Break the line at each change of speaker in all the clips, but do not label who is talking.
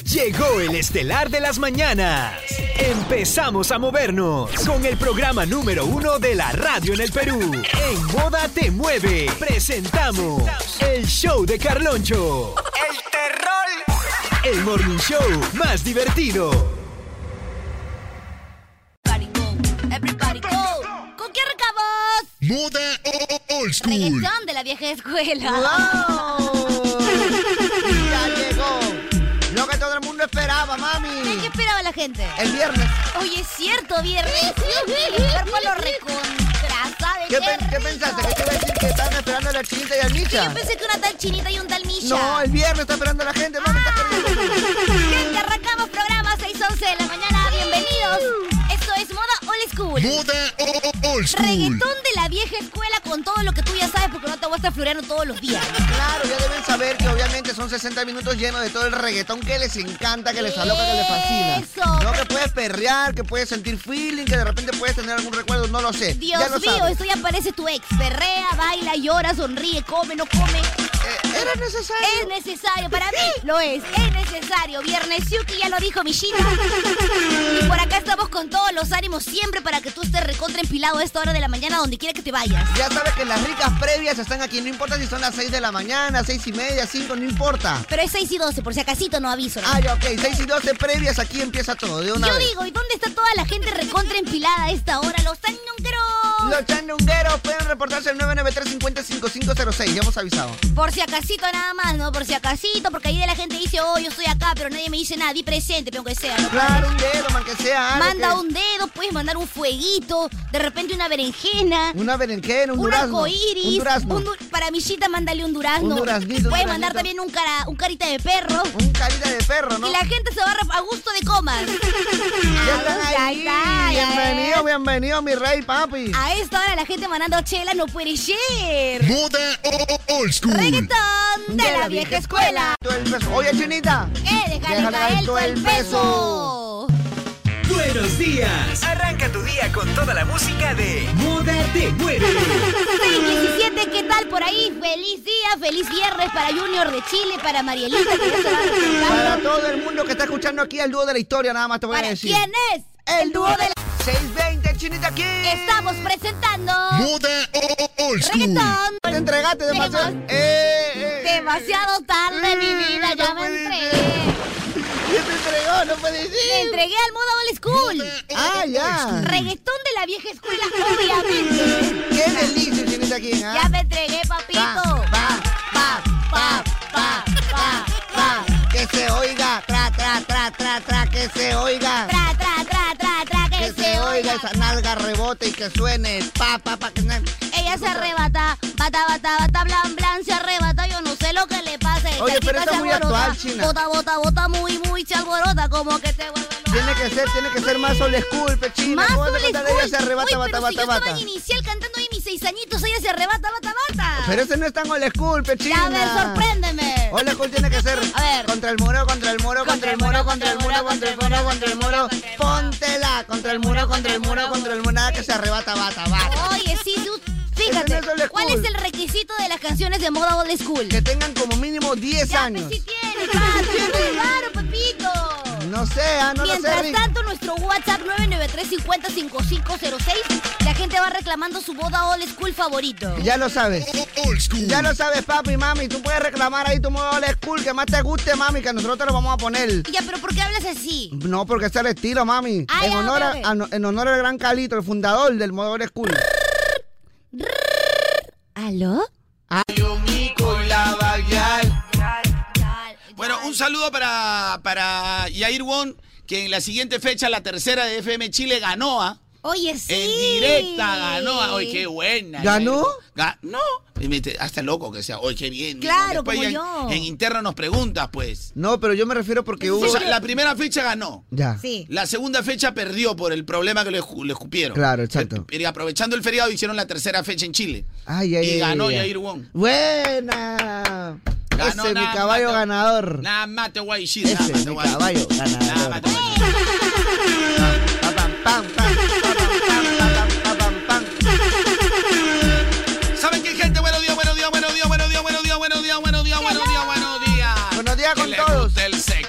Llegó el estelar de las mañanas. Empezamos a movernos con el programa número uno de la radio en el Perú. En Moda Te Mueve, presentamos el show de Carloncho.
El terror.
El morning show más divertido.
Everybody go, everybody go. ¿Con qué arrancamos?
Moda o- o- Old School.
Reggaetón de la vieja escuela.
¡Wow! Ya llegó. Lo que todo el mundo esperaba,
¿De ¿Qué
mami.
esperaba la gente?
El viernes.
Oye, es cierto, viernes. El cuerpo lo recontra, ¿sabe?
¿Qué, pen- qué
rico.
pensaste? ¿Qué te iba a decir que estaban esperando a la chinita y al
Yo
Misha?
pensé que una tal chinita y un tal Misha.
No, el viernes está esperando a la gente, mami. Está corriendo.
Gente, arrancamos programa 611 de la mañana. Bienvenidos. Esto es Moda Old School.
Moda o- o- Old
Reggaetón
School.
de la vieja escuela con todo lo que tú ya sabes porque no te voy a estar floreando todos los días.
Claro, ya deben saber que obviamente son 60 minutos llenos de todo el reggaetón que les encanta, que les aloca, que les fascina.
Eso.
No, que puedes perrear, que puedes sentir feeling, que de repente puedes tener algún recuerdo, no lo sé.
Dios
ya lo
mío,
sabes.
esto ya parece tu ex. Perrea, baila, llora, sonríe, come, no come.
Eh, era necesario.
Es necesario, para mí lo es. Es necesario. Viernes Yuki ya lo dijo Michita. Y por acá estamos con todos los ánimos siempre para que tú estés recontra empilado a esta hora de la mañana donde quiera que te vayas.
Ya sabes que las ricas previas están aquí, no importa si son las 6 de la mañana, 6 y media, 5, no importa.
Pero es 6 y 12, por si acasito no aviso. ¿no?
Ay, ok, 6 y 12 previas, aquí empieza todo, Ah, de una
Yo
vez.
digo, ¿y dónde está toda la gente recontra empilada a esta hora? Los tan números.
Los chandungueros pueden reportarse al 993-50-5506, ya hemos avisado.
Por si acasito nada más, ¿no? Por si acasito, porque ahí de la gente dice, oh, yo estoy acá, pero nadie me dice nada, di presente, pero aunque sea. ¿no?
Claro, un dedo, man que sea algo
Manda
que-
un dedo, puedes mandar un fueguito, de repente una berenjena,
Una berenjena, un,
un
durazno.
arcoíris,
Un durazno.
un du- para Michita mándale un durazno.
Un duraznito, un
puedes
duraznito.
mandar también un, cara, un carita de perro.
un carita de perro, ¿no?
Y la gente se va a re- a gusto de comas.
Ya
Ah,
están
pues,
ahí.
ahí está, ya
bienvenido, bienvenido, mi rey, papi.
ves. A esta hora la gente mandando chela no puede ser.
Moda o- o- Old School.
Reggaetón de, la, vieja, escuela.
Todo el peso. Oye, chinita.
Eh, déjale
Déjale
caer
caer
todo el peso.
Buenos días. Arranca tu día con toda la música de Moda Te Mueve.
617, ¿qué tal por ahí? Feliz día, feliz viernes para Junior de Chile, para Marielita, que ya se va a presentar.
Para todo el mundo que está escuchando aquí al dúo de la historia, nada más te voy a
¿Para
decir.
quién es? El dúo de la...
620, chinita aquí.
Estamos presentando...
Moda o- o- Old School.
Reggaetón.
Te entregaste demasiado.
Tenemos-
Eh, eh,
Demasiado tarde, mi vida, ya
No
me
puede
entregué.
¿Quién te entregó? No puede
Me
decir.
entregué al modo old school.
Ah, ya.
Reggaetón de la vieja escuela, obviamente.
Qué delicia, chinita aquí. ¿ah?
Ya me entregué, papito.
Pa, pa, pa, pa, pa, pa, pa. Que se oiga. Tra, tra, tra, tra, tra. Que se oiga.
Tra, tra, tra, tra, tra, que se oiga.
esa nalga rebote y que suene. Pa, pa, pa. Que... na-
Ella se arrebata, bata, bata, bata, blan, blan, se arrebata, yo no sé lo que le pasa. esta
Oye, pero
chica
esto es
se
muy
alborota,
actual, China.
Bota, bota, bota, muy, muy, se alborota, como que se vuelve loca.
Tiene que ser, tiene que ser más old school, pechina.
Más
¿Cómo
old
vas a
school.
contar? Ella se arrebata,
Uy,
bata,
pero si
bata,
yo estaba
bata.
en inicial cantando ahí mis seis añitos, ella se arrebata, bata, bata.
Pero ese no es tan old school, pechina.
Ya, a ver, sorpréndeme.
Old school tiene que ser
A ver.
contra el muro, contra el muro, contra el muro, contra el muro, contra el muro, contra el muro. Póntela, contra el muro, contra el muro, contra el muro. Nada que se arrebata, bata, bata.
Oye, sí, tú,
Ese
fíjate,
no es old
¿cuál es
school.
el requisito de las canciones de moda old school?
Que tengan como mínimo 10
Ya, pues,
años.
sí tiene, papi, muy raro, papito.
No sé, ah, no lo sé,
Mientras
Rick.
tanto, nuestro WhatsApp 993-50-5506, la gente va reclamando su boda old school favorito.
Ya lo sabes.
O- Old School.
Ya lo sabes, papi, mami. Tú puedes reclamar ahí tu modo old school que más te guste, mami, que nosotros te lo vamos a poner.
Ya, pero ¿por qué hablas así?
No, porque ese es el estilo, mami.
Ah,
en,
ya,
honor a-
ok, ok.
a no- en honor al gran Calito, el fundador del modo old school.
¿Aló?
Bueno, un saludo para, para Yair Won, que en la siguiente fecha, la tercera de FM Chile, ganó. ¿ah?
Oye, sí.
En directa ganó. ¿ah? ¡Ay, qué buena!
¿Ganó?
Ganó. Hasta "Ah, loco que sea. ¡Ay, qué bien!
Claro,
Después
como
ya en-
yo.
En, interna nos preguntas, pues.
No, pero yo me refiero porque hubo.
O sea, la primera fecha ganó.
Ya.
Sí.
La segunda fecha perdió por el problema que le, ju- le escupieron.
Claro, exacto.
Y aprovechando el feriado hicieron la tercera fecha en Chile.
Ay, ay,
y
ay,
ganó
ay, ay.
Yair Won.
Buena.
Ganó
Ese es mi
nada,
caballo
mata-
ganador.
Nada más te voy a decir, nada
Ese
más
es
te
mi
voy a decir.
caballo
Nada
ganador.
más te voy a decir.
Pa, pam, pam, pam, pa, pam, pam, pa, pam, pam, pam.
¿Saben qué, gente? Buenos días, buenos días, buenos días, buenos días, buenos días, buenos días, buenos días, buenos días, buenos días, buenos días.
Buenos días
Que
con
le
todos.
guste el sex,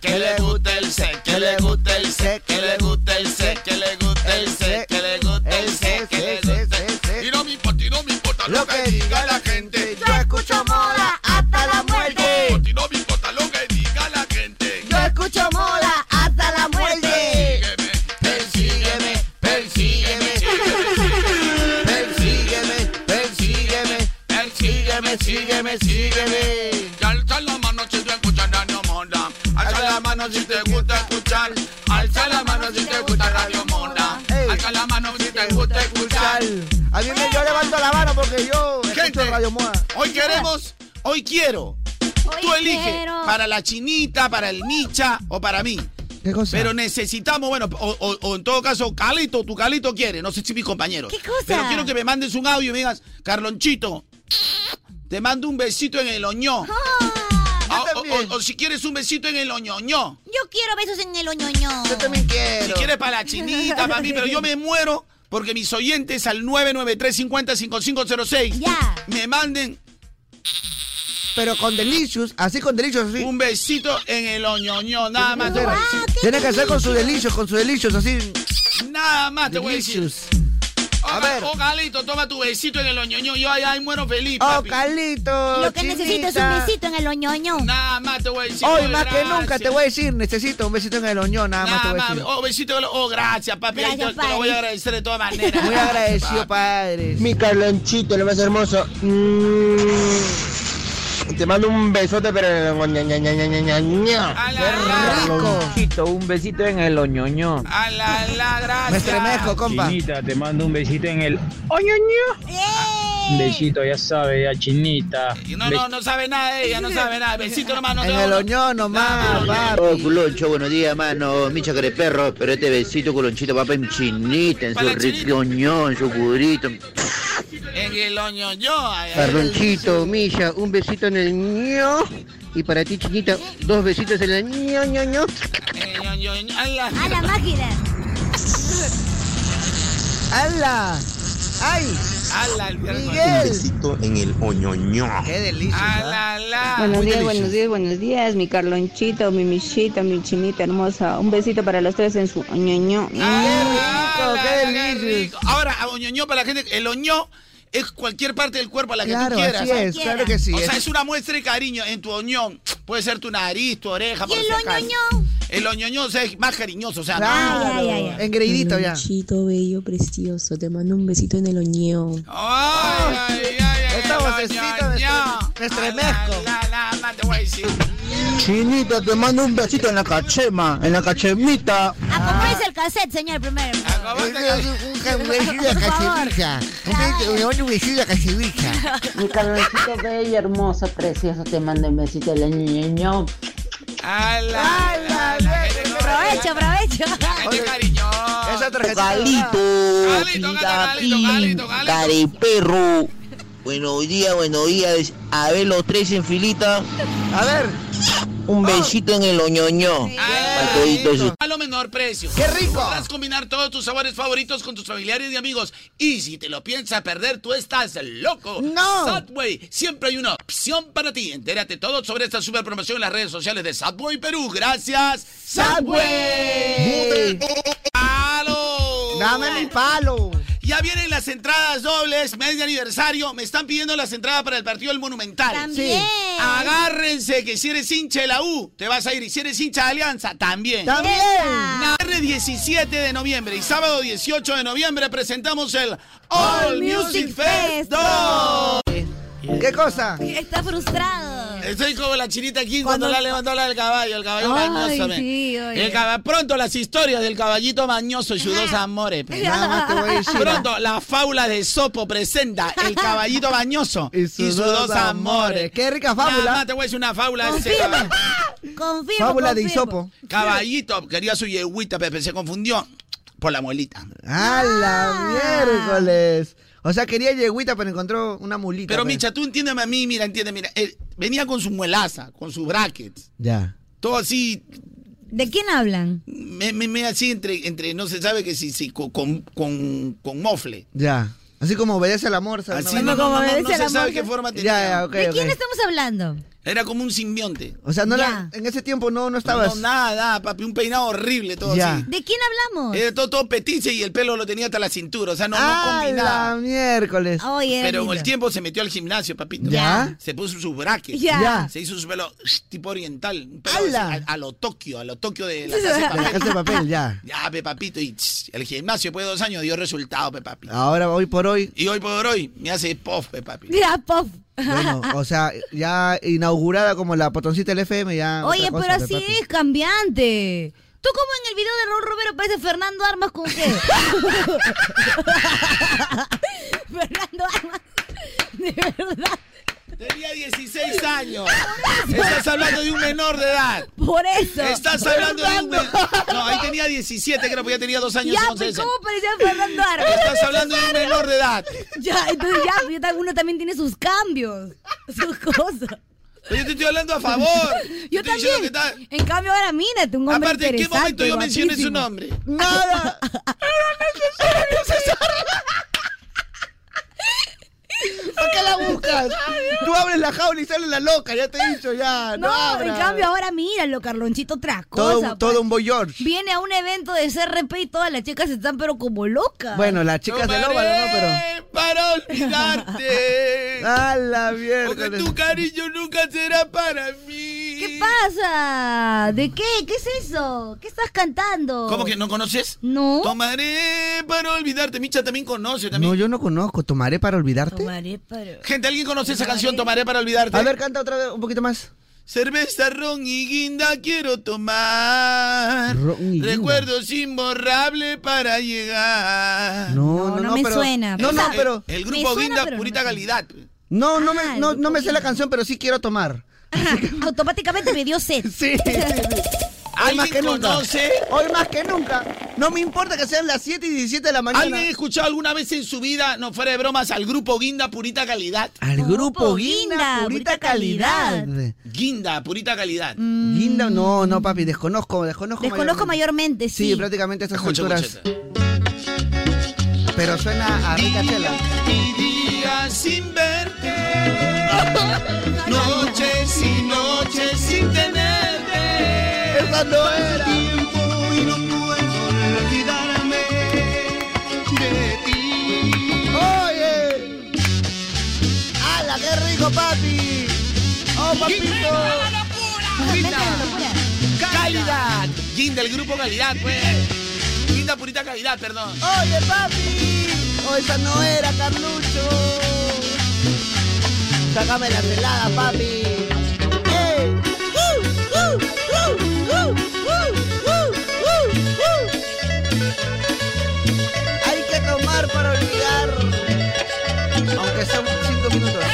que le guste mano si te gusta escuchar. Alza la mano si te gusta Radio Mona.
Ey.
Alza la mano si te gusta escuchar.
A mí me, yo levanto la mano porque yo escucho
Gente,
Radio Moa.
hoy queremos, hoy quiero.
Hoy
Tú eliges
quiero.
para la chinita, para el nicha o para mí.
¿Qué cosa?
Pero necesitamos, bueno, o, o- o en todo caso, Calito, tu Calito quiere, no sé si mis compañeros.
¿Qué cosa?
Pero quiero que me mandes un audio y me digas, Carlonchito, te mando un besito en el oñó.
Ah,
Ah, o,
también.
o- o si quieres un besito en el oñoño.
yo quiero besos en el oñoño.
yo también quiero.
Si quieres para la chinita, para mí, pero yo me muero porque mis oyentes al 993-50-5506
Ya.
me manden
Pero con Delicious, así con Delicious, así.
un besito en el oñoño. Nada más te voy a decir.
Ah, qué
Tienes que hacer con su
delicia.
Delicious, con su Delicious, así.
Nada más te voy a decir.
Delicious.
Oh,
A ver.
oh, Galito, toma tu besito en el oñoño. Yo ahí, ahí muero feliz,
Oh,
papi.
Calito.
Lo que necesito es un
chinita.
besito en el oñoño.
Nada más te voy a decir.
Hoy
oh,
más que
gracias.
nunca te voy a decir, necesito un besito en el oñón, nada más te
Nada
voy a
más.
decir.
Oh, besito. en el- Oh, gracias, papi. Ahí te-
Gracias,
te, lo voy
padre.
a agradecer de todas maneras.
Muy agradecido,
Papi.
padre.
Mi Carlonchito, lo más hermoso. Mm. Te mando un besote, pero. ña, ña, ña, ña, ña, ña, ña.
A la, la,
rico.
Chito, un besito en el oñoño.
a la, la, gracias.
Me estremezco, compa.
Chinita, te mando un besito en el
¡Eh!
besito, ya sabe, ya chinita.
No, no, no sabe nada de ella, no sabe nada. Besito nomás, no te
En el oñón nomás,
Oh,
papi.
culoncho, buenos días, mano. Micha que perro, pero este besito, culonchito, papá en chinita, en
Para
su
la chinita.
riñón, su curito.
En el oñoño. ay, ay.
Carlonchito, Milla, un besito en el ño. Y para ti, chinita, dos besitos en el ño, ño, ño.
En el oñoño. A la-
A la máquina.
¡Hala! ¡Ay!
a la-
¡Miguel!
en el oñoño.
¡Qué
A
delicia!
la, la.
Buenos
Ah, Muy
días,
delicioso.
buenos días, buenos días, mi Carlonchito, mi Michita, mi Chinita hermosa. Un besito para los tres en su ñoño.
Ah,
rico,
la,
qué
la, qué
delicioso.
rico. Ahora, a oñoño para la gente, el oñó es cualquier parte del cuerpo a la que tú
Claro,
quieras.
así es, claro que sí.
o sea,
es-
es una muestra de cariño en tu oñón. Puede ser tu nariz, tu oreja,
Y
Ah, por
el
si acaso.
oñoño.
El oñoño o sea, es más cariñoso, o sea,
Claro,
Ay, ay, ay, ay.
engreidito ya.
Chito bello, precioso. Te mando un besito en el oñeo.
Ay, ay, ay, ay,
Esta
el
vocecita me
oñoño.
estre- me estremezco.
A La, la, la, la, te voy a decir.
Chinita, te mando un besito en la cachema, en la cachemita.
A
Ah.
comprarse el cassette, señor, primero.
Acabate,
Es
Carlos.
Un besito a
Por favor.
Casemija. Un besito- Un besito a Casemija.
Mi Carlonchito bello, hermoso, precioso. Te mando un besito en el ñoño.
A la, la, la, que te-
Provecho, provecho.
que te cariño.
Esa tarjetita.
Calito,
Calito,
chinita,
calito,
pin,
calito, calito.
careperro. Buenos días, buenos días. A ver los tres en filita.
A ver,
Un besito en el oñoño.
Ah,
Patadito,
listo. A lo menor precio.
¡Qué rico!
Podrás combinar todos tus sabores favoritos con tus familiares y amigos. Y si te lo piensas perder, tú estás loco.
No.
Subway, siempre hay una opción para ti. Entérate todo sobre esta super promoción en las redes sociales de Subway Perú. Gracias, Subway. ¡Palo!
dame mi palo.
Ya vienen las entradas dobles, mes de aniversario. Me están pidiendo las entradas para el partido del Monumental.
También.
Agárrense que si eres hincha de la U, te vas a ir. Y si eres hincha de Alianza, también.
También.
Viernes 17 de noviembre y sábado 18 de noviembre presentamos el All Music Fest 2.
¿Qué cosa?
Está frustrado.
Estoy como la chinita aquí cuando la levantó la del caballo, el caballo
Ay,
mañoso. men.
sí, oye.
El caba- Pronto las historias del caballito mañoso y sus dos amores. pe.
Nada más te voy a decir.
Pronto la fábula de Sopo presenta el caballito mañoso y sus, dos, amores.
Qué rica
Nada
fábula.
más te voy a decir una fábula. de ese
Confirmo.
caballo.
Confirmo.
Fábula de
confirmo.
hisopo.
Caballito quería su yeguita, pero se confundió por la muelita.
¡A
Ah.
la miércoles! O sea, quería yeguita, pero encontró una mulita.
Pero
pues.
Micha, tú entiéndeme a mí, mira, entiende, mira. él venía con su muelaza, con sus brackets.
Ya.
Todo así,
¿De quién hablan?
me, me- me así entre, entre, no se sabe que si, si co- con, con, con mofle.
Ya. Así como obedece al amor, ¿sabes?
Así
Una
no, no, no,
vaina-
como
no,
me
no
dice
se
la
sabe
mofle.
qué forma tenía.
Ya, ya, ok.
¿De
ok.
quién estamos hablando?
Era como un simbionte.
O sea, no
Ya.
la- en ese tiempo no, no
No,
estabas.
nada, nada, papi, un peinado horrible, todo
Ya.
así.
¿De quién hablamos?
Era todo, todo petiche y el pelo lo tenía hasta la cintura, o sea, no, no
¡A Ah, la
combinaba.
miércoles!
Oye, era
Pero con
lindo.
el tiempo se metió al gimnasio, papito.
¿Ya?
Se puso sus brackets.
Ya.
Ya.
Se hizo su pelo tipo oriental. Un pelo
¡Hala!
así, a, a lo Tokio, a lo Tokio de la casa de
La
papel.
casa de papel, ya.
Ya, pe papito, y tss, el gimnasio después de dos años dio resultado, pe papi.
Ah.
Ahora, hoy por hoy,
Y hoy por hoy me hace pof, pe papi.
Mira, Pop.
bueno, o sea, ya inaugurada como la potoncita del FM ya.
Oye,
Ah, otra cosa,
pero
pe,
así
papi.
es, cambiante. ¿Tú como en el video de Raúl Romero parece Fernando Armas con qué? Fernando Armas. De verdad.
Tenía 16 años. Estás hablando de un menor de edad.
Por eso.
Estás hablando de un menor. No, ahí tenía 17, creo, porque ya tenía 2 años.
Ya,
once
pues,
de-
¿cómo parecía Fernando Armas?
Estás hablando de un menor de edad.
Ya, entonces ya, pues, ya, uno también tiene sus cambios, sus cosas.
Yo te estoy hablando a favor.
Yo
estoy diciendo
también. En cambio, ahora mírate, un hombre
Aparte, ¿en qué momento yo mencioné su nombre?
Nada.
Era necesario.
¿Por qué la buscas? Tú abres la jaula y sale la loca, ya te he dicho, ya. No,
No, en
abras.
cambio, ahora míralo, Carlonchito, otra cosa. pues.
Todo, un- todo un boy George.
Viene a un evento de CRP y todas las chicas están pero como locas.
Bueno, las chicas del óvalo, ¿no? Pero. Ah,
Eh, Para olvidarte.
A la mierda.
Porque tu cariño nunca será para mí.
¿Qué pasa? ¿De qué? ¿Qué es eso? ¿Qué estás cantando?
¿Cómo que no conoces?
No.
Tomaré para olvidarte. Micha también conoce también.
No, yo no conozco. ¿Tomaré para olvidarte?
Tomaré para...
Gente, ¿alguien conoce esa canción? Tomaré para olvidarte.
A ver, canta otra vez un poquito más.
Cerveza, ron y guinda quiero tomar.
Ron y guinda.
Recuerdos imborrables para llegar.
Ah, No,
No, no, no.
no me
pero-
suena,
No, no,
pasa.
pero.
El
Me
grupo
suena,
Guinda
pero no
Purita
me-
Calidad.
No, no
Ah,
me,
el
no,
grupo
no me sé la
Guinda.
canción, pero sí quiero tomar.
Automáticamente me dio sed.
Sí, sí, sí. Hoy más que
¿Alguien
nunca.
conoce?
Hoy más que nunca. No me importa que sean las 7 y 17 de la mañana.
¿Alguien ha escuchado alguna vez en su vida, no fuera de bromas, al grupo Guinda Purita Calidad?
Al
Grupo Guinda, purita calidad.
Guinda Purita Calidad.
Mm, Guinda, no, no, papi, desconozco, desconozco.
Desconozco mayormente, sí.
Sí, prácticamente a estas
Escucha,
alturas.
escucha.
Pero suena a rica chela.
Y días sin verte, noches y noches sin tenerte.
Esa no era.
Tiempo y no puedo olvidarme de ti.
¡Oye! ¡Hala, qué rico, papi! ¡Oh, papito!
Guinda, calidad. Guinda, el grupo calidad, pues. Guinda purita calidad, perdón.
¡Oye, papi! ¡Oh, esa no era, Carlucho! ¡Sácame la pelada, papi! ¡Ey! Hay que tomar para olvidar. Aunque sean cinco minutos.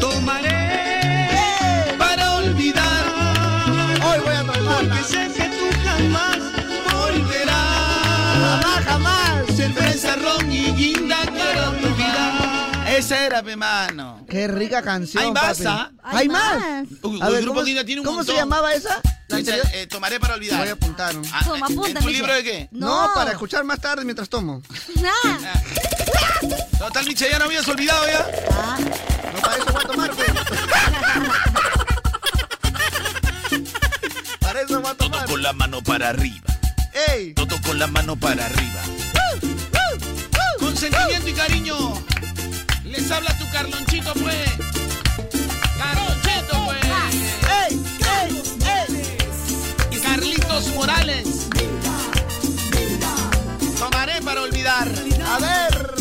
Tomaré para olvidar.
Hoy voy a tomarla.
sé que tú jamás volverás.
Jamás, jamás.
Cerveza, ron y guinda quiero tu vida. Esa era, mi mano.
Qué rica canción.
Hay más,
papi.
¿ah?
Hay,
Hay
más.
más.
Uy,
A
el
ver,
grupo
¿cómo-
Guinda tiene un
¿Cómo se
montón.
llamaba esa?
No, esa, eh, tomaré para olvidar.
Voy a apuntar. ¿no?
Ah,
Toma,
eh,
apunta,
¿Tu
Michelle.
libro de qué?
No,
No.
para escuchar más tarde mientras tomo.
Nada.
No, tal Micha, ya no habías olvidado ya.
Ah,
No, para eso voy a tomar, pues. Para eso voy a tomar.
la mano para arriba.
¡Ey!
Todo con la mano para arriba. Con sentimiento y cariño. Les habla tu Carlonchito, pues. Carlonchito, pues.
¡Ey! ¡Ey! ¡Ey!
Carlitos Morales. Tomaré para olvidar.
A ver.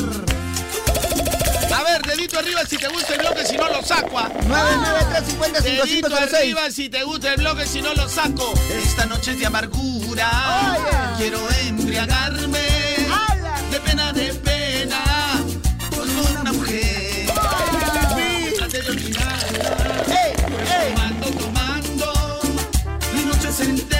A ver, dedito arriba si te gusta el bloque, si no lo saco. ah.
993
Dedito
5506
arriba si te gusta el bloque, si no lo saco. Esta noche es de amargura.
Oye.
Quiero embriagarme.
¡Hala!
De pena, de pena. Con una mujer. Trate de olvidarla.
¡Ey! ¡Ey!
Tomando, tomando. La noche se entera.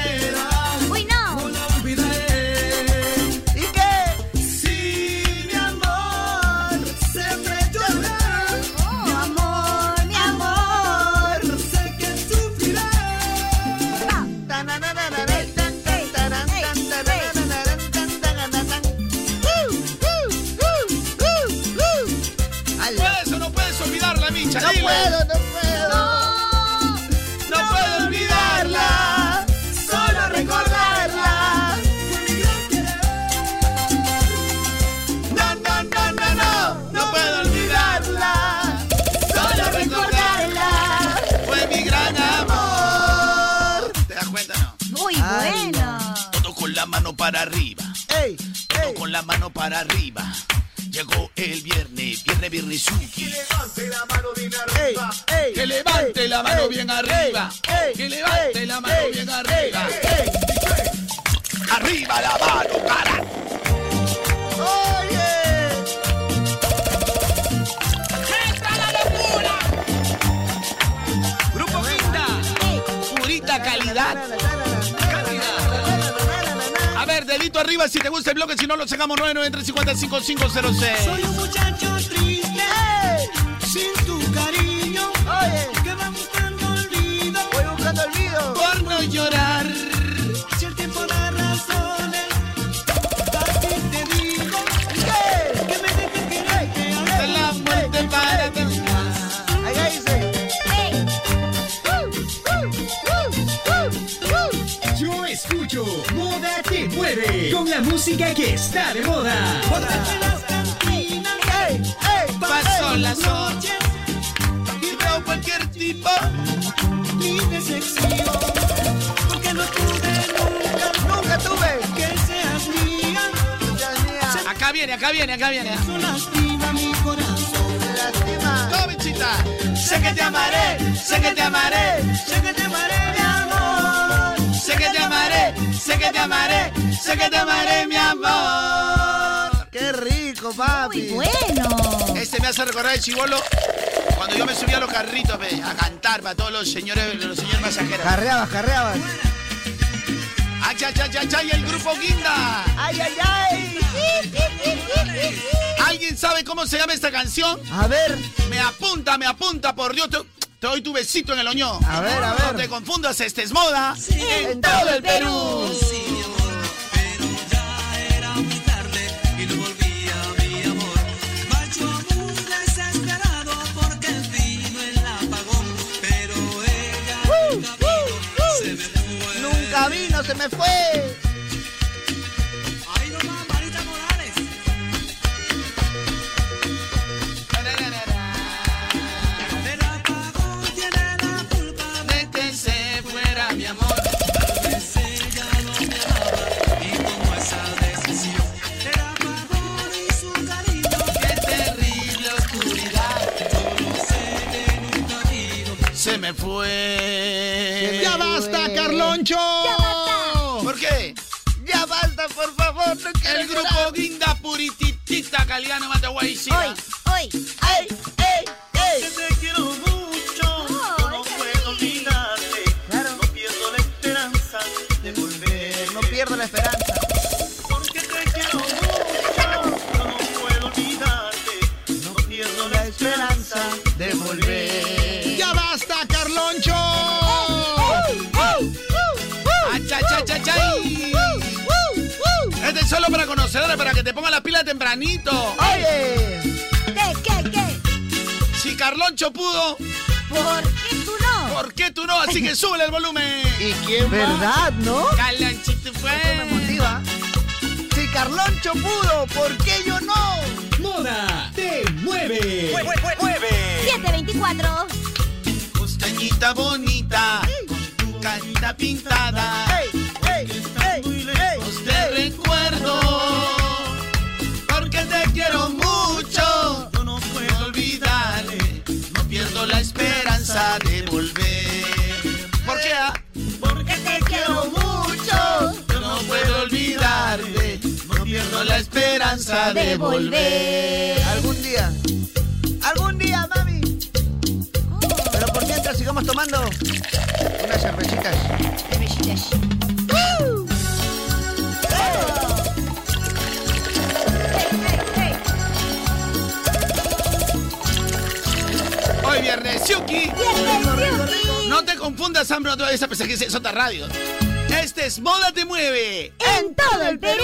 Uy, no.
No la olvidaré.
¿Y qué?
Si mi amor se llorar, mi amor, mi amor, sé que sufriré.
¡Hala!
¿Puedes o no puedes olvidarla, Micha?
¡No
Dile.
puedo, no puedo!
No puedo olvidarla, solo recordarla. No, no, no, no, no, no puedo olvidarla, solo recordarla. Fue mi gran amor. ¿Te das cuenta, no?
Uy,
Ay,
bueno.
Todo con la mano para arriba.
¡Ey!
Todo con la mano para arriba. Llegó el viernes, viernes, viernes Que levante la mano bien arriba. que levante la mano bien arriba. que levante la mano bien arriba. Arriba la mano, cara. Oye. ¡Entra la locura! Grupo Quinta. Purita calidad. Calidad. A ver, delito arriba si te gusta el bloque, si no lo sacamos 993 Soy un muchacho triste. Sin tu cariño. Oye. Que va buscando olvido. Voy buscando olvido. Por no llorar. Si el tiempo da razones. A ti te digo. Que me dejes que no te la muerte para Allá dice.
Yo escucho Moda Te Mueve con la música que está de moda.
Paso las noches y veo cualquier tipo y me sexío porque no tuve nunca, nunca tuve que seas mía. Acá viene, acá viene, acá viene. Eso lastima mi corazón. Lastima. Sé que te amaré, sé que te amaré, sé que te amaré, mi amor. Sé que te amaré, sé que te amaré, sé que te amaré, mi amor. Qué rico, papi. Muy
bueno.
Este me hace recordar el chivolo cuando yo me subía a los carritos ve, a cantar para todos los señores, los señores pasajeros.
Carreabas, carreabas.
Ay, ay, ay, ay, ay, el grupo Guinda. Ay, ay, ay. ¿Alguien sabe cómo se llama esta canción? A ver. Me apunta, me apunta, por Dios. Te, te doy tu besito en el oñón. A ver, a ver. No te confundas, esta es moda. en, todo el Perú.
Macho aún desesperado porque el vino el apagón, pero ella nunca vino, se me
Uh,
fue.
Nunca vino, se me fue.
Ay, no más, Marita Morales. El apagón tiene la culpa de que se fuera mi amor. Tal vez ella no me amaba y tomó esa decisión. El apagón y su cariño, qué terrible oscuridad. Yo no sé que nunca vino.
Se me fue.
Se me ¡Ya basta, fue. Carloncho!
¡Ya basta! ¿Por qué? ¡Ya basta, por favor! el grupo Guinda Purititita Caliano Mataguaychina. ¡Hoy!
¡Hoy!
¡Ay! ¡Ey! ¡Ey!
Te quiero mucho, yo no puedo olvidarte. No pierdo la esperanza de volver.
No pierdo la esperanza.
Porque te quiero mucho, yo no puedo olvidarte. No pierdo la esperanza de volver.
¡Ya basta, Carloncho! ¡Achachachachay! Este es solo para conocedores, para que te ponga la pila tempranito.
¡Oye! ¿Qué, qué, qué?
Si Carloncho pudo,
¿Por qué tú no?
¿por qué tú no? Así que súbele el volumen. ¿Y quién
¿Verdad, no?
Carlonchito fue.
Motiva. Si Carloncho pudo, ¿por qué yo no?
Moda Te Mueve.
724.
Costañita bonita, con tu carita pintada. Te recuerdo, porque te quiero mucho. Yo no puedo olvidarte, no pierdo la esperanza de volver. ¿Por qué? ah?
Porque te quiero mucho.
Yo no puedo olvidarte, no pierdo la esperanza de volver.
Algún día. Algún día, mami.
Oh,
Pero por mientras sigamos tomando unas cervecitas.
Hoy viernes, Yuki. No te confundas, Ambro, otra vez a pensar que es otra radio. Este es Moda Te Mueve.
En todo el Perú.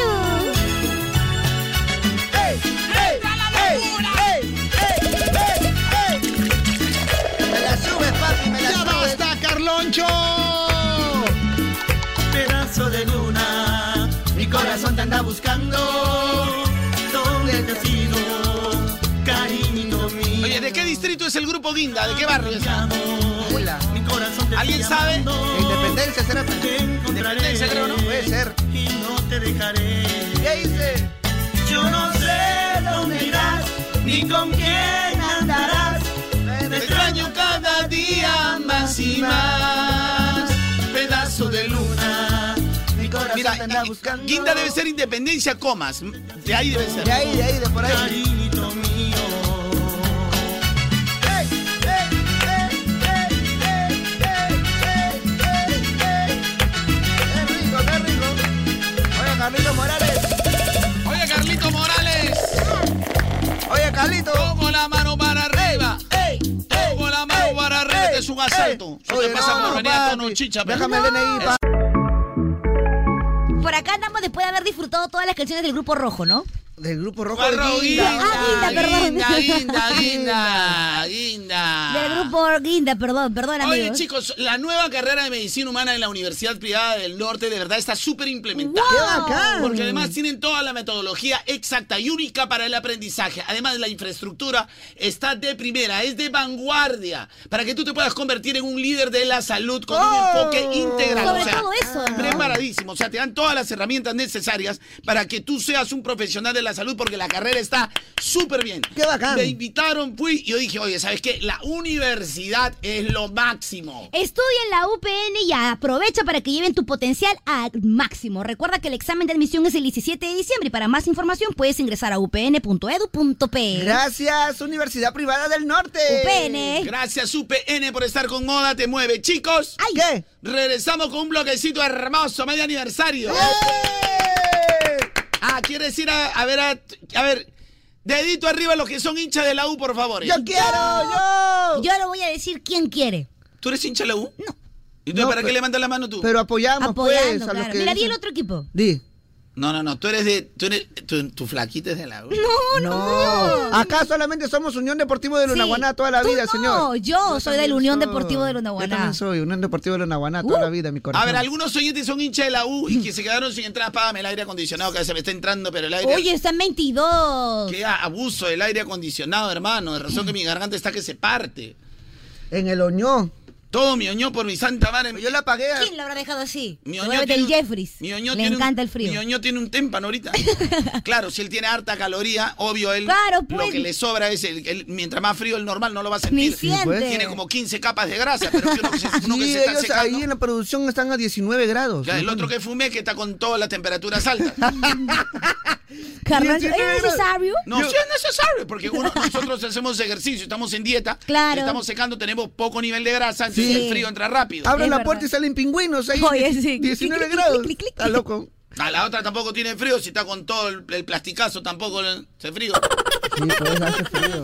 Me la subes, papi, me la
¡Ya
subes.
basta, Carloncho!
Pedazo de luna, mi corazón te anda buscando. ¿Dónde te has ido, cariño mío?
Oye, ¿de qué distrito es el grupo Guinda? ¿De qué barrio es?
Hola.
Mi corazón te
¿Alguien
está
sabe?
llamando.
La Independencia será
Te
Independencia, creo, ¿no? Pues,
encontraré
Puede ser.
y no te dejaré.
¿Qué dice?
Yo no sé dónde irás.
¿Y con quién andarás? Te extraño cada día más y más. Pedazo de luna. Mi corazón Mira, te anda buscando. Quinta debe ser independencia, comas. De ahí debe ser.
De ahí, de ahí, de por ahí.
Cariñito mío.
Oye, Carlito Morales.
Oye, Carlito Morales.
Oye, Carlito.
Con la mano para arriba. Con la mano para arriba. Este es un asalto. Eso te pasa por venir a tono chicha. pe.
Déjame el DNI, pa.
Por acá andamos después de haber disfrutado todas las canciones del Grupo Rojo, ¿no?
Del grupo rojo de
Guarro,
Guinda.
guinda,
Ah, Guinda, perdón.
guinda, guinda, guinda,
Ah.
guinda.
Del Grupo Guinda, perdón, perdón, amigos.
Oye, chicos, la nueva carrera de medicina humana en la Universidad Privada del Norte de verdad está súper implementada.
¡Qué bacán!
Porque además tienen toda la metodología exacta y única para el aprendizaje. Además, la infraestructura está de primera, es de vanguardia, para que tú te puedas convertir en un líder de la salud con un enfoque integral.
Oh. Sobre
O sea,
todo eso, ¿no?
Preparadísimo. O sea, te dan todas las herramientas necesarias para que tú seas un profesional de la salud porque la carrera está súper bien.
Qué bacán.
Me invitaron, fui, y yo dije, oye, ¿sabes qué? La universidad es lo máximo.
Estudia en la UPN y aprovecha para que lleven tu potencial al máximo. Recuerda que el examen de admisión es el 17 de diciembre y para más información puedes ingresar a upn.edu.p.
Gracias, Universidad Privada del Norte.
UPN.
Gracias, UPN, por estar con Moda Te Mueve. Chicos,
Ay. ¿Qué?
regresamos con un bloquecito hermoso, medio aniversario.
¡Eh!
Ah, ¿quieres ir a, a ver a... A ver, dedito arriba los que son hinchas de la U, por favor.
¡Yo quiero, yo!
Yo no voy a decir quién quiere.
¿Tú eres hincha de la U? No. ¿Y tú
No,
para qué
pero-
levantas la mano tú?
Pero apoyamos, pues,
Apoyando,
a los
claro.
que
Mira, di
dicen-
el otro equipo.
Di.
No, no, no, tú eres de... Tú eres, tu, tu flaquita es de la U.
¡Oh, No, no.
No, acá solamente somos Unión Deportivo de Lunaguaná
Sí.
toda la
Tú
vida,
no,
señor.
yo soy
también
del Unión
soy.
Deportivo de Lunaguaná.
Yo también soy Unión Deportivo de Lunaguaná toda
Uh.
la vida, mi corazón.
A ver, algunos oyentes son hinchas de la U y que se quedaron sin entradas, págame el aire acondicionado, que se me está entrando, pero el aire...
Oye, están 22.
Qué a- abuso del aire acondicionado, hermano. De razón que mi garganta está que se parte.
En el Oñón.
Todo mi oñó por mi santa madre.
Yo la pagué.
¿Quién lo habrá dejado así?
Mi oñó
Seguramente
tiene
el
un-
Jeffries.
mi oñó
Le
tiene un-
encanta el frío.
Mi oñó tiene un témpano ahorita. claro, si él tiene harta caloría, obvio, él
Claro,
lo
pues.
que le sobra es, el, el- mientras más frío el normal no lo va a sentir.
Ni siente.
pues.
Tiene como 15 capas de grasa, pero que uno que se, uno que
Sí,
se está
ellos
secando.
ahí en la producción están a 19 grados.
Ya, el otro que fumé que está con todas las temperaturas altas.
Carnal,
tiene
¿es
negro.
necesario?
No, sí es necesario, porque uno- nosotros hacemos ejercicio, estamos en dieta,
Claro.
estamos secando, tenemos poco nivel de grasa, entonces
Sí.
el frío entra rápido.
Abren
Es
la
verdad.
puerta y salen pingüinos ahí.
Oye, sí.
19
Clic, clic,
grados.
clic, clic, clic.
Está loco.
A la otra tampoco tiene frío, si está con todo el, el plasticazo tampoco le- se frío.
Sí, pues hace frío.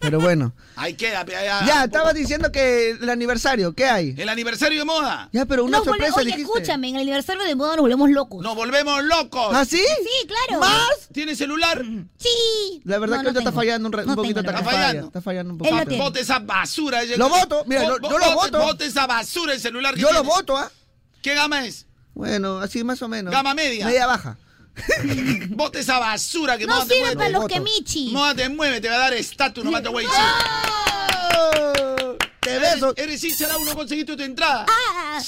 Pero bueno.
Ahí queda, pe, ahí, ah,
Ya,
un poco.
estabas diciendo que el aniversario, ¿qué hay?
El aniversario de moda.
Ya, pero una
Nos volve-
sorpresa
Eh, Oye,
dijiste.
escúchame, en el aniversario de moda nos volvemos locos.
Nos volvemos locos.
¿Ah, sí?
Sí, claro.
¿Más?
¿Tiene celular?
Sí.
La verdad
No,
que
no
ahorita está
tengo.
fallando un, re- un
No
poquito.
tengo,
Está
la
Está
verdad.
fallando.
fallando. Está fallando un
Él lo
poquito.
tiene.
Bote esa basura. ella-
Lo voto, mira,
Bo-
lo-
bo-
yo lo
bote-
voto.
Bote esa basura el celular. que
Yo lo
tienes.
voto, ¿ah?
¿Qué gama es?
Bueno, así más o menos.
Gama media.
Media baja.
Bote esa basura que
No
moda te
sirve
mueve.
para los
voto.
que Michi.
Moda te mueve, te va a dar estatus, no mata güey.
¡Ah!
¡Oh!
Te beso.
Eres, eres hincha de la U, no conseguiste tu entrada.
Ah,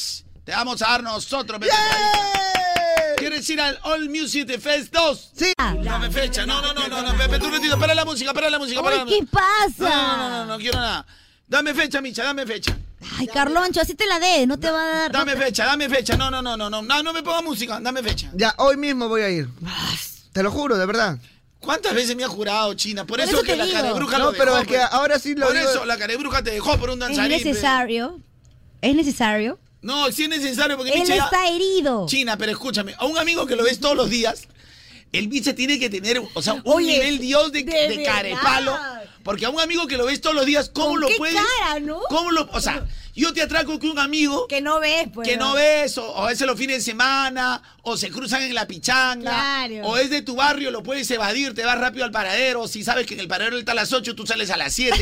Te vamos a dar nosotros. pe,
¡Yay!
¿Quieres ir al All Music Fest 2?
Sí.
No me fecha, no, no, no, no, no, Pepe, tú retiro, para la música, para la música, para
Ay,
la
¿qué
música. No,
pasa?
no, no, no, no quiero nada. Dame fecha, Micha, dame fecha.
Ay, Carloncho, así te la dé, no te va a dar.
Dame fecha, dame fecha. No, no, no, no, no, no, no me ponga música, dame fecha.
Ya, hoy mismo voy a ir. Te lo juro, de verdad.
¿Cuántas veces me ha jurado China? Por
Por
eso,
eso
que
te
la
digo.
carebruja
No,
lo
pero
dejó,
es que
pues.
ahora sí lo
Por
digo.
eso la carebruja te dejó por un
Es
danzarín. pe.
necesario. Es necesario.
No, sí es necesario porque
Él
Micha ya-
está herido.
China, pero escúchame, a un amigo que lo ves todos los días, el biche tiene que tener, o sea, un
Oye,
nivel Dios de,
de
de
verdad.
carepalo. Porque a un amigo que lo ves todos los días, ¿cómo
¿Con
lo
qué
puedes?
cara, no?
¿Cómo lo, o sea, yo te atraco que un amigo que,
Que no ves, pues.
no ves, o, o a veces los fines de semana, o se cruzan en la pichanga,
Claro.
o es de tu barrio, lo puedes evadir, te vas rápido al paradero, si sabes que en el paradero él está a las 8, tú sales a las 7,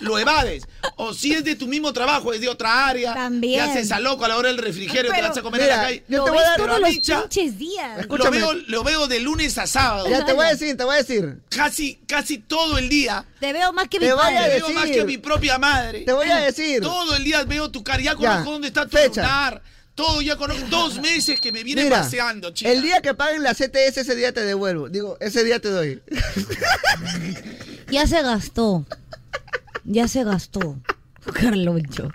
lo evades. O si es de tu mismo trabajo, es de otra área,
También.
te haces a loco a la hora del refrigerio, te
Pero-
vas a comer a la
Mira,
calle.
yo
Lo
te voy
ves
a dar.
todos
pero
los
Micha-
pinches días.
Lo
Escúchame.
veo, lo veo de lunes a sábado.
Ya te voy a decir, te voy a decir.
Casi, casi todo el día.
Te veo más que mi
Te voy a
Te
padre.
decir.
veo más que a mi propia madre.
Te voy a decir.
Todo el día veo tu cara. Ya conozco dónde está tu
Fecha.
lunar. Todo ya conozco. Dos meses que me viene
Mira,
paseando, chica.
el día que paguen la CTS, ese día te devuelvo. Digo, ese día te doy.
Ya se gastó. Ya se gastó. Carloncho.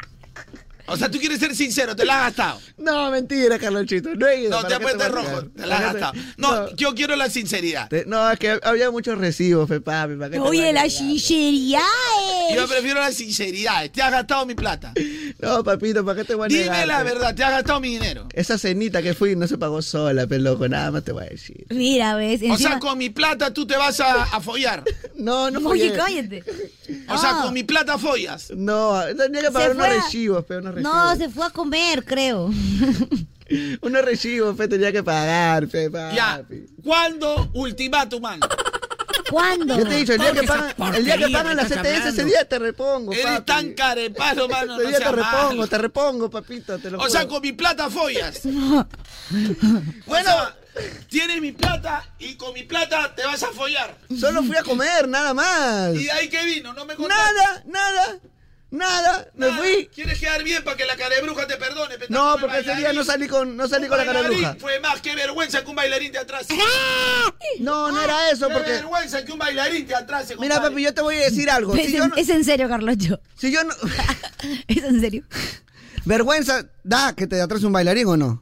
O sea, tú quieres ser sincero, te la has gastado.
No, mentira, Carlonchito. No, he ido,
No, te
¿para qué
apuestas
voy a
rojo,
negar?
te la has
¿Para qué te-
gastado. No, yo quiero la sinceridad.
Te- no, es que había muchos recibos, fe, papi. ¿para qué te voy a
Oye, la eh.
negar?
sinceridad es.
Yo prefiero la sinceridad. Te has gastado mi plata.
No, papito, ¿para qué te voy a
Dime
negar,
la
pe?
verdad, te has gastado mi dinero.
Esa cenita que fui no se pagó sola, pero loco, nada más te voy a decir.
Mira, ves.
O sea,
encima-
con mi plata tú te vas a, a follar.
No, no
Oye,
follé.
cállate.
O sea,
Ah.
con mi plata follas.
No, tenía que pagar
Se
unos
fue a-
recibos, pero unos recibos.
No, se fue a comer, creo.
Unos recibos, fe, tenía que pagar, fe, papi.
Ya. ¿Cuándo ultimátum, mano?
¿Cuándo?
Yo te he dicho, el día que
Esa
pagan, el día que
porquería
pagan
que
la
estás
CTS, ese
hablando.
día te repongo,
Eres
papi.
tan carepalo, mano.
Ese
No
día te
seas malo.
repongo, te repongo, papito, te lo
O sea,
juro.
con mi plata follas. Bueno, tienes mi plata y con mi plata te vas a follar.
Solo fui a comer, nada más.
¿Y de ahí qué vino? No me contaste.
Nada, nada, nada, me
Nada.
fui.
¿Quieres quedar bien para que la cara de bruja te perdone? pe?
No,
Tú,
porque ese día
bailarín.
no salí con, no salí
Un
con la cara de
bailarín
bruja.
Fue más que vergüenza que un bailarín te atrase.
No, no era eso,
Qué
porque...
vergüenza que un Pues bailarín te atrase.
Mira,
compadre.
papi, yo te voy a decir algo.
Es,
Si yo
en,
no...
Pues, es en serio, Carloncho.
Si yo no...
Es en serio.
Vergüenza, da, que te atrás un bailarín o no.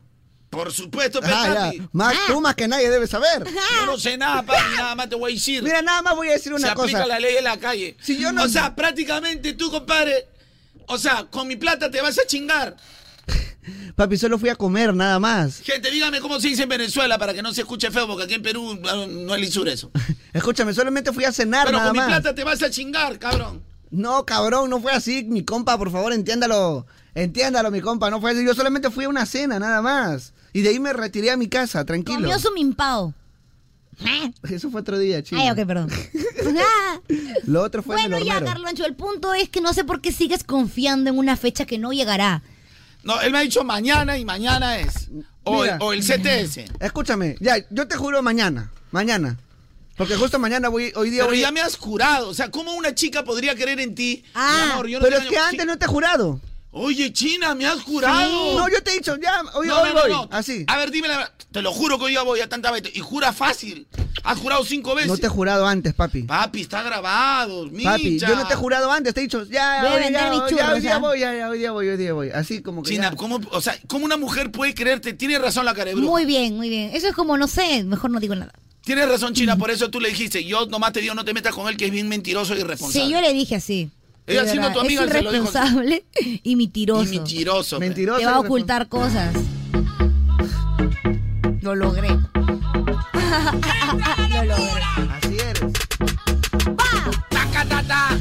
Por supuesto, pe,
Ah,
papi.
ya. Más, tú más que nadie debes saber.
Yo no sé nada, papi, nada más te voy a decir.
Ah. Mira, nada más voy a decir
Se
una
aplica
cosa.
la ley de la calle.
Si yo no-
O sea, prácticamente tú, compadre, o sea, con mi plata te vas a chingar.
Papi, solo fui a comer, nada más.
Gente, dígame cómo se dice en Venezuela para que no se escuche feo, porque aquí en Perú no, no es lisura eso.
Escúchame, solamente fui a cenar,
Pero
nada
con mi
más.
plata te vas a chingar, cabrón.
No, cabrón, no fue así, mi compa, por favor, entiéndalo. Entiéndalo, mi compa, no fue así. Yo solamente fui a una cena, nada más. Y de ahí me retiré a mi casa, tranquilo.
Comió su mimpao. Ah.
Eso fue otro día, chico.
Ay, ok, perdón. Ah.
Lo otro fue
Bueno,
en el
ya,
hornero.
Carloncho, el punto es que no sé por qué sigues confiando en una fecha que no llegará.
No, él me ha dicho mañana y mañana es. O,
Mira.
o el CTS.
Escúchame, ya, yo te juro mañana, mañana. Porque justo mañana voy, hoy día
Pero
voy...
ya me has jurado. O sea, ¿cómo una chica podría creer en ti? Mi
Ah,
amor, yo no
Pero
te
es que
engaño.
antes no te he jurado.
Oye, China, me has jurado.
No, yo te he dicho, ya, hoy,
No,
hoy
no, no,
voy,
no.
así.
A ver, dime la verdad. Te lo juro que hoy ya voy a tantas veces. Y jura fácil. Has jurado cinco veces.
No te he jurado antes, papi.
Papi, está grabado.
Papi,
Micha.
yo no te he jurado antes, te he dicho, ya,
Voy a
hoy,
vender
ya,
mis
hoy- ya,
churros,
hoy día
¿ah?
voy, ya, ya, hoy día voy, hoy día voy. Así como que
China,
ya.
¿cómo, o sea, ¿cómo una mujer puede creerte? Tienes razón la cara de bruja.
Muy bien, muy bien. Eso es como, no sé, mejor no digo nada.
Tienes razón, China, por eso tú le dijiste. Yo nomás te digo, no te metas con él, que es bien mentiroso y irresponsable.
Sí, yo le dije así. De
Ella siendo
verdad,
tu amiga
es
se lo dijo.
irresponsable y mentiroso.
Y mentiroso. pues. pe.
Mentiroso.
Te va a
lo que fue.
ocultar cosas. Lo logré. Lo logré.
Así eres.
Taca, ta, ta.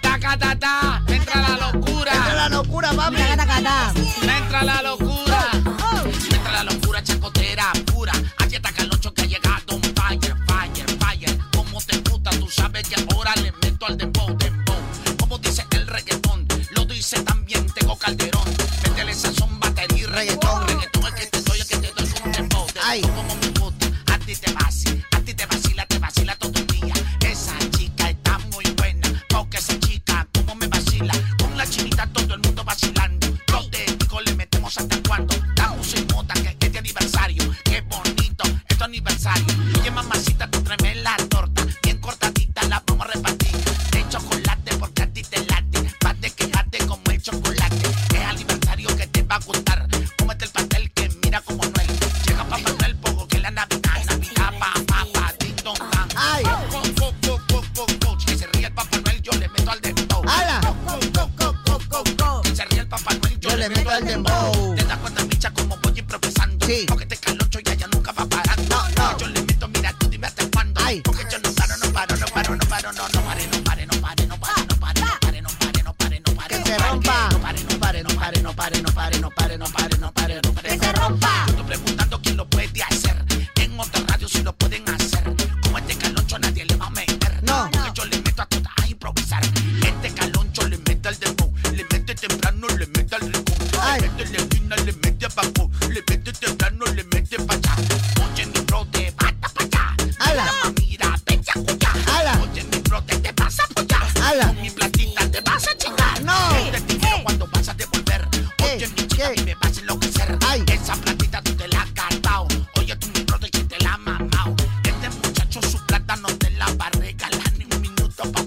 Taca, ta, ta. Entra la
Esa es
locura.
la locura, papi.
Taca, taca, ta.
Entra la locura. Entra la locura chacotera pura. Aquí está Carloncho que ha llegado. Fire, fire, fire. Como te gusta, tú sabes que ahora le meto al dembow, dembow. Como dice el reggaetón, lo dice también Tego Calderón. Métele sazón, batería y reggaetón. Reggaetón es que te doy, es que te doy con dembow.
Ay.
Dembow como me gusta. A ti te vacila, a ti te vacila, te vacila todo el día. Esa chica está muy buena. Porque esa chica, como me vacila. Con la chinita todo el mundo vacilando. Yo te digo, le metemos hasta cuando. Damos y mota que este aniversario. Qué bonito, este aniversario. Y mamacita, tú tráeme la torta. Bien cortadita, la vamos a repartir. De chocolate, porque a ti te late. Más de quejate como el chocolate. Es aniversario que te va a gustar. Cómete el pastel que mira como Noel. Llega papá Noel, poco que la Navidad. Navidad, papá, papá, ding dong, dang.
Ay.
Co, co, co, co, co, co. Que se ríe el papá Noel, yo le meto al dembow.
¡Hala!
Co, co, co, co, co, co. Que se ríe el papá Noel, yo, le meto al dembow. Te das cuenta, micha, como voy improvisando.
Sí.
Porque este te caloncho y allá nunca va parando.
No, no.
Yo le meto, mira, tú dime hasta cuándo.
Ay.
Porque yo no paro, no paro, no paro, no paro, no, no pare, no pare, no pare, no pare, no pare, no pare, no pare, no pare, no pare,
Que
no
se
pare,
rompa.
no pare, no pare, no pare, no pare, no pare, no pare, no pare, no pare, no pare, no
Que
pare.
se rompa.
Yo estoy preguntando quién lo puede hacer. En otras radios sí lo pueden hacer. Como este caloncho nadie le va a meter.
No.
Porque yo le meto a todas a improvisar. Este caloncho le mete al dembow, le mete temprano, le mete al rincón.
Ay.
Le mete leguina, le mete abajo, le mete temprano, le mete pa' allá. Oye, mi bro, te bata pa' allá.
Ala.
Mira, pecha, cuya.
Ala.
Oye, mi bro, te, te vas a apoyar.
Ala.
Con mi platita te vas a chingar.
No.
Este dinero cuando vas a devolver. Oye,
Ey,
mi chica,
ey.
que me vas a enloquecer. Este
Ay.
Esa platita tú te la has gastado. Oye, tú mi brother que te la ha mamado. Este muchacho su plata no te la va a regalar ni un minuto. Este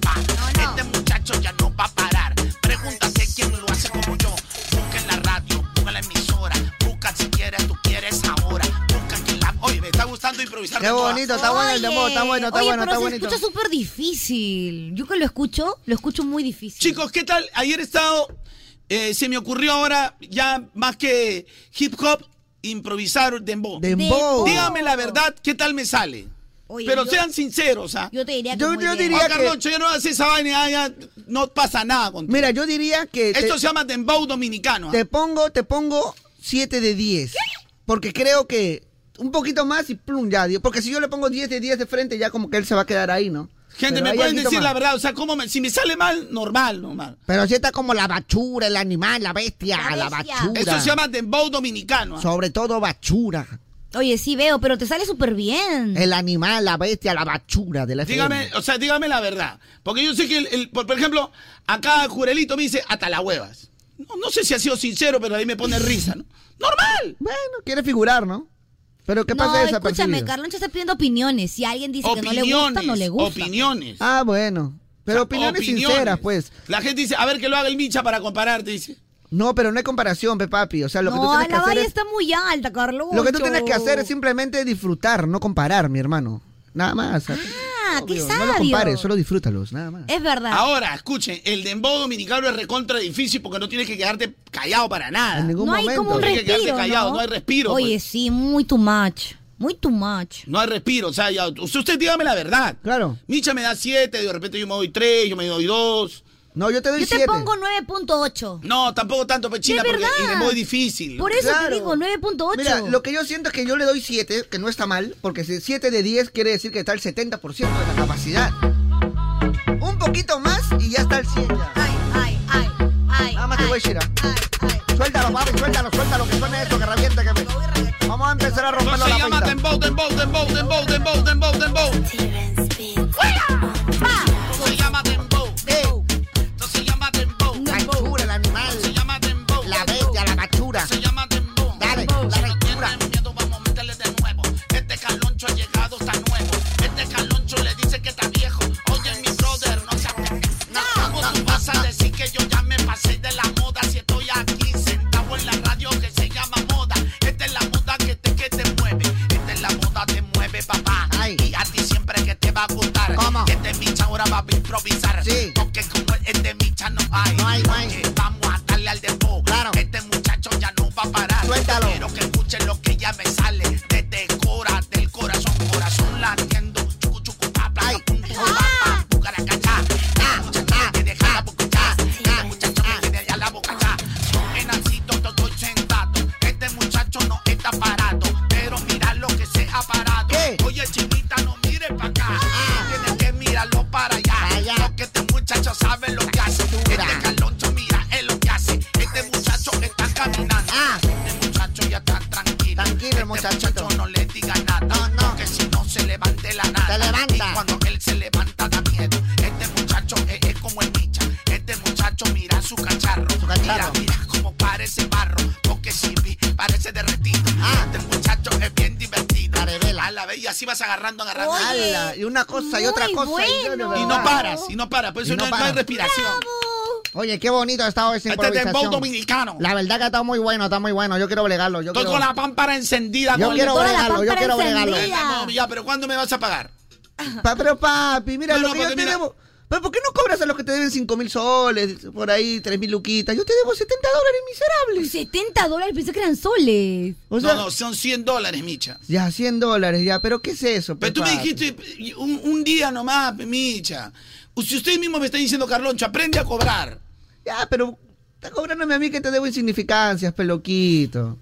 improvisar.
Qué
de moda.
bonito, está bueno el de moda, está bueno, está
Oye,
bueno,
pero
está
se
bonito.
escucha súper difícil. Yo que lo escucho, lo escucho muy difícil.
Chicos, ¿qué tal? Ayer he estado, eh, se me ocurrió ahora, ya más que hip hop, improvisar dembow.
Dembow.
Dígame la verdad, ¿qué tal me sale?
Oye,
Pero
yo-
sean sinceros, ¿ah?
Yo te diría que
Yo-
muy
yo
bien.
diría
Ah,
que-
Carloncho, yo no hago esa vaina, ah, ya, no pasa nada contigo.
Mira, yo diría que. te-
Esto se llama dembow dominicano. ¿ah?
Te pongo, te pongo 7 de 10. Porque creo que un poquito más y plum, ya. diez. Porque si yo le pongo 10 de 10 de frente, ya como que él se va a quedar ahí, ¿no?
Gente,
Pero
me
hay
pueden
alguito
decir la
más.
verdad, o sea, ¿cómo me- si me sale mal, normal, normal.
Pero si está como la bachura, el animal, la bestia,
La
la,
bestia.
bachura.
Esto se llama dembow dominicano. ¿ah?
Sobre todo bachura.
Oye, sí veo, pero te sale súper bien.
El animal, la bestia, la bachura de la
Dígame, o sea, dígame la verdad. Porque yo sé que, el, el- por, por ejemplo, acá Jurelito me dice, hasta las huevas. No, no sé si ha sido sincero, pero ahí me pone risa, ¿no? ¡Normal!
Bueno, quiere figurar, ¿no? Pero ¿qué
no,
pasa esa
escúchame, Carloncho está pidiendo opiniones. Si alguien dice que no le gusta, no le gusta.
opiniones.
Ah, bueno. Pero opiniones,
Opiniones.
sinceras, pues.
La gente dice, a ver que lo haga el Micha para compararte, dice.
No, pero no hay comparación, pe papi. O sea, lo que tú
No,
tienes que
la
hacer
valla
es
está muy alta, Carloncho.
Lo que tú tienes que hacer es simplemente disfrutar, no comparar, mi hermano. Nada más.
Ah, qué
Obvio,
sabio.
No lo compares, solo disfrútalos, nada más.
Es verdad.
Ahora, escuchen, el dembow dominicano es recontra difícil porque no tienes que quedarte callado para nada.
En ningún
no hay
momento.
como un
Tiene que quedarte
respiro,
callado,
¿no?
no hay respiro,
Oye,
pues.
sí, muy too much. Muy too much.
No hay respiro, o sea, ya, usted, usted dígame la verdad.
Claro.
Micha me da 7, de repente yo me doy 3, yo me doy 2.
No, yo te doy
Yo te
siete.
pongo 9.8.
No, tampoco tanto pechina,
De
porque
verdad.
el dembow es difícil.
Por eso te
Claro.
digo, 9.8.
Mira, lo que yo siento es que yo le doy 7, que no está mal, porque 7 de 10 quiere decir que está el 70% de la capacidad. Un poquito más y ya está el 100 ya.
Ay, ay, ay, ay.
Nada más te
ay,
voy a decir, ah.
ay, ay.
Suéltalo, papi, suéltalo, suéltalo, que suene esto, que reviente, que me... Vamos a empezar a
No
romperlo
se
la
llama
pista.
dembow, dembow, dembow, dembow, dembow, dembow, dembow. No se llama dembow, no se llama dembow,
La Bachura, Eh, el animal,
se llama dembow,
la bestia, la bachura.
se llama dembow.
Dale, la
Tienen miedo, vamos a meterle de nuevo. Este caloncho ha llegado, está nuevo. Este caloncho le dice que está viejo. Oye, mi brother, no se No, ¿Cómo tú vas a decir que yo ya me pasé de la moda? Si estoy aquí sentado en la radio que se llama moda. Esta es la moda que te, que te mueve. Esta es la moda que mueve, papá.
Ay.
Y a ti siempre que te va a gustar.
¿Cómo?
Este micha ahora va a improvisar.
Sí.
Porque como este micha no hay.
No hay, no hay.
Oye, Vamos a darle al dembow.
Claro.
Este muchacho ya no va a parar.
Suéltalo.
Quiero que escuchen lo que ya me sale. Desde cora del corazón, corazón latiendo. Chucu, chucu, pa, pla,
Ay.
pum, pum, pa, pa, bucara, cachá. La muchacha me deja la boca ya. La muchacha me tiene allá la boca ya. Yo en asito yo estoy sentado. Este muchacho no está parado. Pero mira lo que se ha parado.
¿Qué? Ah.
Oye, chinita, no mires para acá. Tienes que mirarlo para allá.
allá.
Lo que este muchacho sabe lo que hace. Este caloncho, mira, es lo que hace. Este muchacho está caminando.
Ah.
Este muchacho ya está tranquilo.
Tranquilo,
este
muchachito.
muchacho no le diga nada.
No, no.
Porque si no se levante la nada.
Se levanta.
Y cuando él se levanta da miedo. Este muchacho es, es como el micha. Este muchacho mira su cacharro.
Su cacharro.
Mira, mira como parece barro. Porque si vi, parece derretido.
Ah.
Este muchacho es bien divertido.
Carevela.
A la vez y así vas agarrando, agarrando.
Oye,
Ala, y una cosa y otra
muy
cosa. y yo, de
bueno.
Y
verdad.
no paras, y no paras. Por eso
Y no
no, no hay
paras.
respiración.
Oye, qué bonito ha estado
Este
ese
es
improvisación.
dembow dominicano.
La verdad que ha estado muy bueno, está muy bueno. Yo quiero bregarlo. Yo
Estoy
quiero,
con la pámpara encendida.
yo
con
quiero
toda la
bregarlo, yo
pámpara
quiero bregarlo.
encendida.
No, ya, pero ¿cuándo me vas a pagar?
Pa- pero papi, mira
No,
lo
no,
que yo
porque
te
pues, mira-
debo. Pero ¿por qué no cobras a los que te deben 5 mil soles, por ahí 3 mil luquitas? Yo te debo 70 dólares, miserable.
70 dólares, pensé que eran soles.
O sea,
no, no, son 100 dólares, Micha.
ya 100 dólares, ya. ¿Pero qué es eso?
Pero
pe,
tú me
papi?
dijiste un, un día nomás, Micha. Si usted mismo me está diciendo, Carloncho, aprende a cobrar.
Ya, pero está cobrándome a mí que te debo insignificancias, peloquito.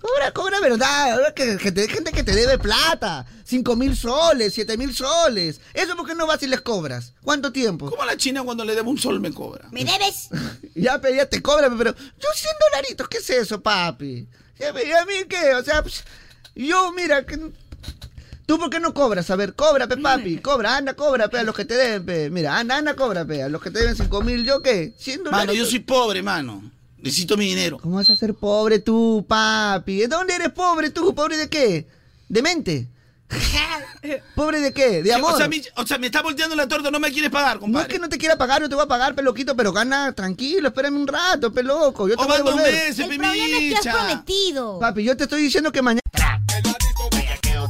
Cobra, cobra verdad. ahora Que, que te- gente que te debe plata. 5 mil soles, 7 mil soles. Eso porque no vas y les cobras. ¿Cuánto tiempo?
¿Cómo la China cuando le debo un sol me cobra?
¿Me debes?
Ya, pe, ya te cobra, pero yo 100 dolaritos, ¿qué es eso, papi? Ya, pe, ¿Y a mí qué? O sea, pues, yo, mira, que- ¿tú por qué no cobras? A ver, cobra, pe, papi, cobra, anda, cobra, pe, a los que te deben, pe. Mira, anda, anda, cobra, pe, a los que te deben 5 mil, ¿yo qué? 100
Mano,
dolaritos.
yo soy pobre, mano. Necesito mi dinero.
¿Cómo vas a ser pobre tú, papi? ¿De dónde eres pobre tú? ¿Pobre de qué? ¿De mente? ¿Pobre de qué? ¿De amor?
O sea, Micha- o sea, me está volteando la torta, no me quieres pagar,
No es
compadre.
que no te quiera pagar, yo te voy a pagar, peloquito, pero gana tranquilo, espérame un rato, peloco. Yo te
O
voy a
manda un
devolver.
mes,
El problema es que has
Micha.
prometido.
Papi, yo te estoy diciendo que mañana.
Tra,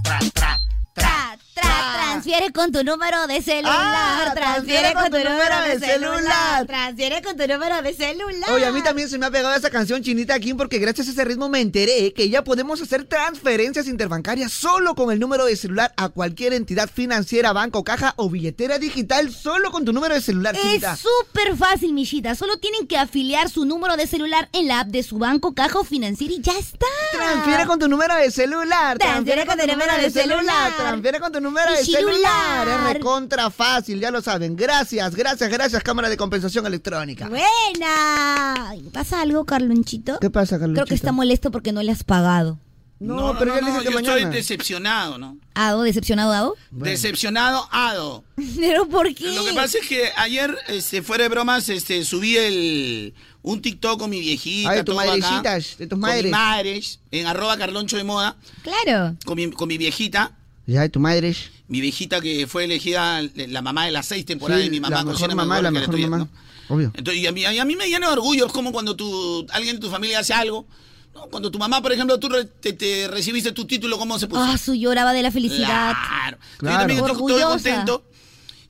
tra, tra, tra,
transfiere con tu número de celular.
Ah,
transfiere con tu número de celular. Transfiere con tu número de celular.
Oye, a mí también se me ha pegado esa canción Chinita Kim porque gracias a ese ritmo me enteré que ya podemos hacer transferencias interbancarias solo con el número de celular a cualquier entidad financiera, banco, caja o billetera digital solo con tu número de celular,
Es
Chinita.
súper fácil, Michita. Solo tienen que afiliar su número de celular en la app de su banco, caja o financiera y ya está.
Transfiere con tu número de celular.
Transfiere con tu número de celular.
Transfiere con tu número de
Y celular.
celular. Es recontra fácil, ya lo saben. Gracias, gracias, gracias, Cámara de Compensación Electrónica.
Buena. Ay, ¿Pasa algo, Carlonchito?
¿Qué pasa, Carlonchito?
Creo que está molesto porque no le has pagado.
No, pero ya le dice que
yo
mañana.
estoy decepcionado, ¿no?
¿Ado? ¿Decepcionado, Ado?
Decepcionado, Ado.
¿Pero por qué?
Lo que pasa es que ayer, este, fuera de bromas, este, subí el, un TikTok con mi viejita.
Ay, Ah, de tus
todo bacán.
madrecitas, de tus
Con
madres.
mis madres, en arroba carloncho de moda,
Claro.
con mi, con mi viejita.
Ya, ¿y tu madre? es?
Mi viejita que fue elegida la mamá de las seis temporadas
Sí,
de mi mamá.
la
con
mejor
Xena
mamá, la
Maguire, que
mejor
tuya,
mamá.
¿no? Eh,
Obvio.
Entonces, y a mí, a mí me llena de orgullo, es como cuando tu, alguien de tu familia hace algo. ¿no? Cuando tu mamá, por ejemplo, tú re- te, te recibiste tu título, ¿cómo se puso?
Ah, su lloraba de la felicidad.
Claro.
Claro.
Yo también estoy- estoy
Orgullosa.
contento.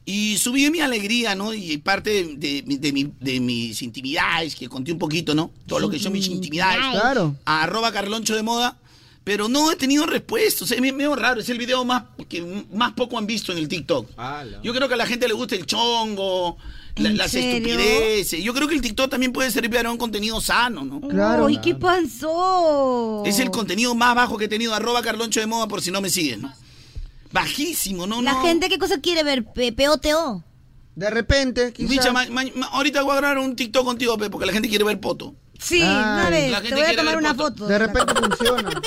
Y subí mi alegría, ¿no? Y parte de, de- de mi- de mis intimidades, que conté un poquito, ¿no? Todo lo que son mis intimidades.
Claro.
A arroba carloncho de moda. Pero no he tenido respuesta. O sea, es medio raro. Es el video más que más poco han visto en el TikTok. Yo creo que a la gente le gusta el chongo, la-
¿En
las
serio?
estupideces. Yo creo que el TikTok también puede servir para un contenido sano, ¿no?
Claro. Uy, ¿qué pasó?
Es el contenido más bajo que he tenido, arroba Carloncho de Moda, por si no me siguen. ¿no? Bajísimo, ¿no?
La
no.
gente, ¿qué cosa quiere ver? P- POTO.
De repente,
Micha, ma- ma- ma- ahorita voy a grabar un TikTok contigo, pe, porque la gente quiere ver poto.
Sí,
Ay.
una vez.
La
Te
gente
voy a
quiere
tomar
ver
una
fotos.
foto.
De repente funciona.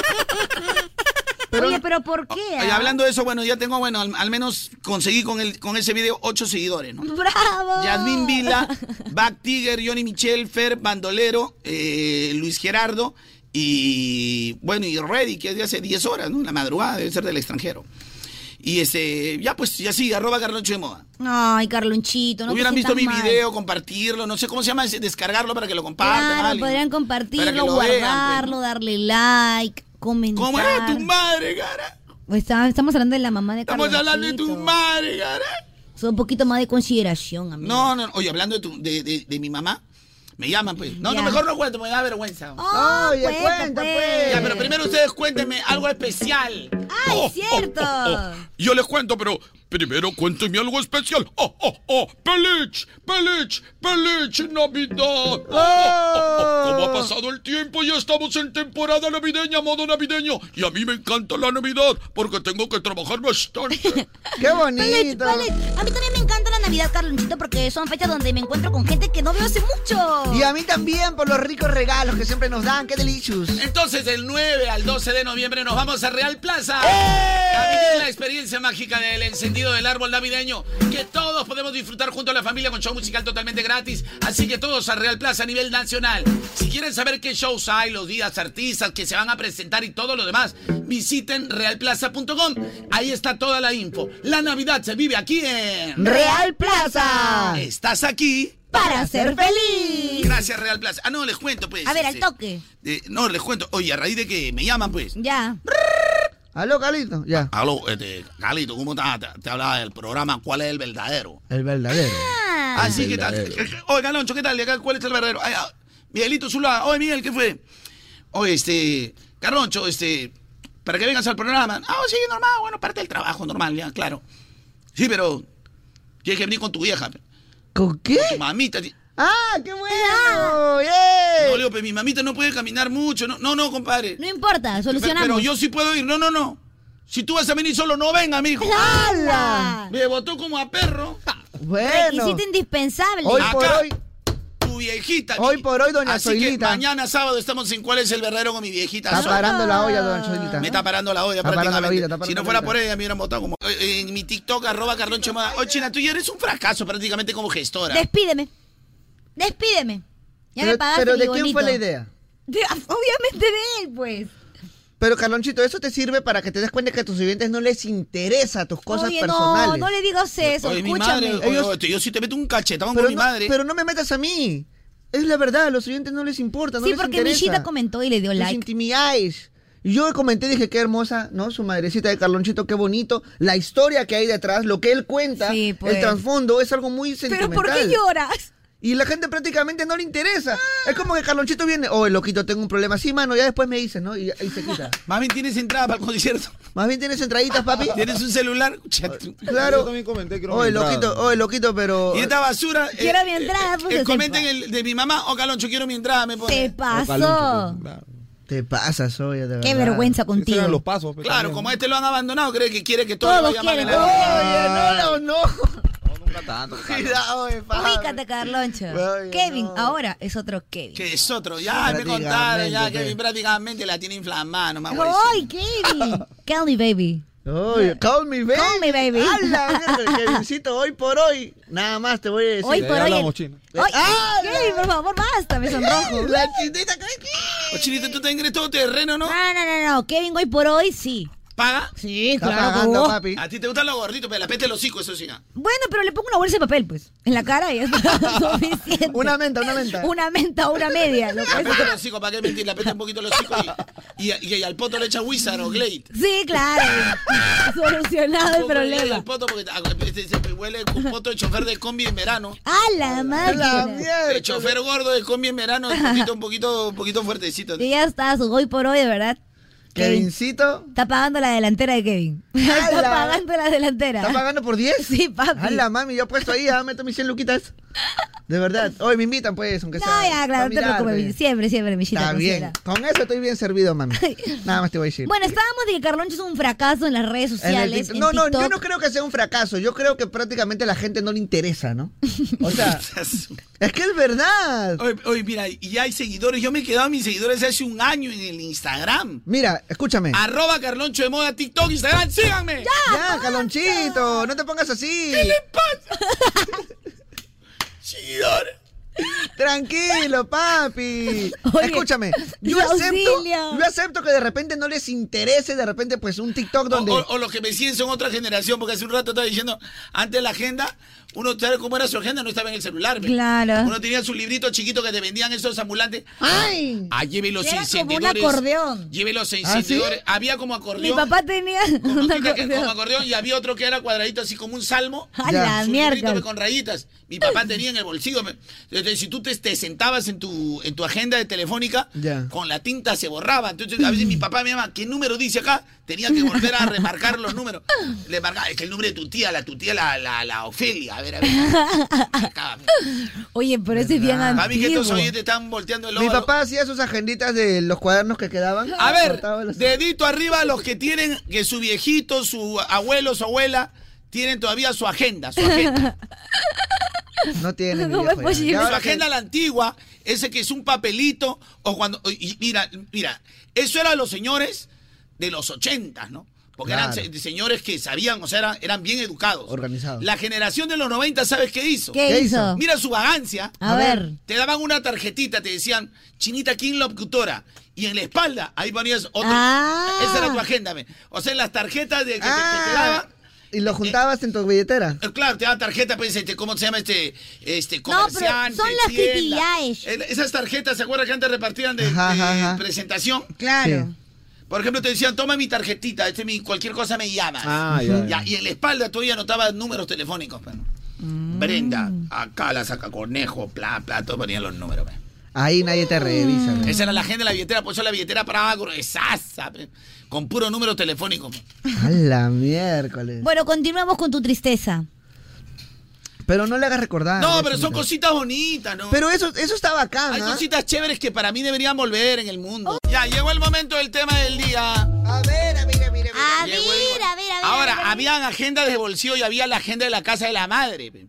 Oye, pero ¿por qué?
Oye,
ah?
hablando de eso, bueno, ya tengo, bueno, al, al menos conseguí con, el, con ese video ocho seguidores, ¿no?
¡Bravo!
Yasmín Vila, Back Tiger, Johnny Michel, Fer, Bandolero, eh, Luis Gerardo y, bueno, y Reddy, que es de hace 10 horas, ¿no? La madrugada, debe ser del extranjero. Y este, ya pues, ya sí, arroba Carloncho de Moda.
Ay, Carlonchito, no te
Hubieran visto
sientas
mi
mal.
video, compartirlo, no sé cómo se llama, ese, descargarlo para que lo compartan.
Claro,
alguien. Para
podrían
que
compartirlo,
lo vean, pues.
guardarlo, darle like, comentar.
¿Cómo era tu madre, cara?
Está- estamos hablando de la mamá de
Estamos
Carlonchito.
hablando de tu madre, cara.
Son un poquito más de consideración, amigo.
No, no, no. oye, hablando de, tu- de, de- de mi mamá, me llaman, pues. No,
Ya. Oh,
no, mejor no cuento, me da vergüenza.
Oye,
cuenta,
cuenta,
pues.
pues.
Ya, pero primero Oh, ustedes cuéntenme algo especial.
¡Ay, cierto!
oh.
Yo les cuento, pero primero cuénteme algo especial. ¡Oh, oh, oh! ¡Pelich! ¡Pelich! ¡Pelich! ¡Navidad! ¡Oh, oh, oh, oh! cómo ha pasado el tiempo! Ya estamos en temporada navideña, modo navideño. Y a mí me encanta la Navidad porque tengo que trabajar bastante.
¡Qué
Palet,
bonito!
palet. A mí también me encanta la Navidad, Carlonchito, porque son fechas donde me encuentro con gente que no veo hace mucho.
Y a mí también por los ricos regalos que siempre nos dan, qué delicious.
Entonces, del 9 al 12 de noviembre nos vamos a Real Plaza a vivir la experiencia mágica del encendido del árbol navideño que todos podemos disfrutar junto a la familia con show musical totalmente gratis. Así que todos a Real Plaza a nivel nacional. Si quieren saber qué shows hay, los días, artistas que se van a presentar y todo lo demás, visiten realplaza.com. Ahí está toda la info. La Navidad se vive aquí en
Real Plaza.
Estás aquí
Para ser feliz.
Gracias, Real Plaza. Ah, no, les cuento, pues.
A ver, al
este,
toque.
eh, no, les cuento. Oye, a raíz de que me llaman, pues.
Ya.
Aló, Calito, ya.
Aló, este, Carlito, ¿cómo estás? Te, te hablaba del programa ¿Cuál es el verdadero?
El verdadero.
Así que, tal- eh, oye, Galoncho, ¿qué tal? De acá, ¿Cuál es el verdadero? Ay, ah, Miguelito Zula, oye, Miguel, ¿qué fue? Oye, este, Carloncho, este, para que vengas al programa. Ah, sí, normal, bueno, parte del trabajo, normal, ya, claro. Sí, pero tienes que venir con tu vieja.
¿Con qué?
Tu mamita. ti-
¡Ah, qué bueno! ¡Yay!
No, Leo, pero mi mamita no puede caminar mucho. No, no, no compadre.
No importa, solucionamos.
Pero yo sí puedo ir. No, no, no. Si tú vas a venir solo, no venga, mijo.
¡Hala!
Me botó como a perro.
Bueno.
Requisito indispensable.
Hoy por
Acá.
hoy,
Tu viejita. aquí.
hoy por hoy, doña
Así que
Zoilita.
mañana sábado estamos en cuál es el verdadero con mi viejita.
Está
sola.
parando la olla, doña Zoilita.
Me está parando la olla
Está parando
prácticamente.
la olla, está parando
si no
la
fuera
olla.
por ella, me hubieran votado como. Eh, En mi TikTok, arroba Carloncho Moda. Oye, China, tú ya eres un fracaso prácticamente como gestora.
Despídeme. Despídeme. Ya me
Pero,
pagaste
pero
mi
¿de quién fue
bonito.
la idea?
De- obviamente de él, pues.
Pero, Carlonchito, eso te sirve para que te des cuenta que a tus oyentes no les interesa tus cosas
Oye,
personales.
no, no le digas eso,
Oye, mi
escúchame.
madre. oye, oye, yo sí te meto un cachetón
pero,
con mi
no,
madre.
pero no me metas a mí. Es la verdad, a los oyentes no les importa, no
sí,
les
porque
interesa.
Michita comentó y le dio
Tus
like.
intimidades. Y yo comenté, dije, qué hermosa, ¿no? Su madrecita de Carlonchito, qué bonito. La historia que hay detrás, lo que él cuenta,
pues.
el trasfondo, es algo muy
¿Pero
sentimental.
por qué lloras?
Y la gente prácticamente no le interesa. Es como que Carlonchito viene, oh, loquito, tengo un problema. Sí, mano, ya después me dice, ¿no? Y, y se quita.
Más bien tienes entrada para el concierto.
Más bien tienes entraditas, papi.
Tienes un celular. Cha, tú-
Claro.
que era
Oye,
mi entrada.
loquito, oye, loquito, pero.
Y esta basura.
Quiero mi entrada,
eh,
pues,
eh,
sepa.
comenten el de mi mamá. Oh, Caloncho, quiero mi entrada. Me
Te
Caloncho,
pasó.
Te pasas, oye, de verdad.
Qué vergüenza contigo.
pasos. Claro, como a este lo han abandonado, cree que quiere que todo
Todos
le vaya mal en
quieren.
la vida.
no, no.
Nunca tanto, Carlos.
eh,
Ubícate, Carloncho. Kevin, ahora es otro Kevin.
Que es otro. Ya, me contaron. Ya, que prácticamente la tiene inflamada. No más voy a decir.
¡Ay, Kevin! Kelly, baby.
Oye, call me baby.
Call me baby.
¡Hala! Kevincito, hoy por hoy. Nada más te voy a decir.
Hoy por hoy. el- Ay,
Ah,
Kevin, por favor, basta, me sonrojo.
La chinita
Oh, Chinito, tú te crees todo terreno, ¿no?
No, no, no, no. Kevin, hoy por hoy sí.
¿Paga?
Sí, Está claro. pagando, papi.
A ti te gustan los gorditos, pero la peste los hocico, eso sí. ah.
Bueno, pero le pongo una bolsa de papel, pues. En la cara y es suficiente.
Una menta, una menta.
Una menta, una media. Lo que
La
es.
peste los hocico, ¿para qué mentir? La peste un poquito los hocico y, y, y al poto le echa Wizard o Glade.
Sí, claro. Solucionado el
Poco le echa
problema.
al poto porque ah, este, se huele un poto de chofer de combi en verano.
¡A la madre!
El chofer gordo de combi en verano es un poquito, un poquito, un poquito fuertecito.
Y ya está, su hoy por hoy, de verdad.
Kevincito.
Está pagando la delantera de Kevin. Está
¡Hala!
pagando la delantera.
¿Estás pagando por 10?
Sí, papi.
¡Hala, mami! Yo he puesto ahí, ah, meto mis 100 luquitas. De verdad. Hoy me invitan, pues, aunque
No,
sea.
ya,
pa'
claro, no te
mirar,
preocupes.
pues.
Siempre, siempre, Michita.
Está bien.
considera.
Con eso estoy bien servido, mami. Nada más te voy a decir.
Bueno, estábamos de que Carloncho es un fracaso en las redes
En el
sociales.
tic-
en
no, no, yo
TikTok.
no creo que sea un fracaso. Yo creo que prácticamente a la gente no le interesa, ¿no? O sea, es que es verdad.
Oye, oye, mira, y hay seguidores. Yo me he quedado a mis seguidores hace un año en el Instagram.
Mira, escúchame.
Arroba Carloncho de Moda, TikTok, Instagram, síganme.
Ya, Calonchito, no te pongas así.
Seguidores.
Tranquilo, papi.
Oye,
Escúchame. Yo
auxilio.
acepto, yo acepto que de repente no les interese, de repente, pues, un TikTok donde.
O, o los que me siguen son otra generación, porque hace un rato estaba diciendo, antes la agenda, uno sabe cómo era su agenda, no estaba en el celular. ¿ve?
Claro.
Uno tenía su librito chiquito que te vendían esos ambulantes.
¡Ay!
Ah, lleve los
Era como un
encendedores.
acordeón.
Lleve los
¿Ah, sí?
encendedores. Había como
Mi
acordeón.
papá tenía un
Era que- como
acordeón.
acordeón y había otro que era cuadradito así como un salmo.
A la
Su librito,
mierda.
pe, con rayitas. Mi papá tenía en el bolsillo. pe. Entonces, si tú te, te sentabas en tu, en tu agenda de telefónica,
Ya.
con la tinta se borraba. Entonces, a veces mi papá me llamaba, ¿qué número dice acá? Tenía que volver a remarcar los números. Le marcaba, es que el número de tu tía, la tu tía, la, la, la Ofelia. A ver, a ver.
Oye, pero ese es bien
A mí que estos
antiguo.
oyentes están volteando el
Mi
ojo.
papá hacía sus agenditas de los cuadernos que quedaban.
A ver,
Cortaba los-
dedito arriba a los que tienen, que su viejito, su abuelo, su abuela, tienen todavía su agenda, su agenda.
No tiene. mi
No
viejo
es
ya.
posible.
Y
Su
ahora que-
agenda la antigua, ese que es un papelito, o cuando. y mira, mira, eso era los señores de los ochentas, ¿no? Porque
Claro.
eran se- señores que sabían, o sea, eran, eran bien educados.
Organizados.
La generación de los 90, ¿sabes qué hizo?
¿Qué ¿Qué hizo? hizo?
Mira su vagancia.
A A ver. ver.
Te daban una tarjetita, te decían, Chinita King Locutora. Y en la espalda, ahí ponías otro.
Ah.
Esa era tu agenda. ve. O sea, las tarjetas de, que, te- Eh, que te daban.
Ah, y lo juntabas en tu billetera.
Eh, Claro, te da tarjeta, pues, este, ¿cómo se llama este? Este,
pero
comerciante.
son las
tienda.
critillaes.
Eh, Esas tarjetas, ¿se acuerdan que antes repartían de, de presentación?
Claro.
Por ejemplo, te decían, toma mi tarjetita, este, mi, cualquier cosa me llamas.
Ah, ya, ya.
Y en la espalda tú ya anotabas números telefónicos, pero.
Mm.
Brenda, acá la saca conejo, pla, pla, todos ponían los números. pe.
Ahí nadie te revisa. ¿no?
Esa era la gente de la billetera, por eso la billetera paraba gruesaza, pe, pues, con puro número telefónico. pues. pe.
A la miércoles.
Bueno, continuamos con tu tristeza.
Pero no le hagas recordar.
no,
Ah, ya,
pero son
chinita.
cositas bonitas, ¿no?
Pero eso, eso está bacán.
Hay
¿ah?
cositas chéveres que para mí deberían volver en el mundo. Ya, llegó el momento del tema del día. A ver, a ver, a ver. A ver, a ver, Ahora, habían agendas de bolsillo y había la agenda de la casa de la madre. pe.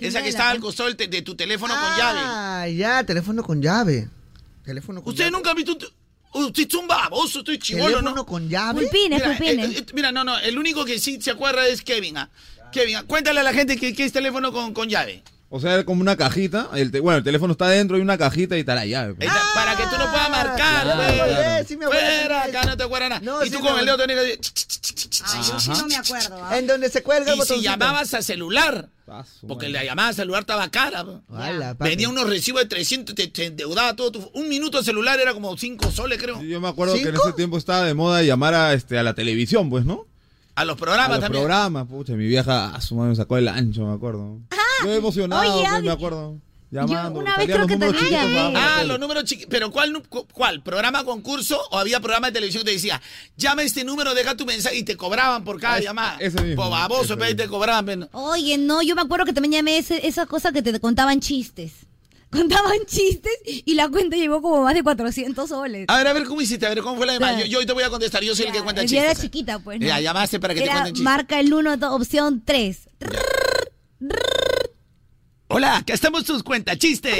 Esa que estaba al costado del te- de tu teléfono con llave.
Ah, ya, teléfono con llave.
Usted nunca ha visto un... te- Usted es un baboso, estoy chivolo,
teléfono
¿no?
con llave.
Mira, eh, eh, mira, no, no, el único que sí se acuerda es Kevin. ah. Kevin, ah, cuéntale a la gente que, que es teléfono con, con llave.
O sea, era como una cajita. El te- bueno, el teléfono está dentro y una cajita y está la llave. pues.
Para que tú no puedas marcar,
claro,
güey.
claro.
Fuera, acá no te acuerdas nada. y tú con el dedo tenés que decir, "Ch, ch, ch, ch, ch,
Ay, yo sí no me acuerdo. ¿ah?
En donde se cuelga el
Y si
botoncito.
llamabas a celular. Porque la llamada a celular estaba cara. po.
Ala, papi.
Venía unos recibos de 300 y te, te endeudaba todo. tu- un minuto de celular era como 5 soles, creo.
Yo me acuerdo que en ese tiempo estaba de moda llamar a, este, a la televisión, pues, ¿no?
A los programas
a los
también.
programas, pucha, mi vieja ah, su madre me sacó el ancho, me acuerdo. Yo emocionado,
oye,
pues,
Abby.
me acuerdo. Llamando,
una
salían los números chiquitos, vamos,
Ah,
la
los números chiquitos. ¿Pero cuál, nu- cu- cuál? ¿Programa concurso o había programa de televisión que te decía, llama a este número, deja tu mensaje y te cobraban por cada llamada? Ese mismo. Po, baboso, pero ahí te cobraban. pe, no.
Oye, no, yo me acuerdo que también llamé ese- esa cosa que te contaban chistes. Contaban chistes y la cuenta llegó como más de 400 soles.
A ver, a ver, ¿cómo hiciste? A ver, ¿cómo fue la llamada?
Ya.
Yo, yo hoy te voy a contestar, yo soy Ah, el que cuenta
Yo
chistes. eh.
era chiquita, pues. ¿no?
Ya, llamaste para que te
Era
cuenten chistes.
Marca el 1, opción 3.
Hola, acá estamos tus cuentas, chistes.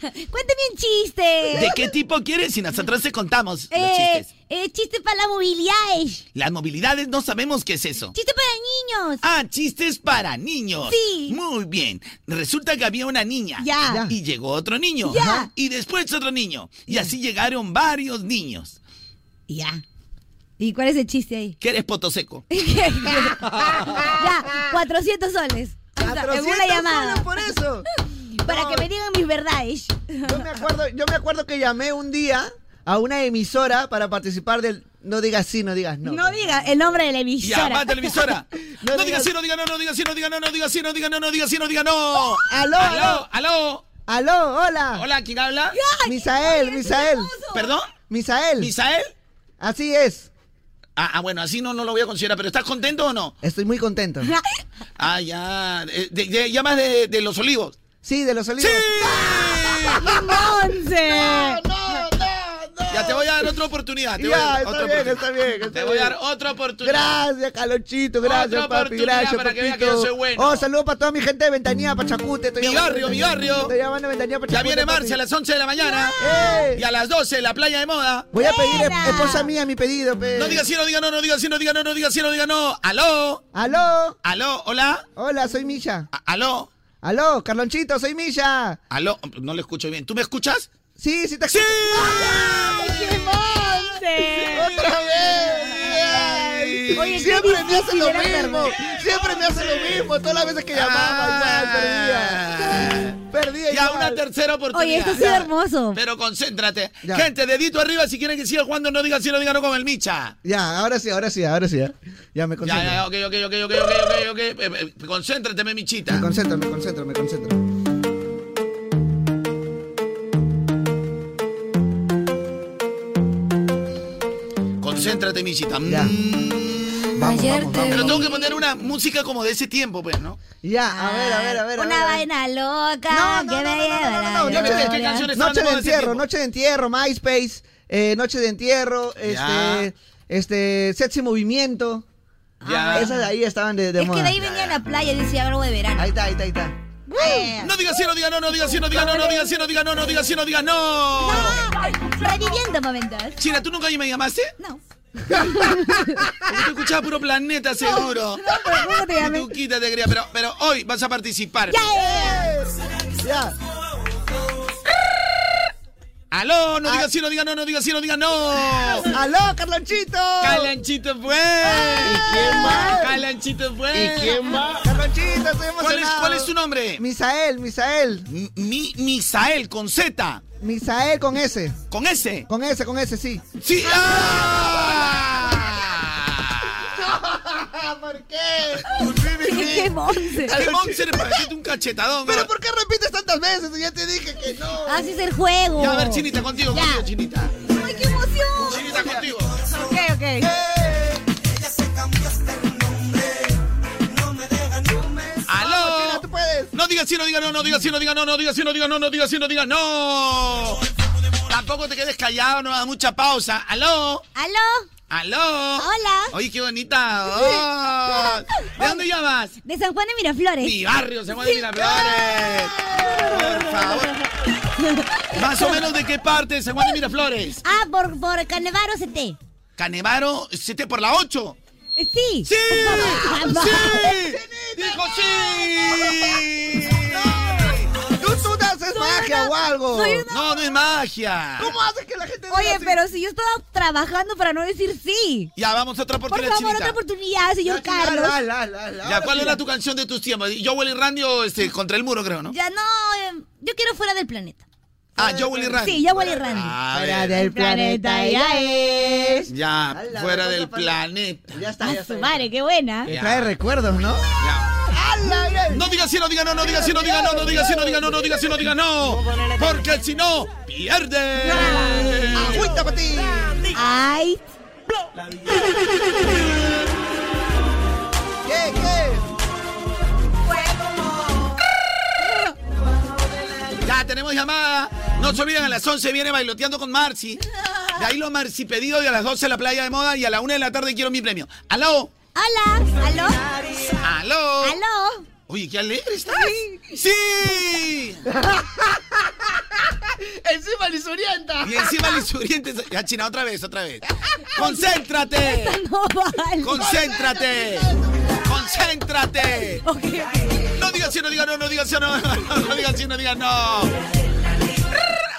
Cuéntame un chiste.
¿De qué tipo quieres? Y nosotros te contamos los
Eh,
chistes.
eh, chiste para las movilidades.
Las movilidades no sabemos qué es eso.
Chiste para niños.
Ah, chistes para niños.
Sí.
Muy bien. Resulta que había una niña.
Ya.
Y llegó otro niño.
Ya.
Y después otro niño. Y así llegaron varios niños.
Ya. ¿Y cuál es el chiste ahí?
¿Qué eres poto seco?
ya, 400 soles. O sea, en
400
una llamada.
pues,
soles por eso.
Para que me digan mis verdades.
Yo me acuerdo, yo me acuerdo que llamé un día a una emisora para participar del no digas sí, no digas no.
No diga el nombre de la
Ya,
emisora.
más televisora. No,
digas-
digas sí, no digas no, no digas sí, no digas no, no digas sí, no digas no, no digas sí, no digas no.
Aló,
aló, aló.
Aló, hola.
Hola, ¿quién habla?
Misael, Misael.
¿Perdón?
Misael.
¿Misael?
Así es.
Ah, ah, bueno, así no, no lo voy a considerar, pero ¿estás contento o no?
Estoy muy contento.
Ah, ya. Eh, de- de- llamas de, de Los Olivos.
Sí, de los olivos.
¡Monse!
Ya te voy a dar otra oportunidad. Te voy a
Ya,
dar
está
otra
bien,
oportunidad.
está bien, está
Te voy a dar
bien.
otra oportunidad.
Gracias, Calonchito, gracias,
Otra
papi,
oportunidad
gracias,
para que vea que
papito.
yo soy bueno.
Oh, saludos para toda mi gente de Ventanilla, Pachacute. estoy
Mi
llamando
barrio,
de
mi
Ventanilla,
barrio.
Estoy llamando de Ventanilla,
Ya
Pachacute,
viene Marcia a
papi.
las 11 de la mañana. Y a las 12 la playa de moda.
Voy a pedir, esposa mía, mi pedido, pe.
No diga sí, no diga no, no diga sí, no diga no, no diga sí, no diga no. Aló.
Aló.
Aló, hola.
Hola, soy Misha.
Aló.
Aló, Carlonchito, soy Misha.
Aló. No le escucho bien. ¿Tú me escuchas?
Sí, sí te
¡Sí!
¡Qué Monse!
¡Otra
vez!
Ay,
Oye,
siempre
¿qué
me hace lo
difícil era
mismo. Siempre me hace lo mismo. Todas las veces que llamaba, Ah. igual, perdía. Perdía
Ya
igual.
una tercera oportunidad.
Oye, esto ha sido hermoso.
Pero concéntrate.
Ya.
Gente, dedito arriba si quieren que siga jugando, no digan sí, no digan no con el Micha.
Ya, ahora sí, ahora sí, ahora sí. Ya, Ya me
Ya,
concentro.
ya, ok, ok, ok, ok, ok, ok, ok. Eh, eh, Concéntrate, me michita.
Me concentro, me concentro, me concentro.
Concéntrate, michita. Mm. Pero tengo que poner una música como de ese tiempo, pues, ¿no?
Ya, a ver, a ver, a ver. a
Una
ver.
vaina loca que me lleva a la
No,
Ya
no,
me sé
no,
qué
no,
canciones
no.
estaban de moda en
Noche de
ese
entierro,
tiempo.
noche de entierro, MySpace, eh, noche de entierro,
Ya.
este, este, sexy movimiento.
Ya.
Esas Ah, de ahí estaban de, de
Es que
moda.
de ahí venía la playa y decía algo de verano.
Ahí está, ahí está, ahí está.
No digas sí, no digas no, no digas sí, no digas no, no digas sí, no digas no, no digas sí, no digas no.
Reviviendo momentos.
China, ¿tú nunca me llamaste?
No.
Porque te escuchaba puro planeta, seguro.
No, pero ¿cómo te
Y
llamé?
tú quítate, querida, pero, pero hoy vas a participar.
¡Ya!
Ya.
¡Aló! No digas sí, no digas no, no digas sí, no digas no.
¡Aló, Carlonchito!
¡Calanchito fue! ¿Y
quién más?
¡Calanchito fue!
¿Y quién más? Carlonchito, estoy emocionado.
¿Cuál es, cuál es tu nombre?
Misael, Misael.
Mi, Misael, con Z.
Misael con S.
¿Con S?
Con S, con S, sí.
¡Sí! ¡Ah!
¿Por qué?
¡Qué monse!
¡Qué monster! ¡Pareciste un cachetadón!
¿Pero por qué repites tantas veces? Ya te dije que no.
Así es el juego.
Ya, a ver, Chinita, contigo,
Ya.
contigo, Chinita.
¡Ay, qué emoción!
Chinita, contigo.
Ok, ok.
¡Aló!
tú puedes.
No digas sí, no digas no, no digas sí, no digas no, no digas sí, no digas no, no digas sí, no digas no. Tampoco te quedes callado, no hagas mucha pausa. ¡Aló!
¿Aló?
¡Aló!
Hola.
Oye, qué bonita. voz. ¿De dónde llamas?
De San Juan de Miraflores.
Mi barrio, se mueve Miraflores. Por favor. Más o menos de qué parte se mueve Miraflores.
Ah, por, por Canevaro CT.
Canevaro, ¿siete por la 8.
Eh, Sí.
¡Sí!
Vamos.
¡Sí! ¡Dijo sí!
Tú, tú haces magia. magia
una-
o algo.
soy una-
No, no es magia.
¿Cómo haces que la gente
Oye, pero si yo estaba trabajando para no decir sí.
Ya, vamos a otra
Por
oportunidad,
favor,
chinita.
otra oportunidad, señor Carlos.
La, la, la, la.
Ya, ¿cuál era tu canción de tus tiempos? Joel y Randy o este, Contra el Muro, creo, ¿no?
Ya no, eh, yo quiero fuera del planeta.
Ah, Joel y Randy.
Sí, ya huele Randy.
A
Fuera
ver.
del planeta ya es.
Ya,
Ala,
fuera
me
del
toca
planeta.
Ya
A su madre, qué buena.
Te trae recuerdos, ¿no?
No digas sí, no digas no, no digas sí, no digas no, no digas sí, no digas no, no digas sí, no digas no. Porque si no, pierde.
Agüita para ti.
Ay.
¿Qué, qué?
Ya tenemos llamada. No se olviden, a las 11 viene bailoteando con Marci. De ahí los Marci pedidos y a las 12 la playa de moda y a la 1 de la tarde quiero mi premio. ¡Aló!
Hola, aló.
¡Aló!
Aló.
Oye, qué alegre estás. ¡Sí!
Encima les orienta.
Y encima les orientes. Ya, China, otra vez, otra vez. ¡Concéntrate! ¡Concéntrate! ¡Concéntrate! No digas sí, no digas no, no digas sí, no, no, no digas sí, no digas no.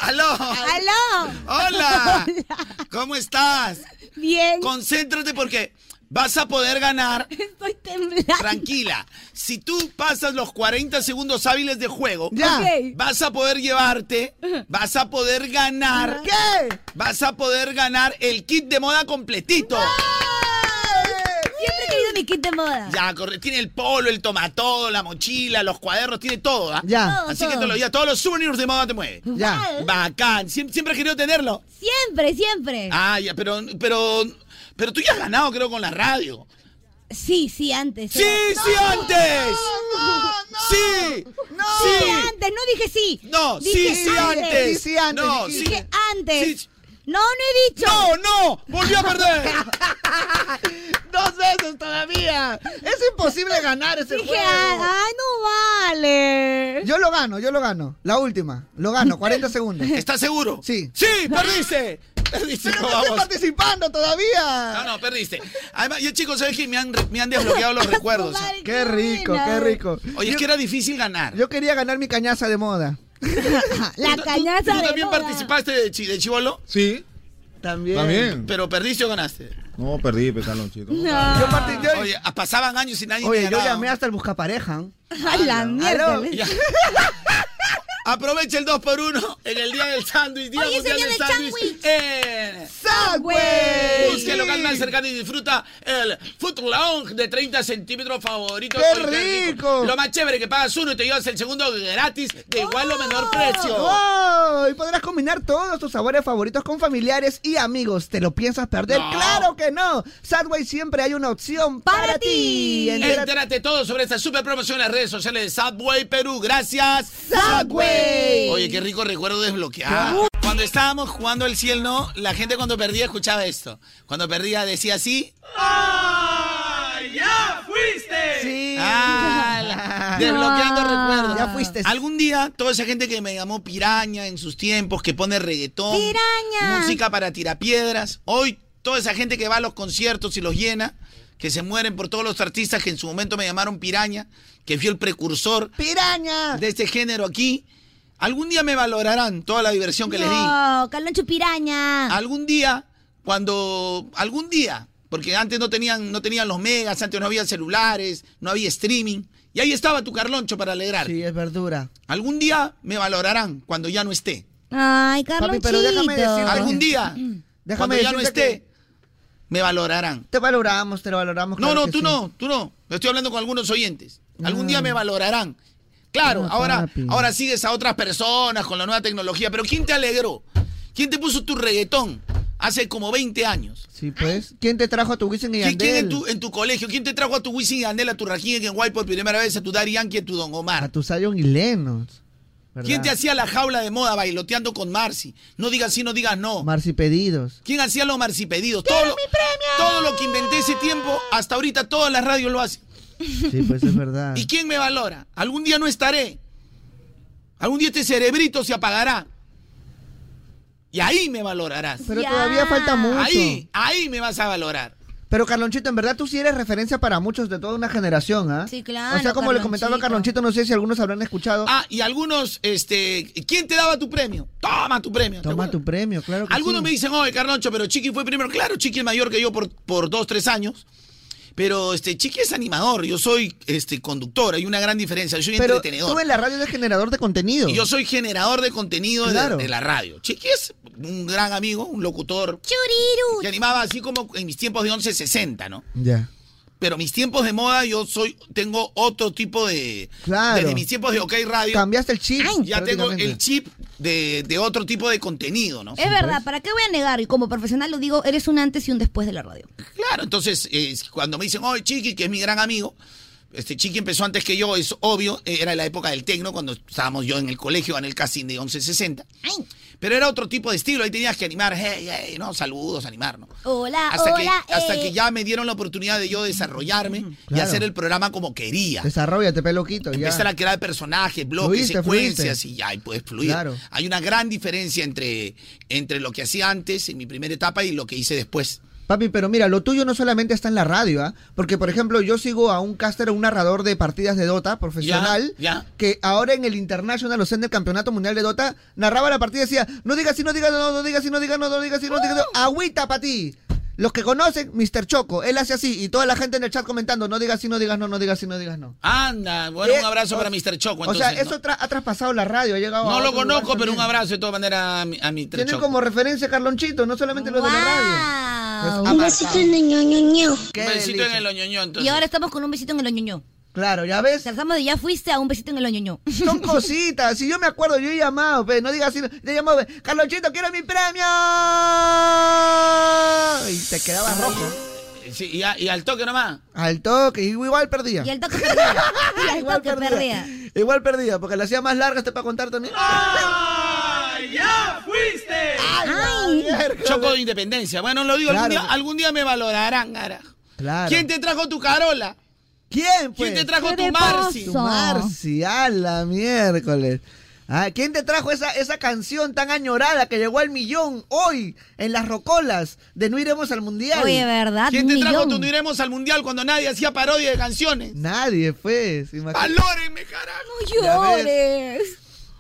¡Aló!
¡Aló!
¡Hola! ¿Cómo estás?
Bien.
Concéntrate porque vas a poder ganar.
Estoy temblando.
Tranquila. Si tú pasas los 40 segundos hábiles de juego,
Ya. Ok.
vas a poder llevarte, vas a poder ganar.
¿Qué?
Vas a poder ganar el kit de moda completito.
Siempre he querido mi kit de moda.
Ya, corre- tiene el polo, el tomatodo, la mochila, los cuadernos, tiene todo, ¿ah?
Ya. Todo,
Así que
todo.
te lo ya, todos los souvenirs de moda te mueve.
Ya.
Bacán. Siem- siempre he querido tenerlo.
Siempre, siempre.
Ah, ya, pero, pero, pero tú ya has ganado, creo, con la radio.
Sí, sí, antes.
¡Sí, sí, antes! ¡Sí!
No,
¡Sí!
dije antes, no dije sí.
No, sí,
Dije
sí, antes.
Sí, sí, antes,
No,
dijiste.
sí.
Dije ah, antes.
Sí.
No, no he dicho.
No, no, volvió a perder.
Dos veces todavía. Es imposible ganar ese
Dije, "Ah,
juego.
ay, no vale.
Yo lo gano, yo lo gano. La última. Lo gano, 40 segundos.
¿Estás seguro?
Sí.
¡Sí, perdiste! Perdiste,
Pero
no,
no estoy
vamos.
participando
No,
todavía.
no, perdiste. Además, yo chicos, ¿sabes que me han, me han desbloqueado los recuerdos?
Qué rico,
buena.
qué rico.
Oye, es que era difícil ganar.
Yo quería ganar mi cañaza de moda.
La
¿Tú
cañaza de
también
moda.
participaste de, chi- de chivolo?
Sí.
También.
También.
¿Pero perdiste o ganaste?
No, perdí, pues, petalonchito.
Yo partí- yo-
Oye, a- pasaban años y nadie te
Oye, yo
ganaba.
llamé hasta el buscapareja. ¿eh?
Ay, la mierda.
Aló.
Ya. Aprovecha el 2x1 en el día del sándwich. Día
Oye, es el
mundial
día
del
del
sándwich.
sándwich.
Eh,
¡Subway!
Busca el local más cercano y disfruta el Foot Lounge de 30 centímetros favorito.
¡Qué
Oye,
rico!
Lo más chévere que pagas uno y te llevas el segundo gratis de igual o
¡Oh!
menor precio.
¡Oh! ¡Wow! Y podrás combinar todos tus sabores favoritos con familiares y amigos. ¿Te lo piensas perder?
No.
¡Claro que no! Subway siempre hay una opción para,
Para ti.
ti.
Entérate. todo sobre esta super promoción en las redes sociales de Subway Perú. Gracias.
Subway.
Oye, qué rico recuerdo desbloquear. Cuando estábamos jugando el cielo, no, la gente cuando perdía escuchaba esto. Cuando perdía decía así.
Sí.
Ah, Desbloqueando recuerdos.
Ya fuiste.
Algún día, toda esa gente que me llamó piraña en sus tiempos, que pone reggaetón,
Piraña.
música para tirapiedras. Hoy, toda esa gente que va a los conciertos y los llena, que se mueren por todos los artistas que en su momento me llamaron piraña, que fui el precursor
¡Piraña!
de este género aquí. Algún día me valorarán toda la diversión que les di. Ah.
No, Carloncho Piraña.
Algún día, cuando. Algún día, porque antes no tenían, no tenían los megas, antes no había celulares, no había streaming. Y ahí estaba tu Carloncho para alegrar.
Sí, es verdura.
Algún día me valorarán cuando ya no esté.
Ay, Carlonchito.
pero déjame decirte-
Algún día,
Déjame
cuando ya no
decirte
esté, me valorarán.
Te valoramos, te lo valoramos.
No,
claro
no,
que
tú
sí.
no, tú no. Estoy hablando con algunos oyentes. Algún
Ah.
día me valorarán. Claro,
Ah,
ahora,
papi.
ahora sigues a otras personas con la nueva tecnología, pero ¿quién te alegró? ¿Quién te puso tu reggaetón hace como 20 años?
Sí, pues. ¿Quién te trajo a tu Wisin y
¿Qui- ¿Quién en
Yandel?
tu, en tu colegio? ¿Quién te trajo a tu Wisin y Andela, a tu Rajín en Guay por primera vez, a tu Dari Yankee, a tu Don Omar?
A tu Zion y Lennox. ¿verdad?
¿Quién te hacía la jaula de moda bailoteando con Marcy? No digas sí, no digas no.
Marci Pedidos.
¿Quién hacía los marcipedidos? Todo lo, todo lo que inventé ese tiempo, hasta ahorita todas las radios lo hacen.
Sí, pues es verdad.
¿Y quién me valora? Algún día no estaré. Algún día este cerebrito se apagará. Y ahí me valorarás.
Pero
Ya.
todavía falta mucho.
Ahí, ahí me vas a valorar.
Pero Carlonchito, en verdad tú sí eres referencia para muchos de toda una generación, ¿ah?
Sí, claro,
O sea, como le comentaba a Carlonchito, no sé si algunos habrán escuchado.
Ah, y algunos, este, ¿quién te daba tu premio? Toma tu premio. ¿te
Toma tu premio, claro que
Algunos
sí.
me dicen, oye, Carloncho, pero Chiqui fue primero. Claro, Chiqui es mayor que yo por, por dos, tres años. Pero este, Chiqui es animador, yo soy este, conductor, hay una gran diferencia. Yo soy
Pero
entretenedor.
tú en la radio eres generador de contenido.
Y yo soy generador de contenido de-
Claro.
de, la radio. Chiqui es un gran amigo, un locutor.
Churiru.
Que animaba así como en mis tiempos de 11.60, ¿no?
Ya.
Pero mis tiempos de moda, yo soy, tengo otro tipo de.
Claro.
Desde mis tiempos de OK Radio.
Cambiaste el chip.
ya tengo
prácticamente.
el chip de, de otro tipo de contenido, ¿no?
Es
pues.
verdad, ¿para qué voy a negar? Y como profesional lo digo, eres un antes y un después de la radio.
Claro, entonces, eh, cuando me dicen, oye, Chiqui, que es mi gran amigo, este Chiqui empezó antes que yo, es obvio, eh, era la época del tecno, cuando estábamos yo en el colegio, en el casting de 1160. Pero era otro tipo de estilo, ahí tenías que animar, hey, hey, no, saludos, animar, ¿no?
Hola,
Hasta,
hola.
que, hasta
eh.
que ya me dieron la oportunidad de yo desarrollarme y
Claro.
hacer el programa como quería.
Desarrollate, peloquito, ya.
Empezar a crear personajes, bloques,
Fluiste,
secuencias
fluiste.
y ya, y puedes fluir.
Claro.
Hay una gran diferencia entre, entre lo que hacía antes en mi primera etapa y lo que hice después.
Papi, pero mira, lo tuyo no solamente está en la radio, ¿ah? Porque, por ejemplo, yo sigo a un caster, un narrador de partidas de Dota profesional,
Ya, ya.
que ahora en el International, o sea, en el Campeonato Mundial de Dota, narraba la partida y decía, no digas sí, no digas no, no digas sí, no digas no, no digas sí, no digas
¡Uh!
no, agüita para ti. Los que conocen, Mr. Choco, él hace así, y toda la gente en el chat comentando, no digas sí, no digas no, no digas sí, no digas no.
Anda, bueno,
Eh,
un abrazo
o-
para Mr. Choco.
o sea,
entonces,
eso tra- ha traspasado la radio, ha llegado
No,
a
No lo
otro lugar
conozco, pero un
también.
abrazo de todas maneras a, mi- a Mr.
Tiene
Choco.
como referencia a Carlonchito, no solamente lo de la radio. Pues,
Un
ha
besito
marcado.
en el
Qué
Un besito en
delicia.
el oñoño, entonces.
Y ahora estamos con un besito en el oñoño.
Claro, ¿ya ves?
Tratamos de ya fuiste a un besito en el oñoño.
Son cositas. Si yo me acuerdo, yo he llamado, pe, no digas así. Yo he llamado, pe, Carlonchito, quiero mi premio. Y te quedabas rojo.
Eh, Sí, y, a- y al toque nomás.
Al toque, y igual perdía.
Y al toque perdía.
Y al
toque perdía.
Igual perdía, porque la hacía más larga este para contar también.
¡Ya fuiste!
Ay.
Choco de Independencia. Bueno, lo digo, algún,
Claro.
día, algún día me valorarán, cara.
Claro.
¿Quién te trajo tu Carola?
¿Quién,
¿Quién
pues?
te trajo tu Marci?
Tu Marci, a la miércoles. Ah, ¿Quién te trajo esa, esa canción tan añorada que llegó al millón hoy en las rocolas de No Iremos al Mundial?
¿Quién te trajo tu No iremos al mundial cuando nadie hacía parodia de canciones?
Nadie, pues. imagínate.
¡Valórenme, carajo!
Pues.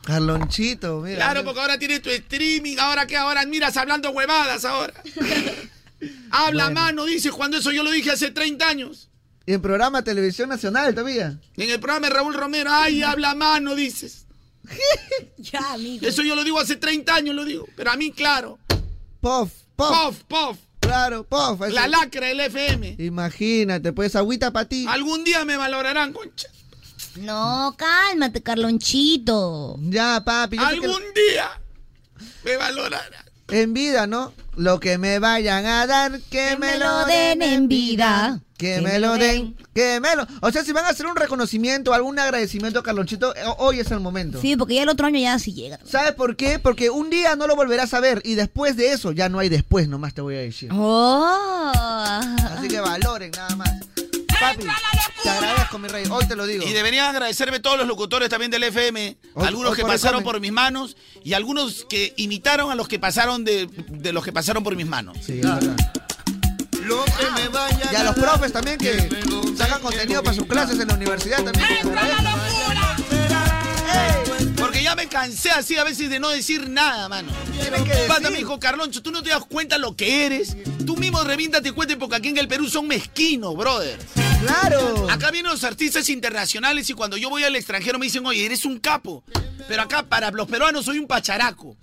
Carlonchito, mira.
Claro,
mira.
porque ahora tienes tu streaming, ahora qué, ahora miras hablando huevadas ahora. Habla
Bueno.
mano, dices, cuando eso yo lo dije hace 30 años.
Y en programa Televisión Nacional todavía.
En el programa de Raúl Romero, ay, habla mano, dices.
ya, amigo.
Eso yo lo digo hace 30 años, lo digo. Pero a mí, claro.
Puff, puff.
Puff, puff.
Claro, puff. eso.
La lacra del FM.
Imagínate, pues agüita para ti.
Algún día me valorarán, concha.
Pues
No, cálmate, Carlonchito.
Ya, papi. yo sé que-
Algún día me valorarán.
En vida, ¿no? Lo que me vayan a dar, que, me lo den en vida. Que, me, lo den, que me lo... O sea, si van a hacer un reconocimiento, algún agradecimiento a Carlonchito, eh, hoy es el momento.
Sí, porque ya el otro año ya sí llega.
¿Sabes por qué? Porque un día no lo volverás a ver y después de eso ya no hay después, nomás te voy a decir.
Oh.
Así que valoren nada más. Papi, te agradezco, mi rey. Hoy te lo digo.
Y deberían agradecerme todos los locutores también del FM,
Hoy-
algunos
hoy
que
por ahí
pasaron
comen.
por mis manos y algunos que imitaron a los que pasaron de, de los que pasaron por mis manos.
Lo que me vaya y a los profes también que sacan contenido para sus clases en la universidad también.
Porque ya me cansé así a veces de no decir nada, mano. Pata me dijo, Carloncho, tú no te das cuenta lo que eres. Tú mismo reviéntate cuenta porque aquí en el Perú son mezquinos, brother.
Claro.
Acá vienen los artistas internacionales y cuando yo voy al extranjero me dicen, oye, eres un capo. Pero acá para los peruanos soy un pacharaco.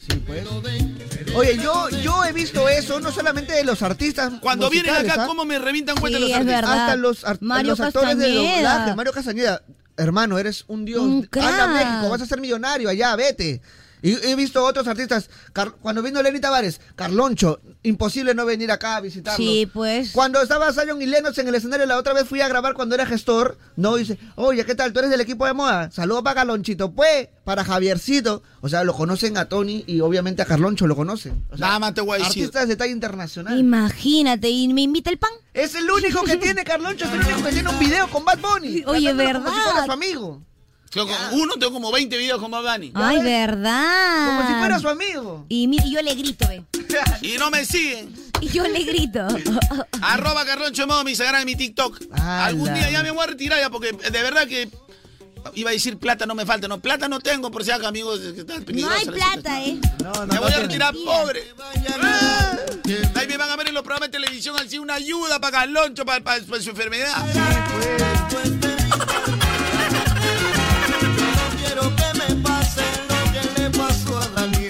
Oye, yo, yo he visto eso, no solamente de los artistas.
Cuando vienen
musicales,
acá,
¿ah?
¿cómo me revientan cuenta los artistas?
Hasta los, ar-
Mario
los actores de
Castañeda. Mm,
doblaje. Mario Castañeda, hermano, eres un dios. Anda a México, vas a ser millonario allá, vete. Y he visto otros artistas, Car- cuando vino Lenny Tavares, Carloncho, imposible no venir acá a visitarlo.
Sí, pues.
Cuando estaba Zion y Lennox en el escenario, la otra vez fui a grabar cuando era gestor, no dice, oye, ¿qué tal? ¿Tú eres del equipo de moda? Saludos para Carlonchito, pues, para Javiercito. O sea, lo conocen a Tony y obviamente a Carloncho lo conocen. O sea,
Nada más te voy a decir.
artistas de talla internacional.
Imagínate, y me invita el pan.
Es el único que tiene Carloncho, es el único que tiene un video con Bad Bunny.
Oye,
cantándolo
¿verdad?
Como si fuera su amigo.
Tengo como uno, tengo como 20 videos con Bad Bunny.
Ah.
Ay, verdad.
Como si fuera su amigo.
Y mira, y yo le grito, ve.
Y no me siguen.
Y yo le grito.
Arroba Carloncho Modo, mi Instagram y mi TikTok. Algún día ya me voy a retirar ya porque de verdad que iba a decir plata no me falta. No, plata no tengo por si acaso, amigos. que está
No
peligrosa
hay
la
plata, ¿eh?
me voy a retirar pobre.
Ah.
Ahí me van a ver en los programas de televisión así una ayuda para Carloncho, para, para su- para su enfermedad.
Quiero que me pase lo que le pasó a Dalí.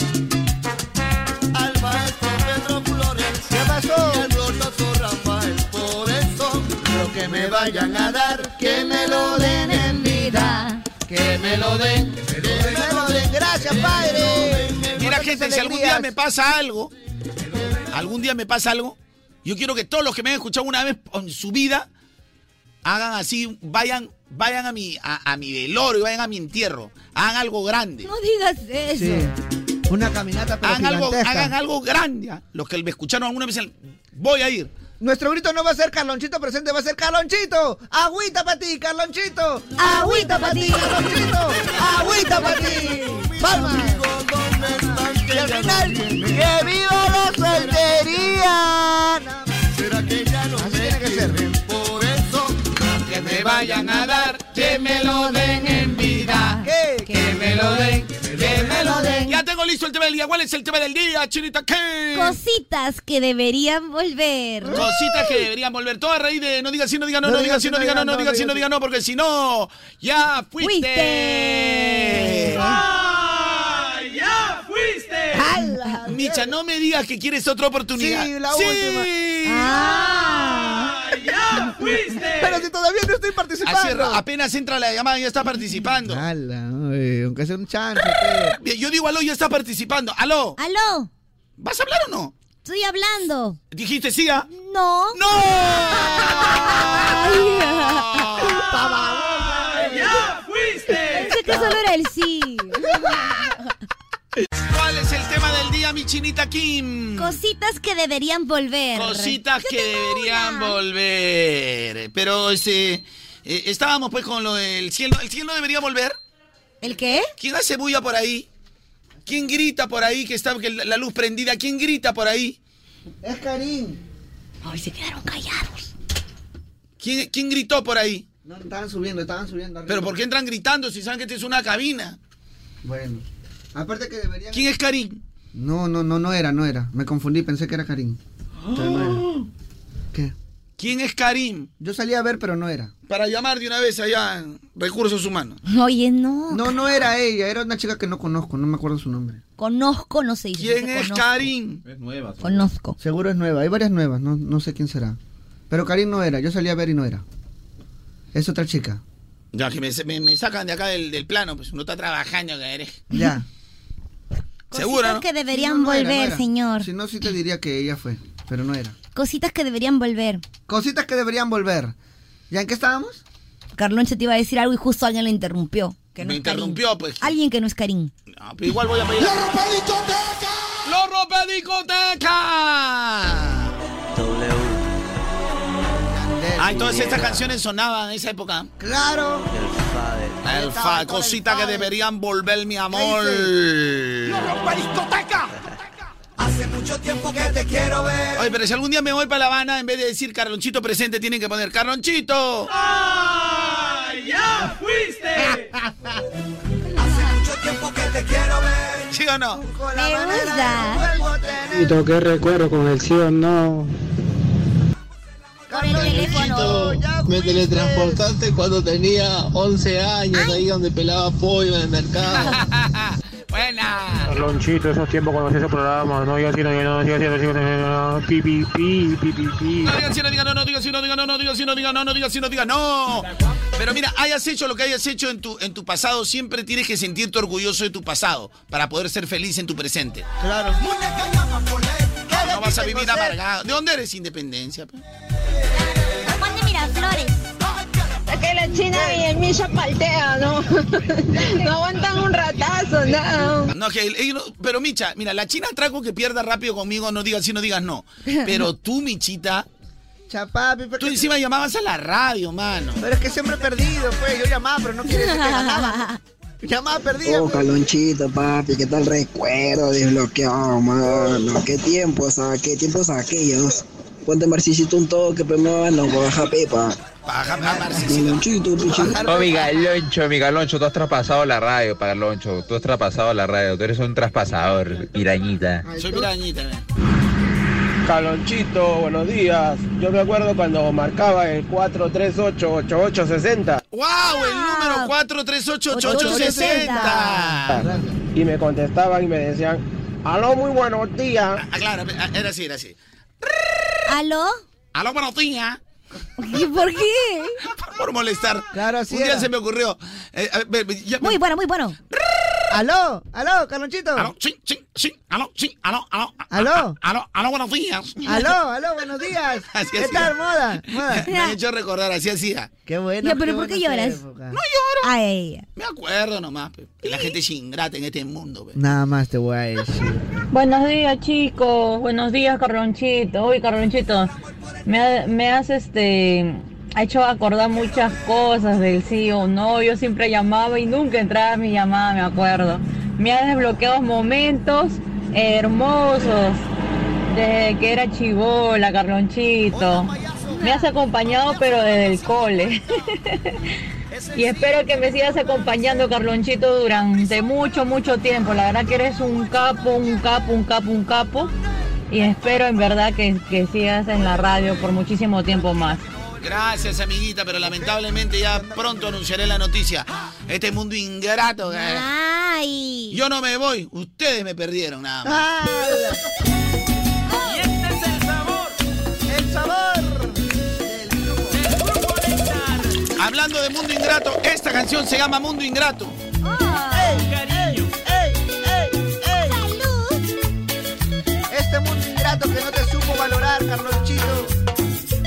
Al maestro Pedro Flores. ¿Qué pasó? Y al glorioso Rafael. Por eso, lo que me vayan a dar, que me lo den en vida. Que me lo den. Que me lo den. Gracias, padre.
Mira, gente, si algún día me pasa algo, algún día me pasa algo, yo quiero que todos los que me han escuchado una vez en su vida hagan así, vayan, vayan a mi, a, a mi velorio, vayan a mi entierro, hagan algo grande.
No digas eso.
Una caminata pero
Hagan algo,
gigantesca.
hagan algo grande. ah. Los que me escucharon alguna vez, voy a ir.
Nuestro grito no va a ser Carlonchito presente, va a ser Carlonchito. Agüita para ti, Carlonchito. Agüita para ti, Carlonchito. Agüita para ti. Palma.
Y al final, que viva la soltería. Será que ya no me quieren, por eso que me vayan a dar, que me lo den en vida. Que me lo den, que me lo den.
Ya tengo listo el tema del día. ¿Cuál es el tema del día, Chinita? ¿Qué?
Cositas que deberían volver.
Cositas que deberían volver. Todo a raíz de no digas sí, no digas no, no digas sí, no digas no, no digas sí, no digas no, porque si no, ya fuiste.
¡Ya fuiste!
Micha, no me digas que quieres otra oportunidad.
Sí, la
Sí. Ah.
Ah.
¡Ya fuiste!
Pero si todavía no estoy participando.
Así es, apenas entra la llamada y ya está participando.
Ala, oye, aunque sea un chance.
Bien, Yo digo aló, ya está participando. Aló.
Aló.
¿Vas a hablar o no?
Estoy hablando.
Dijiste sí, ¿ah?
No.
¡No!
¡Ya fuiste!
Pensé que solo era el sí.
¿Cuál es el tema del día, mi chinita Kim?
Cositas que deberían volver.
Mm. Cositas que deberían volver. Pero ese, eh, estábamos pues con lo del cielo. ¿El cielo debería volver?
¿El qué?
¿Quién hace bulla por ahí? ¿Quién grita por ahí que está que la la luz prendida? ¿Quién grita por ahí?
Es Karim.
Ay, se quedaron callados.
¿Quién, quién gritó por ahí?
No, estaban subiendo, estaban subiendo. arriba.
¿Pero por qué entran gritando si saben que esta es una cabina?
Bueno. Aparte que deberían...
¿Quién es Karim?
No, no, no, no era, no era. Me confundí, pensé que era Karim. Pero no era.
¡Ah!
¿Qué?
¿Quién es Karim?
Yo salí a ver, pero no era.
Para llamar de una vez allá en Recursos Humanos.
Oye, no.
No, no era ella, era una chica que no conozco, no me acuerdo su nombre.
Conozco, no sé.
¿Quién es Karim?
Es nueva.
Conozco.
Seguro es nueva, hay varias nuevas, no, no sé quién será. Pero Karim no era, yo salí a ver y no era. Es otra chica.
Ya, que me, me- me sacan de acá del, del plano, pues no está trabajando, que eres.
Ya.
Seguro, ¿no?
que deberían
No, no era, no
volver,
era.
señor.
Si no, sí te diría que ella fue, pero no era.
Cositas que deberían volver.
Cositas que deberían volver. ¿Ya en qué estábamos?
Carloncho te iba a decir algo y justo alguien lo interrumpió. Que no
Me
es Karim.
interrumpió, pues.
Alguien que no es Karim.
Ah, pero igual voy a pedir. ¡Los ropa discoteca! ¡Los ropa discoteca! Ah, entonces estas canciones sonaban en esa época.
Claro.
El fa, cosita que deberían volver, mi amor.
Hace mucho tiempo que te quiero ver.
Oye, pero si algún día me voy para La Habana, en vez de decir Carlonchito presente, tienen que poner Carlonchito.
¡Ya fuiste! Hace mucho tiempo que te quiero ver.
¿Sí o no?
Me gusta.
Y toqué recuerdo con el sí o no.
Con el teléfono.
Me teletransportaste cuando tenía 11 años, ahí donde pelaba pollo en el mercado.
Buena.
Carlonchito, esos tiempos cuando hacía esos programas, no yo así, no yo no, yo así, no yo no, pi, pi, pi, pi, pi, pi.
No digas sí, no digas no, no digas sí, no digas no, no digas sí, no digas no, no digas sí, no digas no. Pero mira, hayas hecho lo que hayas hecho en tu, en tu pasado, siempre tienes que sentirte orgulloso de tu pasado para poder ser feliz en tu presente.
Claro.
No vas a vivir amargado. ¿De dónde eres Independencia? pe?
Juan de Miraflores.
Que la China y el Misha paltea, ¿no? No aguantan un ratazo, no.
No, que el- ellos no- pero Micha, mira, la China trago que pierda rápido conmigo, no digas sí, no digas no. Pero tú, Michita,
Chapapi, pero,
tú encima llamabas a la radio, mano.
pero es que siempre he perdido, pues. Yo llamaba, pero no quiere decir que ganaba. Llamada perdida.
Oh,
pues.
Calonchito, papi, qué tal recuerdo desbloqueado, mano. Qué tiempos, ah, qué tiempos aquellos. Ponte Marcisito un toque, pe, mano, baja pepa.
Baja
Calonchito, pichito.
Oh, mi galoncho, mi galoncho, tú has traspasado la radio, para galoncho. Tú has traspasado la radio. Tú eres un traspasador, pirañita.
Soy pirañita, ve.
Calonchito, buenos días. Yo me acuerdo cuando marcaba el 438-8860.
¡Wow! El
Ah.
número 4388860.
Y me contestaban y me decían, aló, muy buenos días.
Ah, claro, ah, era así, era así.
¿Aló?
Aló, buenos días.
¿Y por qué?
Por molestar. Claro,
así
Un día
era.
se me ocurrió. eh, a ver, me- ya me-
Muy bueno, muy bueno.
Aló, aló, Carlonchito.
Aló, sí, sí, sí, aló, sí, aló, aló. a-
Aló.
a- Aló, aló, buenos días.
Aló, aló, buenos días.
Así
¿Qué
hacía.
tal, moda? Moda.
Me han hecho recordar, así hacía.
Qué bueno.
Ya, pero ¿por qué
buena
lloras?
época.
lloro. Ay,
Me acuerdo nomás, pe, que la gente es ingrata en este mundo. pe.
Nada más te voy a decir.
Buenos días, chicos. Buenos días, Carlonchito. Uy, Carlonchito, me, ha- me has este, ha hecho acordar muchas cosas del sí o no. Yo siempre llamaba y nunca entraba a mi llamada, me acuerdo. Me ha desbloqueado momentos hermosos desde que era chivola, Carlonchito. Me has acompañado, pero desde el cole. Y espero que me sigas acompañando, Carlonchito, durante mucho, mucho tiempo. La verdad que eres un capo, un capo, un capo, un capo. Y espero en verdad que, que sigas en la radio por muchísimo tiempo más.
Gracias, amiguita, pero lamentablemente ya pronto anunciaré la noticia. Este mundo ingrato. eh.
Ay.
Yo no me voy, ustedes me perdieron nada más.
Y este es el sabor, el sabor.
Hablando de mundo ingrato, esta canción se llama Mundo Ingrato.
Este mundo ingrato que no te supo valorar, Carlonchito.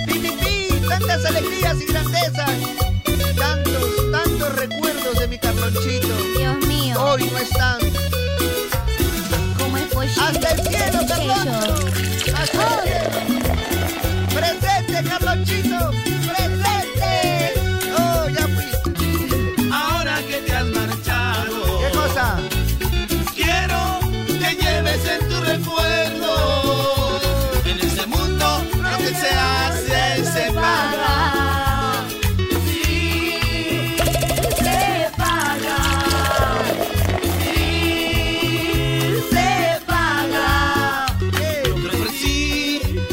Pi, pi, pi, tantas alegrías y grandezas. Tantos, tantos recuerdos de mi Carlonchito.
Dios mío.
Oh.
Hoy no están.
¿Cómo es posible?
¡Hasta el cielo, Carloncho! ¡Hasta el cielo! ¡Presente, Carlonchito! ¡Presente! ¡Oh, ya fui!
Ahora que te has marchado.
¿Qué cosa?
Quiero que lleves en tu recuerdo. En este mundo lo que se hace se paga.
Sí, se paga. Sí, se paga.
Yo te ofrecí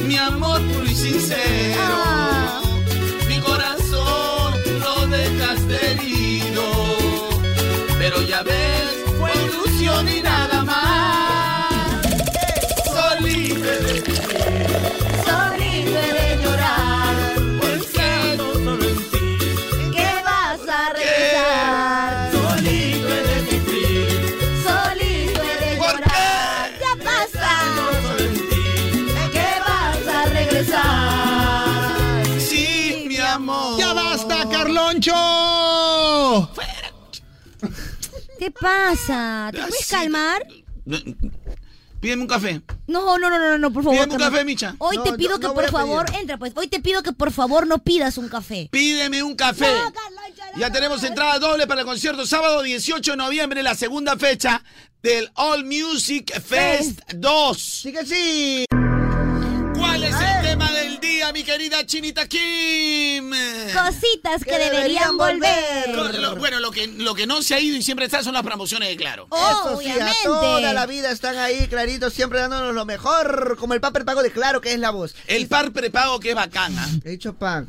mi amor puro y sincero. Mi corazón lo dejaste herido. Pero ya ves, fue ilusión y nada más. Soy libre de vivir,
Soy libre de llorar.
pues sé todo en ti.
¿Qué vas a rezar? Soy libre de sufrir. Soy libre de llorar.
Ya pasa.
¿Qué vas a regresar?
Sí, mi amor.
¡Ya basta, Carloncho!
¿Qué pasa? ¿Te puedes calmar?
Pídeme un café.
No, no, no, no, no, por favor.
Pídeme un
Carlos.
café, Micha.
Hoy
No,
te
no,
pido que
no voy
por
a pedir.
favor, entra pues, hoy te pido que por favor no pidas un café.
Pídeme un café. Ya tenemos entrada doble para el concierto sábado 18 de noviembre, la segunda fecha del All Music Fest 2. Sí
que sí.
¿Cuál es el tema del día, mi querida Chinita Kim?
Cositas que deberían volver.
Lo- lo- bueno, lo que, lo que no se ha ido y siempre está son las promociones de Claro.
Eso sí, a toda la vida están ahí, clarito, siempre dándonos lo mejor, como el papel pago de claro que es la voz.
El par prepago que es ¿ah? bacana.
He dicho pack.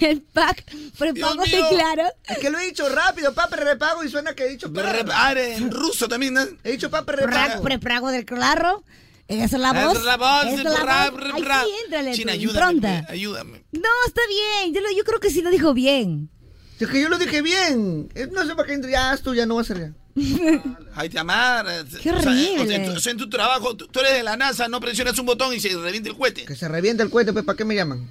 El pack prepago
Dios mío.
de claro.
Es que lo he dicho rápido, pape repago y suena que he dicho pack.
Ah, en ruso también, ¿no?
He dicho pape
Pack
repago.
prepago del claro. Es la
Es
voz.
la voz,
es
el
la
rap,
voz.
rap,
Ahí
rap.
sí, éntrale.
China,
tu
ayúdame.
impronta.
pe, Ayúdame.
No, está bien. Yo, lo- yo creo que sí lo dijo bien.
Es que yo lo dije bien. Eh, No sé para qué entré. Ya, haz tú, ya no vas a ser
Ay, te amar. eh,
Qué
o sea,
horrible.
o sea, en, tu, o sea, en tu trabajo, tú, tú eres de la NASA, no presionas un botón y se revienta el cohete.
Que se revienta el cuento, pues, ¿para qué me llaman?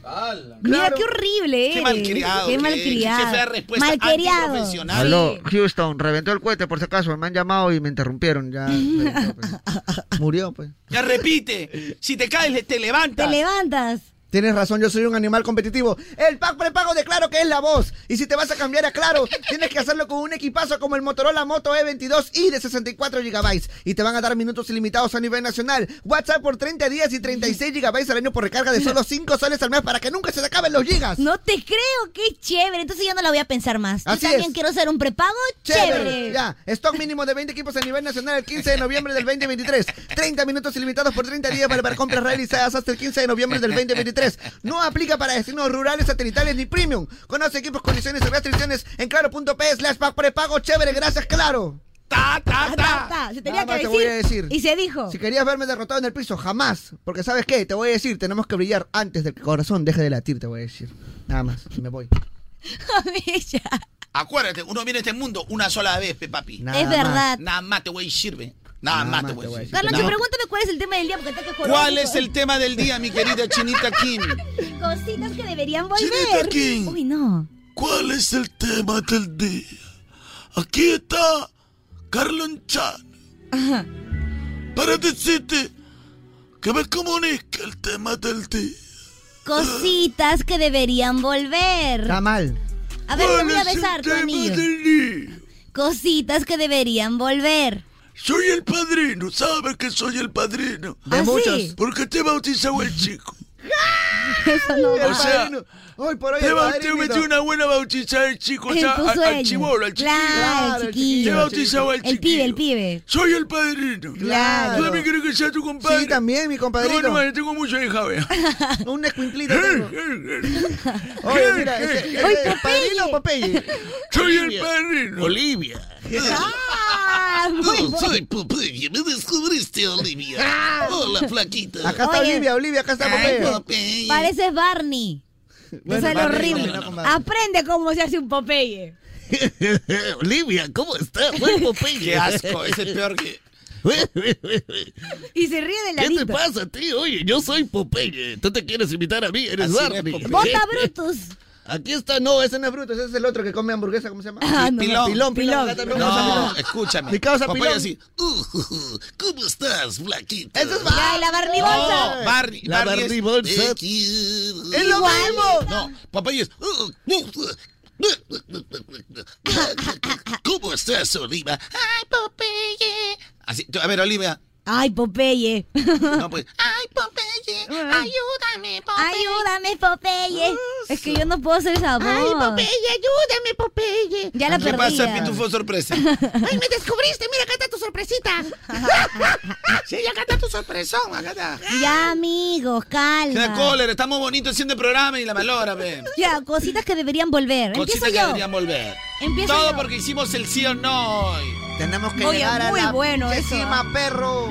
Mira qué horrible, eh.
Qué malcriado,
Qué
qué-
malcriado.
qué fea respuesta
Malcriado.
antiprofesional.
Aló, Houston, reventó el cohete, por si acaso. Me han llamado y me interrumpieron. Ya reventó, pues. murió, pues.
Ya repite. Si te caes, le- te levantas.
Te levantas.
Tienes razón, yo soy un animal competitivo. El pack prepago de Claro que es la voz. Y si te vas a cambiar a Claro, tienes que hacerlo con un equipazo como el Motorola Moto E22i de 64 GB. Y te van a dar minutos ilimitados a nivel nacional. WhatsApp por 30 días y 36 GB al año por recarga de solo 5 soles al mes para que nunca se te acaben los gigas.
No te creo, qué chévere. Entonces ya no la voy a pensar más. Yo
Así
también
es.
quiero ser un prepago chévere.
Ya, stock mínimo de 20 equipos a nivel nacional el 15 de noviembre del 2023. 30 minutos ilimitados por 30 días para ver compras realizadas hasta el 15 de noviembre del 2023. No aplica para destinos rurales, satelitales ni premium. Conoce equipos, condiciones y restricciones en claro.p slash pack prepago chévere. Gracias, Claro. Ta, ta, ta.
Se tenía
Nada
que
más te voy a
decir.
decir.
Y se dijo.
Si querías verme derrotado en el piso, jamás. Porque ¿sabes qué? Te voy a decir, tenemos que brillar antes del corazón deje de latir, te voy a decir. Nada más, me voy.
Acuérdate, uno viene a este mundo una sola vez, pe, papi.
Nada Es verdad. más.
Nada más te voy a decir, ve. Nada, más te voy a decir.
Carloncho,
Nada más.
pregúntame cuál es el tema del día porque está que jorobo.
¿Cuál es el tema del día, mi querida Chinita Kim?
Cositas que deberían
Chinita
volver.
King.
Uy, no.
¿Cuál es el tema del día? Aquí está Carlonchan para decirte que me comunique el tema del día.
Cositas que deberían volver. Está
mal.
A ver, te
¿Cuál
voy a
es el
besar, tu
tema
anillo.
del día?
Cositas que deberían volver.
Soy el padrino, sabes que soy el padrino.
¿De ¿Ah, sí? muchos?
Porque te bautizó el chico.
Eso no
O
va.
sea,
Hoy por hoy
te
el
bautizó,
padrinito.
metió una buena bautizada el chico, o
En
sea,
tu
al- al
sueño.
chivolo, al chiquillo.
Claro, el chiquillo.
Te bautizó el
El
chico.
pibe, el pibe.
Soy el padrino.
Claro.
¿Tú también quieres que sea tu compadre?
Sí, también, mi compadrito.
No, no, yo tengo mucha hija, vea.
Un escuinclito
tengo.
Oye, mira, ese- ese- Oye, Popeye. ¿padrino o Popeye?
Soy el padrino.
Olivia.
Ah,
Oh, soy Popeye, me descubriste, Olivia. Hola, flaquita.
Acá está
Oye.
Olivia, Olivia, acá está Popeye.
Pareces Barney. Te
Bueno,
sale
Barney,
horrible.
no, no,
Ah.
no.
Aprende cómo se hace un Popeye.
Olivia, ¿cómo estás? Soy Popeye.
Qué asco, eh. ese es peor que...
Y se ríe de la
¿Qué te pasa, tío? Oye, yo soy Popeye. Tú te quieres invitar a mí, eres
Así es,
Barney.
Popeye.
Bota Brutus.
Aquí está,
eh.
no, Oh, ese no es Brutus, ese es el otro que come hamburguesa, ¿cómo se llama?
Ah, no,
pilón,
no.
pilón, pilón,
Pilón.
acá también
No,
usa pilón.
escúchame.
Mi causa
Popeye
pilón.
así, ¿Cómo estás, flaquita?
Eso es Barney.
Ya, la Barney Bolsa.
No, Barney,
La
Barney
Barney
es-
Bolsa.
Te quiero.
¡Es lo Igual. mismo!
No, Popeye es... "Uh,
¿Cómo estás, Oliva?
Ay, Popeye.
Así, tú- a ver, Olivia.
Ay, Popeye.
No, pues...
Ay, Popeye. Ayúdame,
Ayúdame, Popeye. Es que yo no puedo hacer esa voz.
Ay, Popeye, ayúdame, Popeye.
Ya la
¿Qué
perdí.
pasa,
ya.
Pitufo Sorpresa?
Ay, me descubriste. Mira, acá está tu sorpresita. sí, acá está tu sorpresón. Acá está.
Ya, amigos,
¿Qué da
calma.
cólera? Estamos bonitos haciendo el programa y la malora, ve.
Ya, cositas que deberían volver.
Cositas
Empiezo
que
yo.
deberían volver.
Empiezo
Todo
yo.
porque hicimos el sí o no hoy.
Tenemos que
Oye,
llegar a
muy
la
bueno eso,
décima, perro.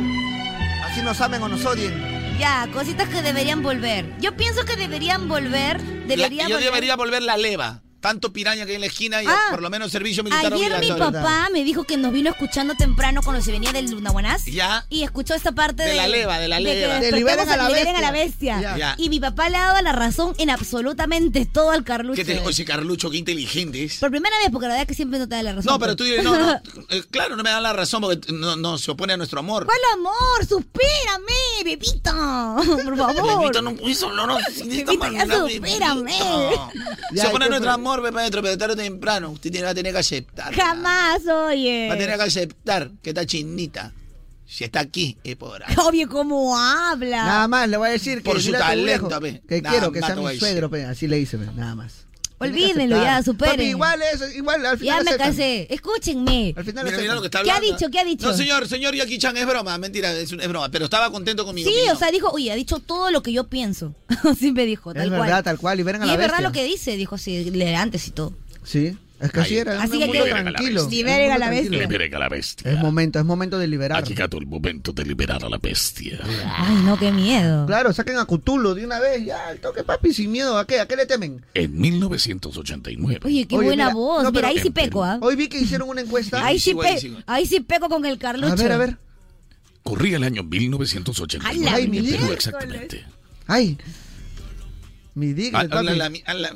Así nos amen o nos odien.
Ya, cositas que deberían volver. Yo pienso que deberían volver. Debería
La- yo
volver.
debería volver la leva. Tanto piraña que hay en la esquina y
Ah,
por lo menos servicio militar
Ayer mi
obligatorio.
papá me dijo que nos vino escuchando temprano cuando se venía del Lunaguanás.
Ya.
Y escuchó esta parte de...
De la leva, de la
que
leva.
despertamos
De liberen a la
liberen a la
bestia.
bestia.
Ya.
Y mi papá le ha dado la razón en absolutamente todo al Carlucho.
¿Qué te Oye, Carlucho, qué inteligente es.
Por primera vez, porque la verdad es que siempre no te da la razón.
No, pero tú dices, no, no. eh, claro, no me dan la razón porque no, no se opone a nuestro amor.
¿Cuál amor? Suspírame, bebito. Por favor.
Bebito, no puedes hablar así de esta
Bebito, ya
manera,
supérame.
bebito.
Ya,
Se opone
¿qué
a nuestro
fue?
amor, ve, maestro, pero tarde o temprano. Usted tiene- va a tener que aceptar.
Jamás, oye.
Va a tener que aceptar que está chinita. Si está aquí, es por ahí.
Oye, cómo habla.
Nada más, le voy a decir que
Por su
dile a tu
talento,
viejo
pe.
Que
Nada
quiero que
más
sea
te voy a
mi
decir.
suegro, pe. así le dice, pe, nada más.
Olvídenlo
Tiene que
ya,
aceptar.
superen.
Papi, igual es, igual al final
Ya me
aceptan.
casé. Escúchenme.
Mira, mira lo que está
¿Qué ha
hablando.
dicho? ¿Qué ha dicho?
No, señor, señor Jackie Chan, es broma, mentira, es, es broma. Pero estaba contento
Sí,
conmigo. opinión.
o sea, dijo, oye, ha dicho todo lo que yo pienso. Así me dijo, tal
Es
cual.
verdad, tal cual, y vengan a
y
la
es verdad
bestia.
lo que dice, dijo así, le- antes y todo.
Sí, es que
Ahí
así
está.
era.
Así
un
que
mundo
que-
tranquilo.
liberen a la
Un mundo
bestia.
tranquilo.
Liberen a la bestia.
Es momento, es momento de
Ah,
liberar.
Ha llegado el momento de liberar a la bestia.
Ay, no, qué miedo.
Claro, saquen a Cthulhu de una vez, ya, al toque, papi, sin miedo. ¿A qué? ¿A qué le temen?
En 1989.
Oye, qué buena
mira,
voz.
no,
mira,
pero-
ahí sí peco, ¿ah?
Hoy vi que hicieron una encuesta.
Ahí sí,
Buenísimo,
pe-
buenísimo.
ahí sí peco con el Carlucho.
A ver, a ver.
Corría el año
¡Hala,
1989 en el Perú
miércoles!
exactamente.
Ay. Mi
A-
digna,
a Ah, la-
papi.
la- a la-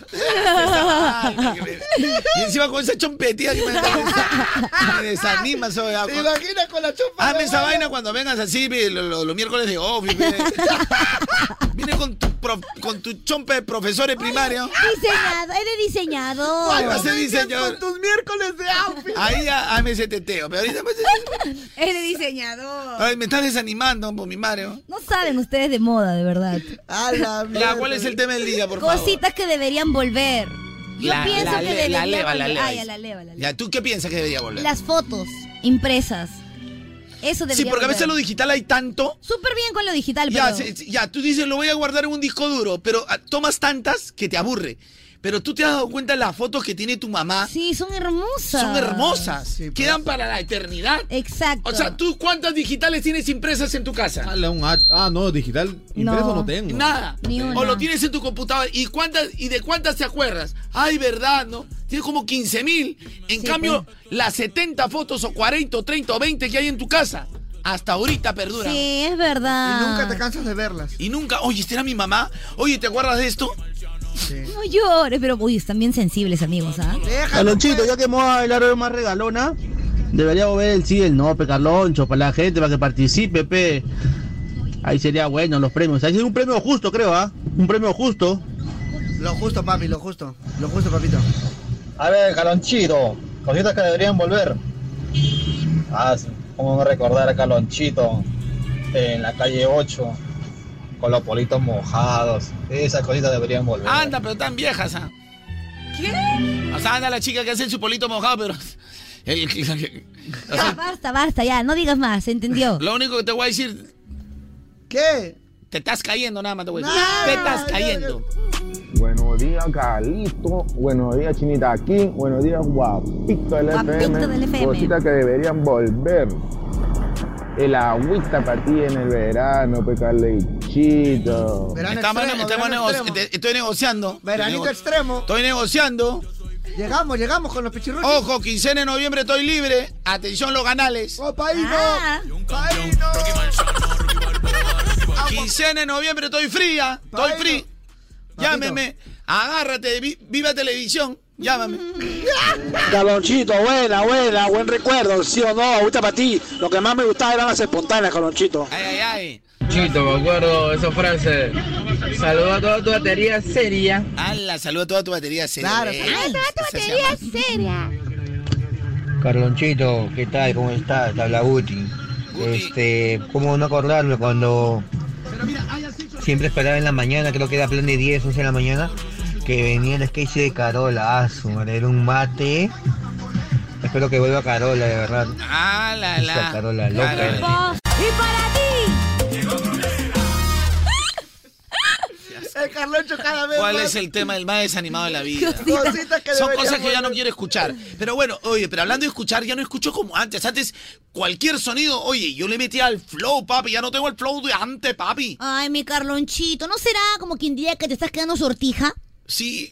esa vaina que me- Y encima con esa chompetía que me, me desanima. Soy,
¿Te imaginas con la chompa?
Hazme
de
esa
huevo?
vaina cuando vengas así, pe, lo- lo- los miércoles de office. pe. Viene con tu, prof- con tu chompa de profesores primarios.
Diseñado, es de diseñador.
Ay, va a ser diseñador.
tus miércoles de outfit.
Ahí ya, hazme ese teteo. Pero ahorita pues,
Es de diseñador.
ay, me estás desanimando por mi Mario.
No saben ustedes de moda, de verdad. Ah,
la Ya, ¿cuál es el tema del día, por favor?
Cositas que deberían volver. Yo
La-
pienso
la
que
le-
deberían
la leva, la
volver.
leva,
Ay, a
dice.
la leva, la leva.
Ya, ¿tú qué piensas que debería volver?
Las fotos impresas. Eso debería
Sí, porque a veces lo
volver.
digital hay tanto.
Súper bien con lo digital,
Ya,
pero...
se- se- ya, tú dices, lo voy a guardar en un disco duro, pero ah, tomas tantas que te aburre. Pero tú te has dado cuenta de las fotos que tiene tu mamá.
Sí, son hermosas.
Son hermosas. Quedan para la eternidad.
Exacto.
O sea, ¿tú cuántas digitales tienes impresas en tu casa?
Dale un ad- Ah, no, digital impreso no, tengo.
Nada.
Ni
O
una.
lo tienes en tu computadora. ¿Y cuántas y de cuántas te acuerdas? Ay, verdad, ¿no? Tienes como 15 mil. En
Sí,
cambio, las 70 fotos o 40 o 30 o 20 que hay en tu casa, hasta ahorita perduran.
Sí, es verdad.
Y nunca te cansas de verlas. Y nunca, oye, ¿esta era mi mamá? Oye, ¿te acuerdas de esto?
No llores, pero uy, están bien sensibles, amigos, ¿ah?
Carlonchito, ya que hemos a bailar hoy más regalona, debería volver el sí, el no, pe Carloncho, para la gente, para que participe, pe. Ahí sería bueno los premios. Ahí sería un premio justo, creo, ¿ah? Un premio justo.
Lo justo, papi, lo justo. Lo justo, papito.
A ver, Calonchito, cositas que deberían volver. Ah, sí, cómo no recordar a Calonchito en la calle 8, con los politos mojados. Esas cositas deberían volver.
Anda, pero tan viejas, ¿ah? ¿Qué? O sea, anda la chica que hace su polito mojado, pero. o
Ya,
sea,
basta, basta, ya, no digas más, ¿se entendió?
lo único que te voy a decir.
¿Qué?
Te estás cayendo, nada más te voy a decir. te estás cayendo.
Buenos días, Calito. Buenos días, Chinita King. Buenos días, guapito del
Guapito
FM.
del FM.
Cositas que deberían volver. El agüita para ti en el verano, pues, pecalechito.
Estamos- estamos nego- te- estoy negociando.
Veranito
extremo. Estoy negociando.
Llegamos, llegamos con los pichirruchos.
Ojo, quincena de noviembre estoy libre. Atención los ganales.
Oh,
Oh.
Opa, ahí Oh, no.
Ah,
Ah.
Ahí no.
Quincena de noviembre estoy fría. Estoy free. Llámeme. Agárrate. vi- viva televisión. Llámame.
Mm.
Calonchito, buena, buena, buen recuerdo, sí o no, agüita para ti. Lo que más me gustaba eran las espontáneas, Calonchito.
Ay, ay,
Chito, me acuerdo esa frase. Saluda a toda tu batería seria.
Ala, saluda a toda tu batería seria.
Claro,
Eh,
saluda
a toda tu
esa se
batería
llama.
seria.
Carlonchito, ¿qué tal? ¿Cómo estás? Te habla Guti. Este, ¿cómo no acordarme cuando siempre esperaba en la mañana, creo que era plan de 10, 11 de la mañana, que venía el sketch de Carola, ah, su madre, era un mate. Espero que vuelva Carola, de verdad.
Ah, la,
Esta
la.
Carola loca.
Carola.
Y para ti.
El Carloncho cada vez
¿Cuál
más.
es el tema del más desanimado de la vida?
Cositas que
Son
deberían
cosas que ya no
volver.
quiero escuchar. Pero bueno, oye, pero hablando de escuchar, ya no escucho como antes. Antes, cualquier sonido, oye, yo le metía al flow, papi. Ya no tengo el flow de antes, papi.
Ay, mi Carlonchito, ¿no será como quien diría que te estás quedando sortija?
Sí.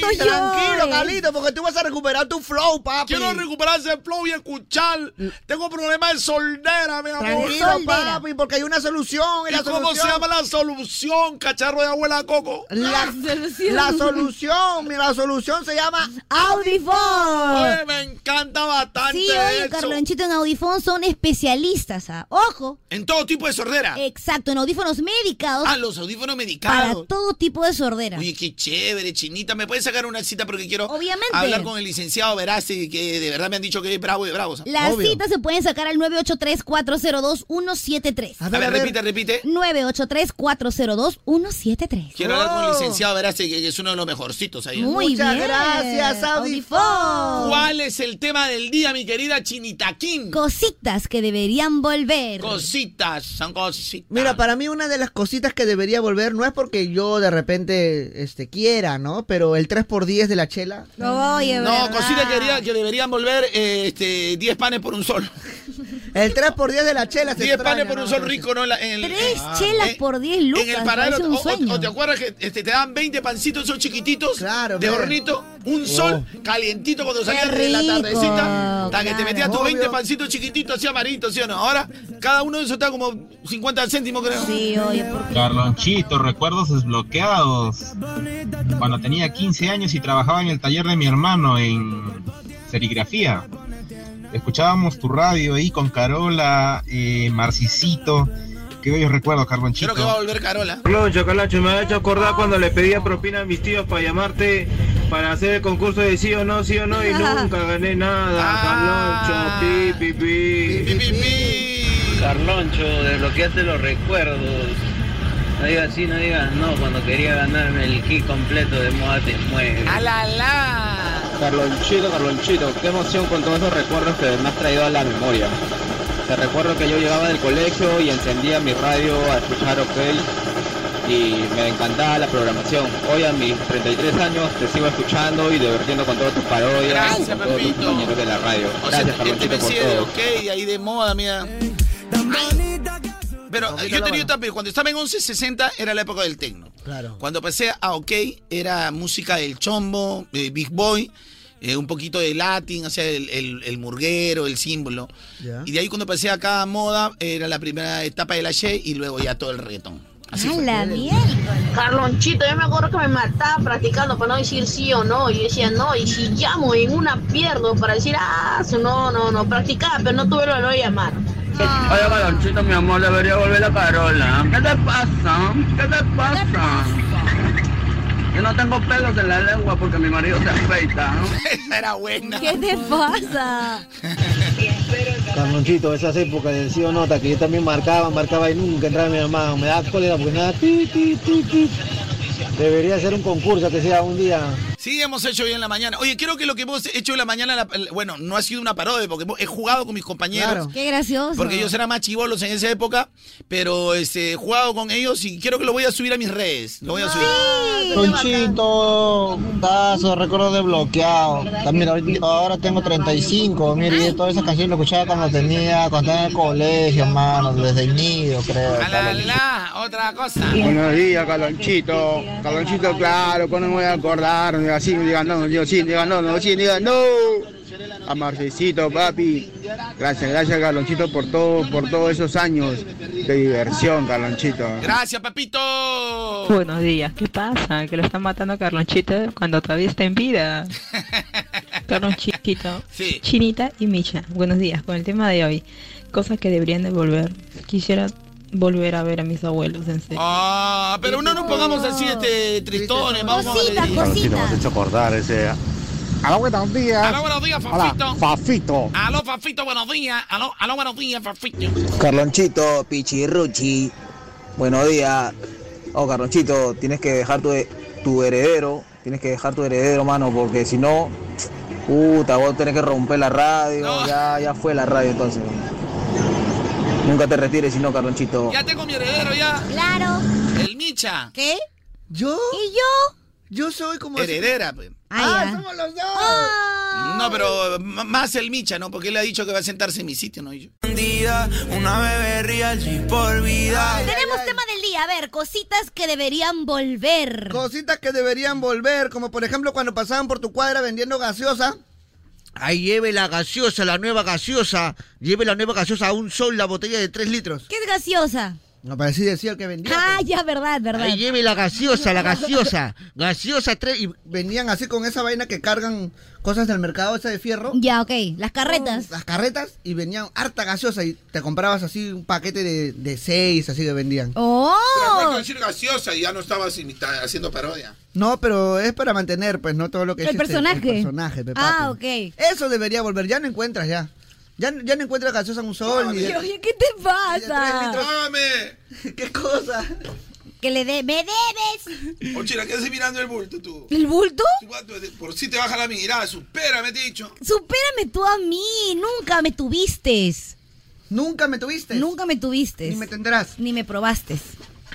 No
Tranquilo,
llores.
Carlito, porque tú vas a recuperar tu flow, papi.
Quiero recuperar ese flow y escuchar. Tengo problemas de soldera, mi amor.
Tranquilo, papi, porque hay una solución.
¿Y
la
cómo
solución.
se llama la solución, cacharro de abuela Coco?
La,
solución.
la solución, mira, la solución se llama Audifone.
Oye, me encanta bastante
Ah. Sí, oye,
eso.
Carlonchito, en Audifón son especialistas, ¿ah? Ojo.
En todo tipo de sordera.
Exacto, en audífonos medicados.
Ah, los
Eh, Para
audífonos medicados.
todo tipo de sordera.
Oye, qué chévere, chinita. ¿Me puedes sacar una cita? Porque quiero
Obviamente.
hablar con el licenciado Verazzi, que de verdad me han dicho que es bravo de bravos.
Las citas se pueden sacar al 983-402-173.
A ver, repite, repite.
983-402-173.
Quiero hablar con el licenciado Verazzi, que que es uno de los mejorcitos ahí. ¿eh?
Muy
Muchas
bien.
gracias, Audifone.
¿Cuál es el tema del día, mi querida Chinitaquín?
Cositas que deberían volver.
Cositas, son cositas.
Mira, para mí una de las cositas que debería volver no es porque yo de repente este, quiera, ¿no? Pero el 3x10 de la chela.
No, cositas que, debería- que deberían volver eh, este, 10 panes por un sol.
El 3 por 10 de la chela. se
Diez panes
extraña,
por un
¿no?
sol rico, ¿no? La- en el-
Tres
en-
chelas
Ah, en-
por 10 lucas.
En el paradero,
parece un
o- o-
sueño.
o te acuerdas que este, te daban 20 pancitos, esos chiquititos, de
claro.
hornito, un sol calientito cuando
Qué
salías de la
rico,
tardecita, hasta que te
claro.
metías tus 20
Obvio.
pancitos chiquititos así amarillitos, ¿sí o no? Ahora, cada uno de esos está como 50 céntimos, creo.
Sí, oye,
Carlonchito, recuerdos desbloqueados. Cuando tenía 15 años y trabajaba en el taller de mi hermano en serigrafía. Escuchábamos tu radio ahí con Carola, eh, Marcisito. Qué bellos recuerdos, Carlonchito.
Creo que va a volver Carola.
Caloncho, Caloncho, me ha hecho acordar cuando le pedía propina a mis tíos para llamarte para hacer el concurso de sí o no, sí o no, y nunca gané nada. Carloncho, pi, pi, pi.
Carloncho, desbloqueaste los recuerdos. No digas sí, no digas no, cuando quería ganarme el kit completo de Moda Te Mueve.
la la!
Carlonchito, Carlonchito, qué emoción con todos esos recuerdos que me has traído a la memoria. Te recuerdo que yo llegaba del colegio y encendía mi radio a escuchar OK y me encantaba la programación. Hoy a mis 33 años te sigo escuchando y divirtiendo con todas tus parodias,
Gracias,
con todos tus
Pepito.
compañeros de la radio.
O sea,
Gracias,
este
Carlonchito,
me
por
sigue de
todo.
ok, ahí de moda, mira. Pero eh, yo tenía también, cuando estaba en 1160 era la época del tecno.
Claro.
Cuando pasé a OK era música del chombo, eh, Big Boy, eh, un poquito de latín, o sea, el, el- el murguero, el símbolo.
Ya.
Y de ahí cuando pasé acá a moda era la primera etapa de la She y luego ya todo el reggaetón. Así fue.
Carlonchito, yo me acuerdo que me mataba practicando para no decir sí o no. Yo decía no, y si llamo en una pierdo para decir ah, su- no, no, no, practicaba, pero no tuve el valor de llamar.
Oye, Balonchito, mi amor, debería volver a Carola. ¿Qué te pasa? ¿Qué te pasa? Yo no tengo pelos en la lengua porque mi marido se afeita.
Esa era buena.
¿Qué te pasa?
Carlonchito, esas épocas de sí o nota que yo también marcaba, marcaba y nunca entraba mi mamá, me da cólera porque nada, ti, ti, ti, ti. Debería ser un concurso que sea un día.
Sí, hemos hecho hoy en la mañana. Oye, creo que lo que hemos hecho en la mañana, la- bueno, no ha sido una parodia, porque hemos- he jugado con mis compañeros.
Qué gracioso.
Porque ellos eran más chivolos en esa época, pero este, he jugado con ellos y quiero que lo voy a subir a mis redes. Lo voy a subir.
Ah.
Conchito, tazo, recuerdo desbloqueado. También ahorita- ahora tengo 35. Oh, Mire, yo todas esas canciones las escuchaba cuando tenía, cuando estaba en el colegio, mano, desde el nido, creo.
otra cosa.
Buenos días, Calonchito. Calonchito, claro, cuando me voy a acordar, diga sí, diga no, digo sí, diga no, no, sí, diga no. A Marcecito, papi. Gracias, gracias, Calonchito, por todo, por todos esos años de diversión, Calonchito.
Gracias, papito.
Buenos días, ¿qué pasa? Que lo están matando a Carlonchito cuando todavía está en vida. Carlonchito, Chinita y Micha. Buenos días, con el tema de hoy. Cosas que deberían de volver. Quisiera volver a ver a mis abuelos, en serio.
Ah, pero no nos pongamos así este tristones, vamos a
Carlonchito, me has hecho acordar ese. Aló, buenos días.
Aló, buenos días, Fafito.
Hola, Fafito.
Aló, Fafito, buenos días. Aló, aló, buenos días, Fafito.
Carlonchito, Pichirruchi, buenos días. Oh, Carlonchito, tienes que dejar tu, tu heredero, tienes que dejar tu heredero, mano, porque si no, puta, vos tenés que romper la radio, ya, ya fue la radio entonces. Nunca te retires, si no, Carlonchito.
Ya tengo mi heredero ya.
Claro.
El Micha.
¿Qué?
¿Yo?
¿Y yo?
Yo soy como...
Heredera, pe.
Ah, somos los dos.
Ah.
No, pero m- más el Micha, ¿no? Porque él ha dicho que va a sentarse en mi sitio, ¿no? Y yo.
Una bebé real sin por vida.
Tenemos tema del día, a ver, cositas que deberían volver.
Cositas que deberían volver, como por ejemplo cuando pasaban por tu cuadra vendiendo gaseosa.
Ahí lleve la gaseosa, la nueva gaseosa. Lleve la nueva gaseosa a un sol la botella de 3 litros.
¿Qué es gaseosa?
No, parecía decía que vendía.
Ah, ya, verdad, verdad.
¿eh?
Ahí lleve la gaseosa, la gaseosa.
Gaseosa 3 y venían así con esa vaina que cargan cosas del mercado, esa de fierro.
Ya, ok. Las carretas.
Las carretas y venían harta gaseosa y te comprabas así un paquete de, de seis, así que vendían.
Oh.
Pero falta decir gaseosa y ya no estabas imita- haciendo parodia.
No, pero es para mantener, pues, no todo lo que
El
es este,
personaje.
el personaje, pe,
Ah,
papi. Eso debería volver, ya no encuentras ya. Ya, ya no encuentras gaseosa en un sol. ni de-
Oye, ¿qué te pasa?
¿Qué cosa?
Que le dé, me debes.
Ochira, ¿qué haces mirando el bulto tú?
¿El bulto?
Por si te baja la mirada, supérame, te he dicho.
Supérame tú a mí. Nunca me tuviste.
Nunca me tuviste.
Nunca me tuviste. Ni me
tendrás.
Ni me probaste.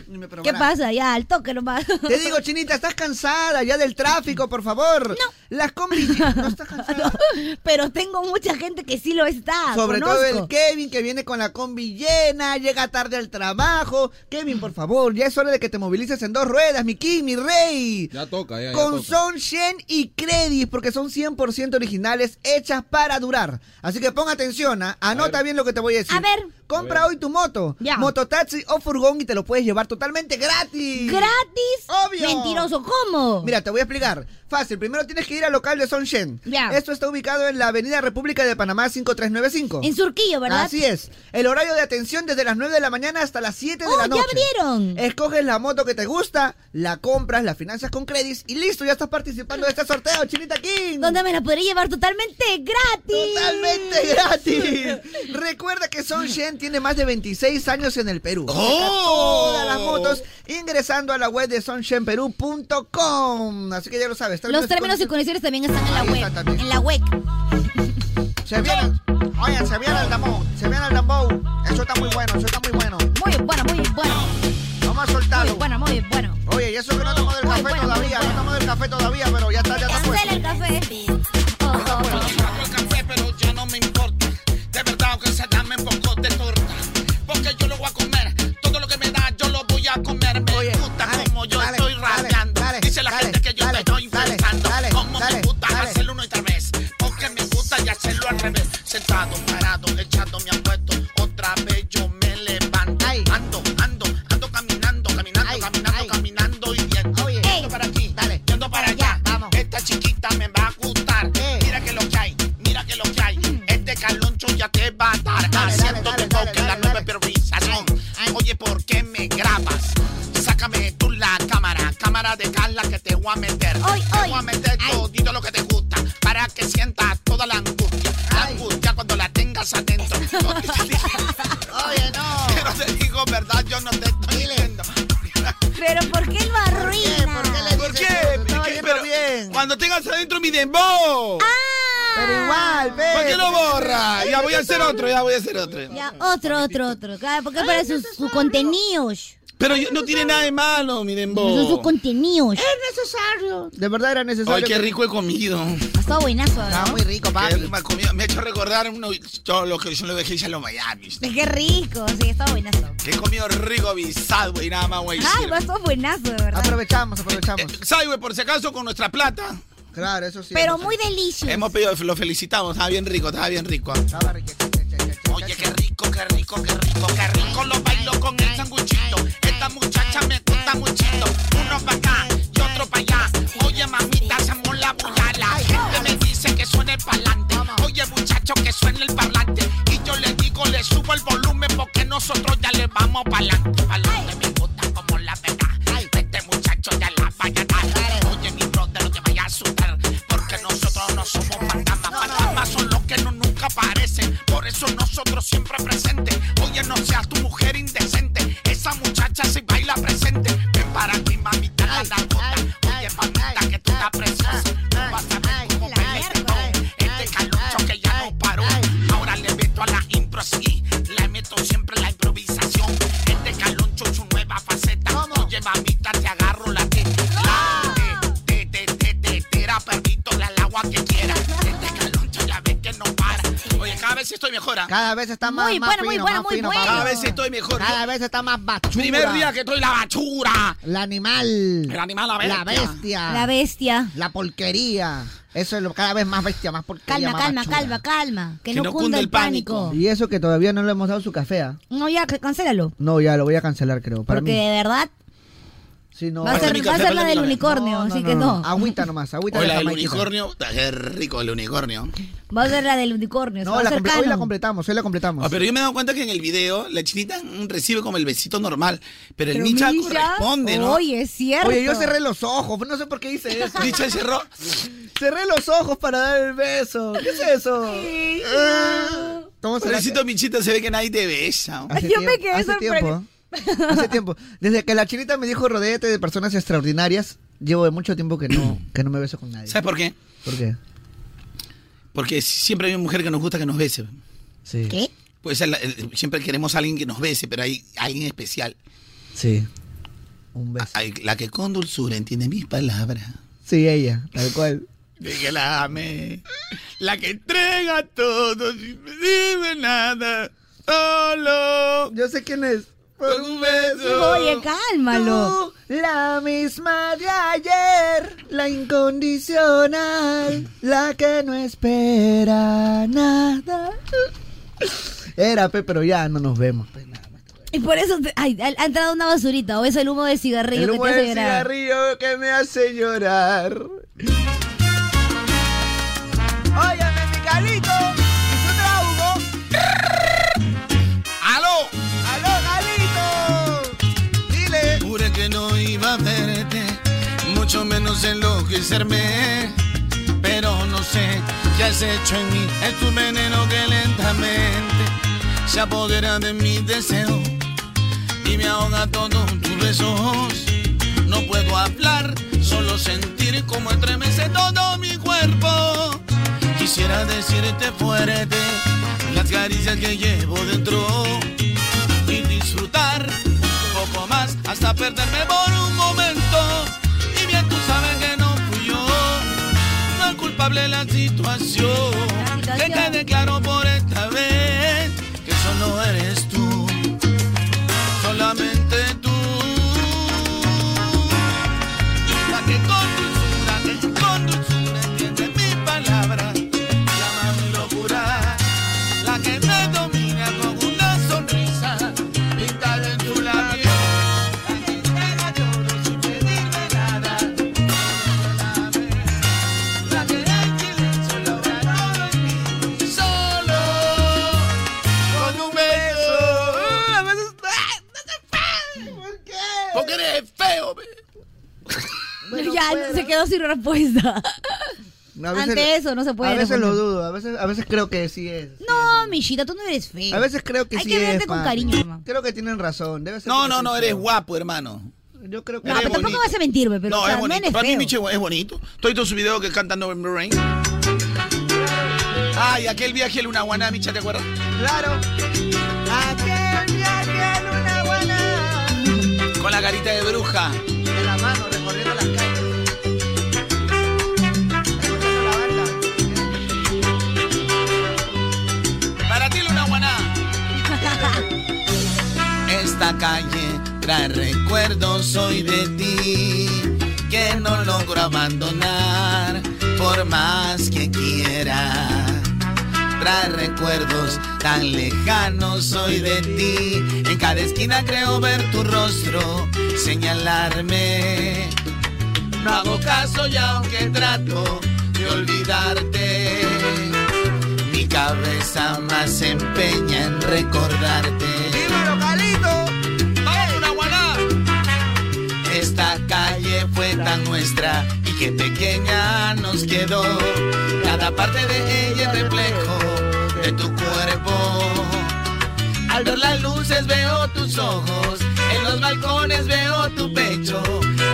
Ni me
¿Qué pasa? Ya, al toque nomás.
Te digo, Chinita, estás cansada ya del tráfico, por favor. Las combis. No estás cansado.
pero tengo mucha gente que sí lo está.
Sobre todo el
conozco.
Kevin que viene con la combi llena, llega tarde al trabajo. Kevin, por favor, ya es hora de que te movilices en dos ruedas, mi King, mi rey.
Ya toca, ya, ya toca.
con Son Shen y Credis, porque son 100% originales, hechas para durar. Así que pon atención, ¿ah? anota bien lo que te voy a decir. A ver. Compra hoy tu moto, mototaxi o furgón y te lo puedes llevar totalmente gratis.
¿Gratis?
Obvio.
Mentiroso, ¿cómo?
Mira, te voy a explicar. Fácil, primero tienes que ir al local de Son Shen. Esto está ubicado en la Avenida República de Panamá 5395.
En Surquillo, ¿verdad?
Así es. El horario de atención desde las 9 de la mañana hasta las 7 de
Oh,
la
ya
noche.
abrieron.
Escoges la moto que te gusta, la compras, la financias con Credis y listo, ya estás participando de este sorteo, Chinita King.
Donde me la podré llevar totalmente gratis.
Totalmente gratis. Recuerda que Son Shen tiene más de 26 años en el Perú.
¡Oh!
Saca Todas las motos ingresando a la web de sonshenperú.com. Así que ya lo sabes.
Los términos y condiciones Ah, también están en la web. en la web.
Se viene. Oye, se viene el tambor. Se viene el tambor. Eso está muy bueno, eso está muy bueno.
Muy bueno, muy bueno.
Vamos a soltarlo.
Muy bueno, muy bueno.
Oye, y eso que no tomo del
Muy
café
bueno, muy
todavía.
bueno.
No tomo del café todavía, pero ya está, ya está puesto.
Cancela el café.
el café, pero ya no me importa. De verdad que se dame un poco de torta. Porque yo lo voy a comer. Todo lo que me da, yo lo voy a comer. Me gusta como yo estoy rapeando. Dice la gente que yo estoy inventando. como me gusta hacerlo una y otra vez. Porque me gusta y hacerlo al revés. Sentado, parado, echando mi apuesto. Otra vez yo me levanto. Ando, ando, ando caminando, caminando, caminando, caminando y viendo. Yendo para aquí, dale, yendo para allá. Vamos. Esta chiquita me va a gustar. Mira que lo que hay, mira que lo que hay. Este caloncho ya te va a dar. Haciendo tu toque la nueva improvisación. Oye, ¿por qué me grabas? Sácame tú la cámara, cámara de Carla que te voy a meter. te voy a meter todito lo que te gusta para que sientas toda la angustia. La angustia cuando la tengas adentro. Oye,
Oh.
no. Pero te digo verdad, yo no te estoy diciendo.
Pero ¿por qué lo arruina?
¿Por qué? ¿Por qué? Pero
Cuando tengas adentro mi dembow.
Pero igual, ve.
¿Por qué lo borra? Ya voy a hacer otro, ya voy a hacer otro.
Ya, otro, otro, otro. Claro, porque para sus, sus contenidos.
Pero yo- no tiene nada de malo, mi
Son sus
dembow.
contenidos.
Es necesario. De verdad era necesario.
Ay, qué
que-
rico he comido.
Ha estado buenazo, ¿verdad?
Está muy rico,
Qué
papi.
rico he comido. Me ha hecho recordar uno, yo, lo que yo le dejé ya en los Miami.
Qué rico, sí, ha estado buenazo.
Que he comido rico, mi güey, nada más, güey.
Ay, ha estado buenazo, de verdad.
Aprovechamos, aprovechamos.
Eh,
güey, Eh, por si acaso, con nuestra plata.
Claro, eso sí.
Pero muy delicioso.
Hemos pedido, lo felicitamos, estaba bien rico, estaba bien rico.
Oye, qué rico, qué rico, qué rico, qué rico lo bailo con el sanguchito. Esta muchacha me gusta muchito. Uno pa' acá y otro pa' allá. Oye, mamita, hacemos la bulla. La gente me dice que suene el parlante. Oye, muchacho, que suene el parlante. Y yo le digo, le subo el volumen porque nosotros ya le vamos pa'lante. Pa'lante me gusta como la verdad. Este muchacho ya la vaya a dar. Oye, mi brother, no te vaya a asustar. Porque nosotros no somos fantasmas. Fantasmas son los que no nunca aparecen. Por eso nosotros siempre presentes. Oye, no seas tu mujer indecente. Esa muchacha se baila presente. Ven para aquí, mamita, la nalgota. Oye, mamita, que tú estás preciosa. Tú vas a ver cómo baila este don. Este caloncho que ya no paró. Ahora le meto a la impro así. Le meto siempre la improvisación. Este caloncho es su nueva faceta. Oye, mamita, te agarro la teta. La te, te, te, te, te, tira, perrito, la al agua que quiera. Este caloncho ya ves que no para. Oye, cada vez estoy mejor, ¿ah?
Cada vez está más,
Muy
más
bueno, muy
fino,
bueno,
más
muy
fino,
bueno.
papi.
Cada vez estoy mejor.
Cada vez está más bachura.
Primer día que estoy la bachura.
El animal.
El animal, la
La
bestia.
bestia.
La bestia.
La porquería. Eso es lo, cada vez más bestia, más porquería.
Calma,
más
calma, calma,
bachura.
calma. Que, no, cunda, el pánico.
Y eso que todavía no le hemos dado su café. ¿ah?
No, ya, que cancélalo.
No, ya lo voy a cancelar, creo. Para
Porque
mí.
de verdad
Sí, no.
va a ser, va a ser la del unicornio, así que no.
Agüita nomás, agüita
Hola,
de
el
Jamaica.
unicornio. Está qué rico el unicornio.
Va a ser la del unicornio.
No,
va a
la
ser
comple- hoy la
canon.
completamos, hoy la completamos.
Ah, pero yo me he dado cuenta que en el video la chinita mm, recibe como el besito normal, pero el
Pero
Micha
Misha,
corresponde, ¿no?
Oye, es cierto.
Oye, yo cerré los ojos, no sé por qué hice eso.
Micha cerró.
Cerré los ojos para dar el beso. ¿Qué es eso? Ah, ¿Cómo se
Pobrecito Michita, se ve que nadie te besa.
Hace tiemp- hace tiempo, ¿eh? Hace tiempo. Desde que la chinita me dijo rodéate de personas extraordinarias, llevo de mucho tiempo que no, que no me beso con nadie.
¿Sabes por qué?
¿Por qué?
Porque siempre hay una mujer que nos gusta que nos bese.
Sí.
¿Qué?
Pues el- el- siempre queremos a alguien que nos bese, pero hay alguien especial.
Sí. Pues
Un beso. la que con dulzura entiende mis palabras.
Sí, ella, tal cual.
de que la amé. La que entrega todo sin pedirme nada. Solo.
Yo sé quién es. Por
un beso.
Oye, cálmalo.
Tú, la misma de ayer, la incondicional, la que no espera nada. Era, pe, pero ya no nos vemos. pe.
Y por eso te- ay, ha, ha entrado una basurita o es el humo de cigarrillo
El
que
humo
te hace
del
llorar.
cigarrillo que me hace llorar. Óyame, mi Calito. Y su traugo.
¡Aló!
¡Aló, Calito!
Dile. Jure que no iba a verte, mucho menos enloquecerme. Pero no sé qué has hecho en mí. Es tu veneno que lentamente se apodera de mi deseo y me ahoga todos tus besos. No puedo hablar, solo sentir como estremece todo mi cuerpo. Quisiera decirte fuerte las caricias que llevo dentro y disfrutar un poco más hasta perderme por un momento. Y bien tú sabes que no fui yo, no es culpable la situación. Que quede claro por esta vez que eso no eres tú, solamente tú. La que con dulzura, que con dulzura entiende mis palabras, llama mi locura. La que me domina con una sonrisa pintada en tu labio. La que entrega todo sin pedirme nada. La que en silencio logra todo en mí. Solo con un beso. Ah, me asusta. Ah, no se puede. Porque eres feo. ve.
ya se quedó sin respuesta.
A veces-
Ante eso no se puede
A veces
responder.
lo dudo, a veces, a veces creo que sí es.
No, Michita, tú no eres feo.
A veces creo que
Hay
sí
que
es,
verte con
papi.
cariño, mamá.
Creo que tienen razón. Debe ser
No,
que
no,
soy
no, eres
feo.
guapo, hermano.
Yo creo que
No, pero tampoco vas a mentir, be, pero
no,
o sea,
es
no
bonito.
eres
Para mí
feo.
Miche es bonito. Estoy todos sus videos que cantan November Rain. Ay, aquel viaje a Luna Guaná, Micha, ¿te acuerdas?
Claro. Aquel viaje en una buena.
Con la carita de bruja.
De la mano, recorriendo las calles.
Para ti, Luna Guaná. Esta calle trae recuerdos hoy de ti que no logro abandonar por más que quiera. Trae recuerdos tan lejanos hoy de ti. En cada esquina creo ver tu rostro señalarme. No hago caso y aunque trato de olvidarte, mi cabeza más se empeña en recordarte. ¡Dímelo, Calito! ¡Vamos, Nahuaná! Esta calle fue tan nuestra y que pequeña nos quedó. Cada parte de ella es reflejo de tu cuerpo. Al ver las luces veo tus ojos, en los balcones veo tu pecho.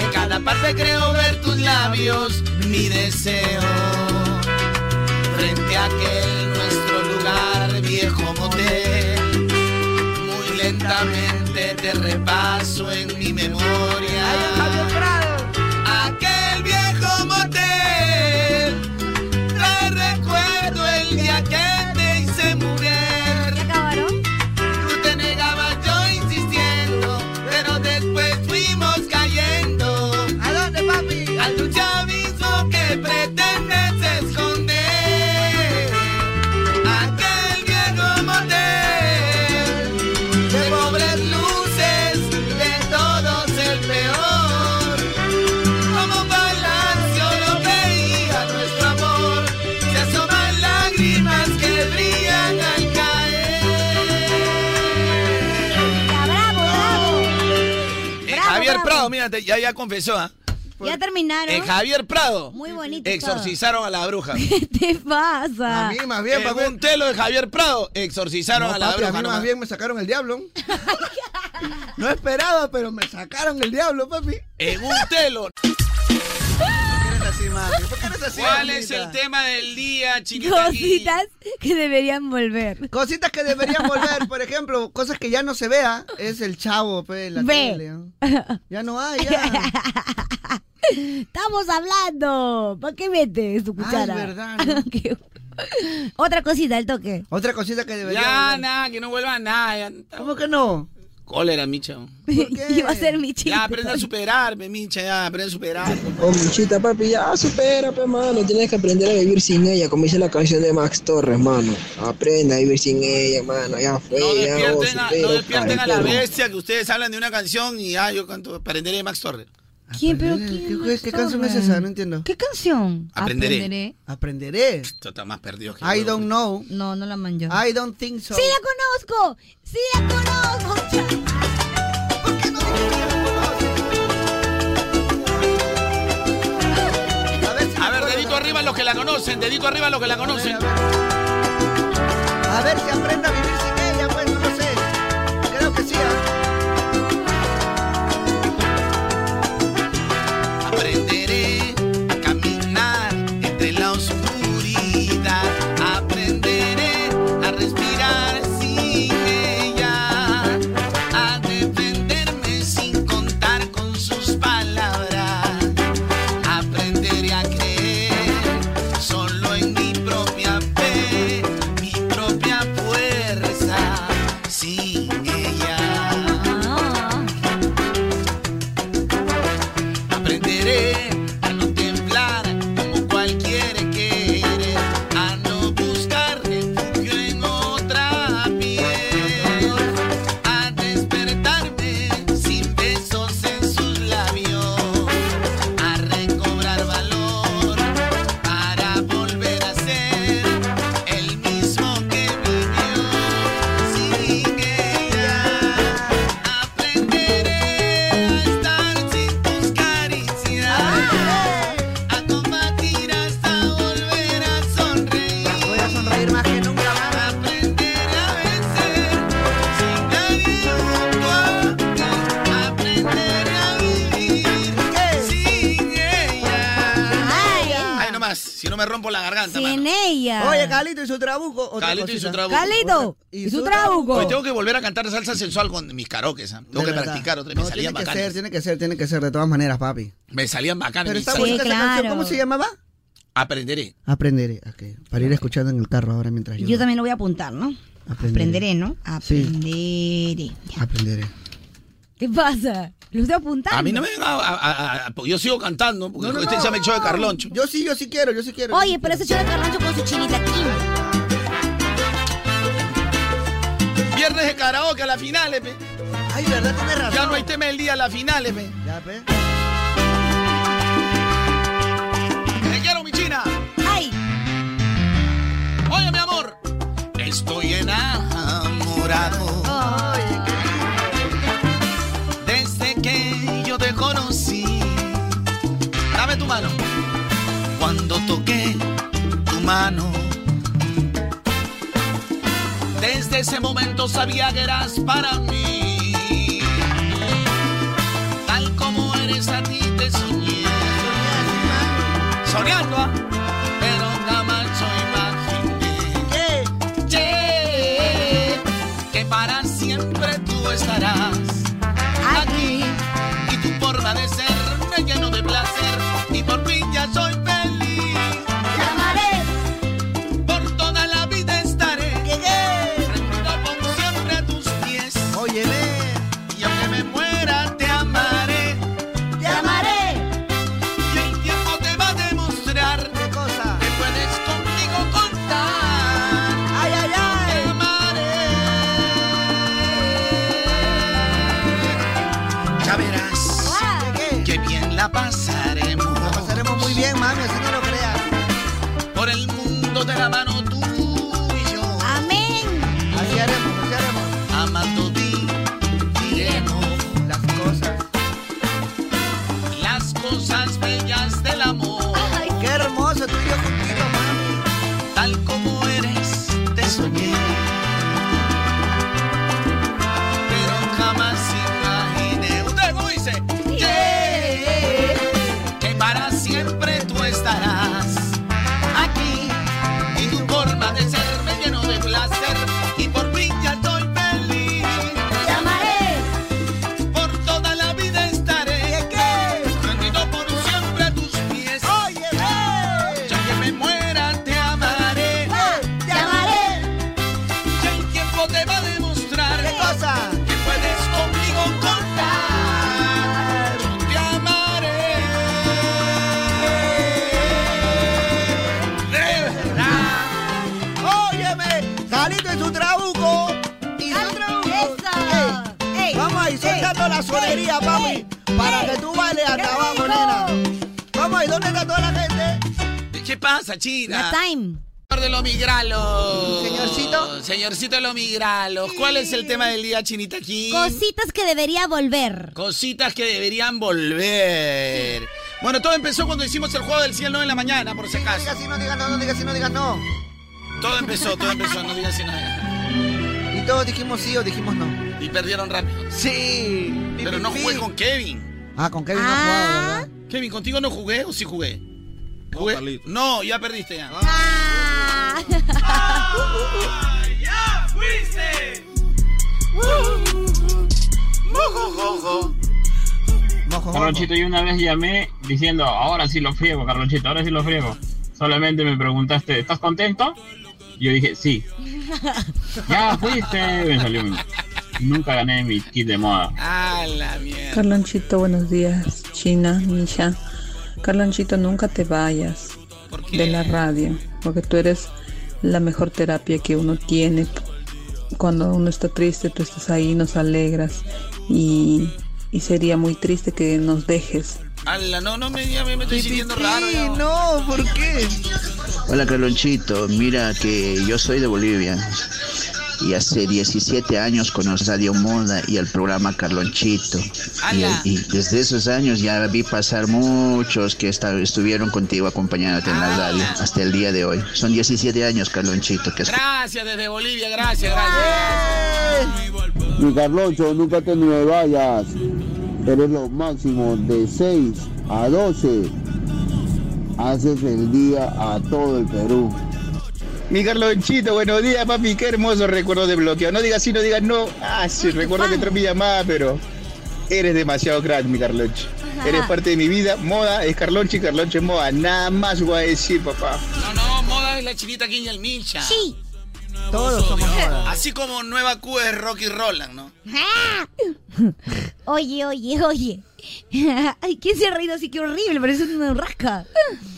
En cada parte creo ver tus labios, mi deseo. Frente a aquel nuestro lugar, viejo motel. Muy lentamente te repaso en mi memoria. Aquel viejo motel Te recuerdo el día que te hice mujer Tú te negabas yo insistiendo Pero después fuimos cayendo ¿A dónde papi? Al chavismo que pretendes esconder Aquel viejo motel de pobres luces, de todos el peor. Como palacio lo veía nuestro amor, se asoman lágrimas que brillan al caer. Eh,
Bravo,
Javier
bravo.
Prado, mira, te- ya, ya confesó, ¿ah?
Ya terminaron.
Eh, Javier Prado.
Muy bonito.
Exorcizaron a la bruja.
todo. ¿Qué te pasa?
Según Telo de Javier Prado, exorcizaron
No,
Ah. Eh, a la
papi, a
bruja.
mí más
nomás.
bien me sacaron el diablo. No esperaba, pero me sacaron el diablo, papi.
En un telo. ¿Cuál es el
mamita?
tema del día, chiquita?
Cositas que deberían volver.
Cositas que deberían volver, por ejemplo, cosas que ya no se vea, es el chavo, pe, en la
Ve.
tele, ¿no? Ya no hay, ya.
Estamos hablando. ¿Para qué mete
Ah,
su cuchara?
verdad,
Qué- Otra cosita, el toque.
Otra cosita que
Ya, nada, que no vuelva nada.
¿Cómo que no?
Cólera, Micha.
Iba a ser mi
Ya, aprende a superarme, Micha, ya, aprende a superar.
Oh, Michita, papi, ya supera, pe, mano. Tienes que aprender a vivir sin ella, como dice la canción de Max Torres, mano. Aprenda a vivir sin ella, mano. Ya fue,
No
ya vos,
despierten, a, no
supera,
despierten a
padre,
la
perro.
bestia que ustedes hablan de una canción y ya, yo canto Aprenderé de Max Torres.
¿Quién, pero
¿Qué,
quién?
qué- qué canción es esa? No entiendo.
¿Qué canción?
Aprenderé.
Aprenderé.
Esto está más perdido que
I don't know.
No, no la manjo.
I don't think so.
¡Sí la conozco! ¡Sí la conozco!
A ver, dedito arriba los que la conocen, dedito arriba los que la conocen.
A ver si aprendo a vivir sin ella, pues no lo sé. Creo que sí. ¿ah?
Aprenderé a caminar entre la oscuridad. Aprenderé a respirar sin ella. A defenderme sin contar con sus palabras. Aprenderé a creer solo en mi propia fe, mi propia fuerza. Sin ella. Aprenderé a no temblar como cualquier querer, a no buscar refugio en otra piel, a despertarme sin besos en sus labios, a recobrar valor para volver a ser el mismo que vivió sin ella. A combatir hasta volver a sonreír. Voy a sonreír más que nunca más. Aprender a vencer sin nadie junto a mí. Aprender a vivir sin ella. Ay, nomás, si no me rompo la garganta,
Sin
mano.
ella.
Oye, Calito y su trabuco. Otra
Calito y
cosita.
su trabuco.
Calito, ¿y su trabuco?
Hoy tengo que volver a cantar salsa sensual con mis karaoke. Tengo
De
que
verdad.
practicar otra vez.
No,
Me salían
tiene que ser,
bacanes.
tiene que ser, tiene que ser, de todas maneras, papi.
Me salían bacanes.
Pero
mis
está
salsas.
bonita esa canción. ¿Cómo se llamaba?
Aprenderé.
Aprenderé, ok. Para ir escuchando en el carro ahora mientras yo.
Yo también lo voy a apuntar, ¿no? Aprenderé, ¿no?
Sí.
Aprenderé.
Aprenderé.
¿Qué pasa? Lo estoy apuntando.
A mí no me venga a- a- a- a- yo sigo cantando, porque
No, no,
usted
no.
se me echó de Carloncho.
Yo sí, yo sí quiero, yo sí quiero.
Oye, pero ese show de Carloncho con su chinita aquí.
Viernes de karaoke a la final, pe.
Ay, verdad, tienes razón.
Ya no hay tema del día a la final, pe.
Ya, pe.
Te quiero, mi china.
¡Ay!
Oye, mi amor. Estoy enamorado. Desde que yo te conocí. Dame tu mano. Cuando toqué tu mano. Desde ese momento sabía que eras para mí. Tal como eres a ti te soñé. Soñando, ¿ah? pero jamás yo imaginé. Che, que para siempre tú estarás aquí. Y tu forma de ser me llenó de placer. Y por fin ya soy feliz. Por toda la vida estaré. Rendido como siempre a tus pies.
Óyeme.
Y aunque me muera, te amaré. Te amaré. Y el tiempo te va a demostrar. cosa? Que puedes conmigo contar. Ay, ay, ay. Te amaré. Ya verás. Que bien la pasaremos. La pasaremos
muy bien, mami, así no lo creas.
Por el mundo de la mano tú y yo.
Amén.
Así haremos, así haremos. Amando diremos las cosas. Las cosas bellas del amor. Ay,
qué hermoso tú y yo contigo,
mami. Tal como eres, te soñé. Pero jamás imaginé. ¿Usted cómo dice? Yeah. Que para siempre tú estarás aquí. Y tu forma de ser me llenó de placer. Y por fin ya estoy feliz. Te amaré. Por toda la vida estaré. Rendido por siempre.
Saludones a toda la gente.
¿Qué pasa, China?
time.
Señor de los migralos.
Señorcito.
Señorcito de los migralos. ¿Cuál es el tema del día, Chinita aquí?
Cositas que debería volver.
Cositas que deberían volver. Bueno, todo empezó cuando hicimos el juego del cielo en la mañana, por si acaso. No digas sí, no digas no, no digas sí, no digas no. Todo empezó, todo empezó, no digas sí, no digas
Y todos dijimos sí o dijimos no.
no. Y perdieron rápido. Sí. Pero no jugué con Kevin.
Ah, con Kevin no jugaba, ¿verdad?
Kevin, ¿contigo no jugué o sí jugué? ¿Jugué? No, ya perdiste ya.
¡Ya fuiste!
Mojojojo.
Carlonchito, yo una vez llamé diciendo, ahora sí lo friego, Carlonchito, ahora sí lo friego. Solamente me preguntaste, ¿estás contento? Y yo dije, sí. Ya fuiste, me salió un- Nunca gané mi kit de moda.
Ah, la mierda.
Carlonchito, buenos días. China, Misha. Carlonchito, nunca te vayas de la radio, porque tú eres la mejor terapia que uno tiene. Cuando uno está triste, tú estás ahí, nos alegras y, y sería muy triste que nos dejes.
Ala, no, no me, ya me, me estoy sintiendo raro. ya.
No, ¿por qué?
Hola Carlonchito, mira que yo soy de Bolivia y hace 17 años conocí a Dios Moda y al programa Carlonchito. Y, y desde esos años ya vi pasar muchos que esta- estuvieron contigo acompañándote en la radio hasta el día de hoy. Son 17 años Carlonchito que
Gracias desde Bolivia, gracias, gracias.
Mi Carloncho, nunca te me vayas. Eres lo máximo de 6 a 12. Haces el día a todo el Perú.
Mi Carlonchito, buenos días, papi. Qué hermoso recuerdo de bloqueo. No digas sí, no digas no. Ah, sí, recuerdo que entró mi llamada, pero eres demasiado crack, mi Carloncho.
Ajá.
Eres parte de mi vida. Moda es Carloncho y Carloncho es moda. Nada más voy a decir, papá.
No, no, moda es la chinita aquí y el mincha. Sí.
Todos somos moda.
Así como Nueva Q es Rocky Roland, ¿no?
Oye, oye, oye. Ay, ¿quién se ha reído así? Qué horrible, parece una rasca.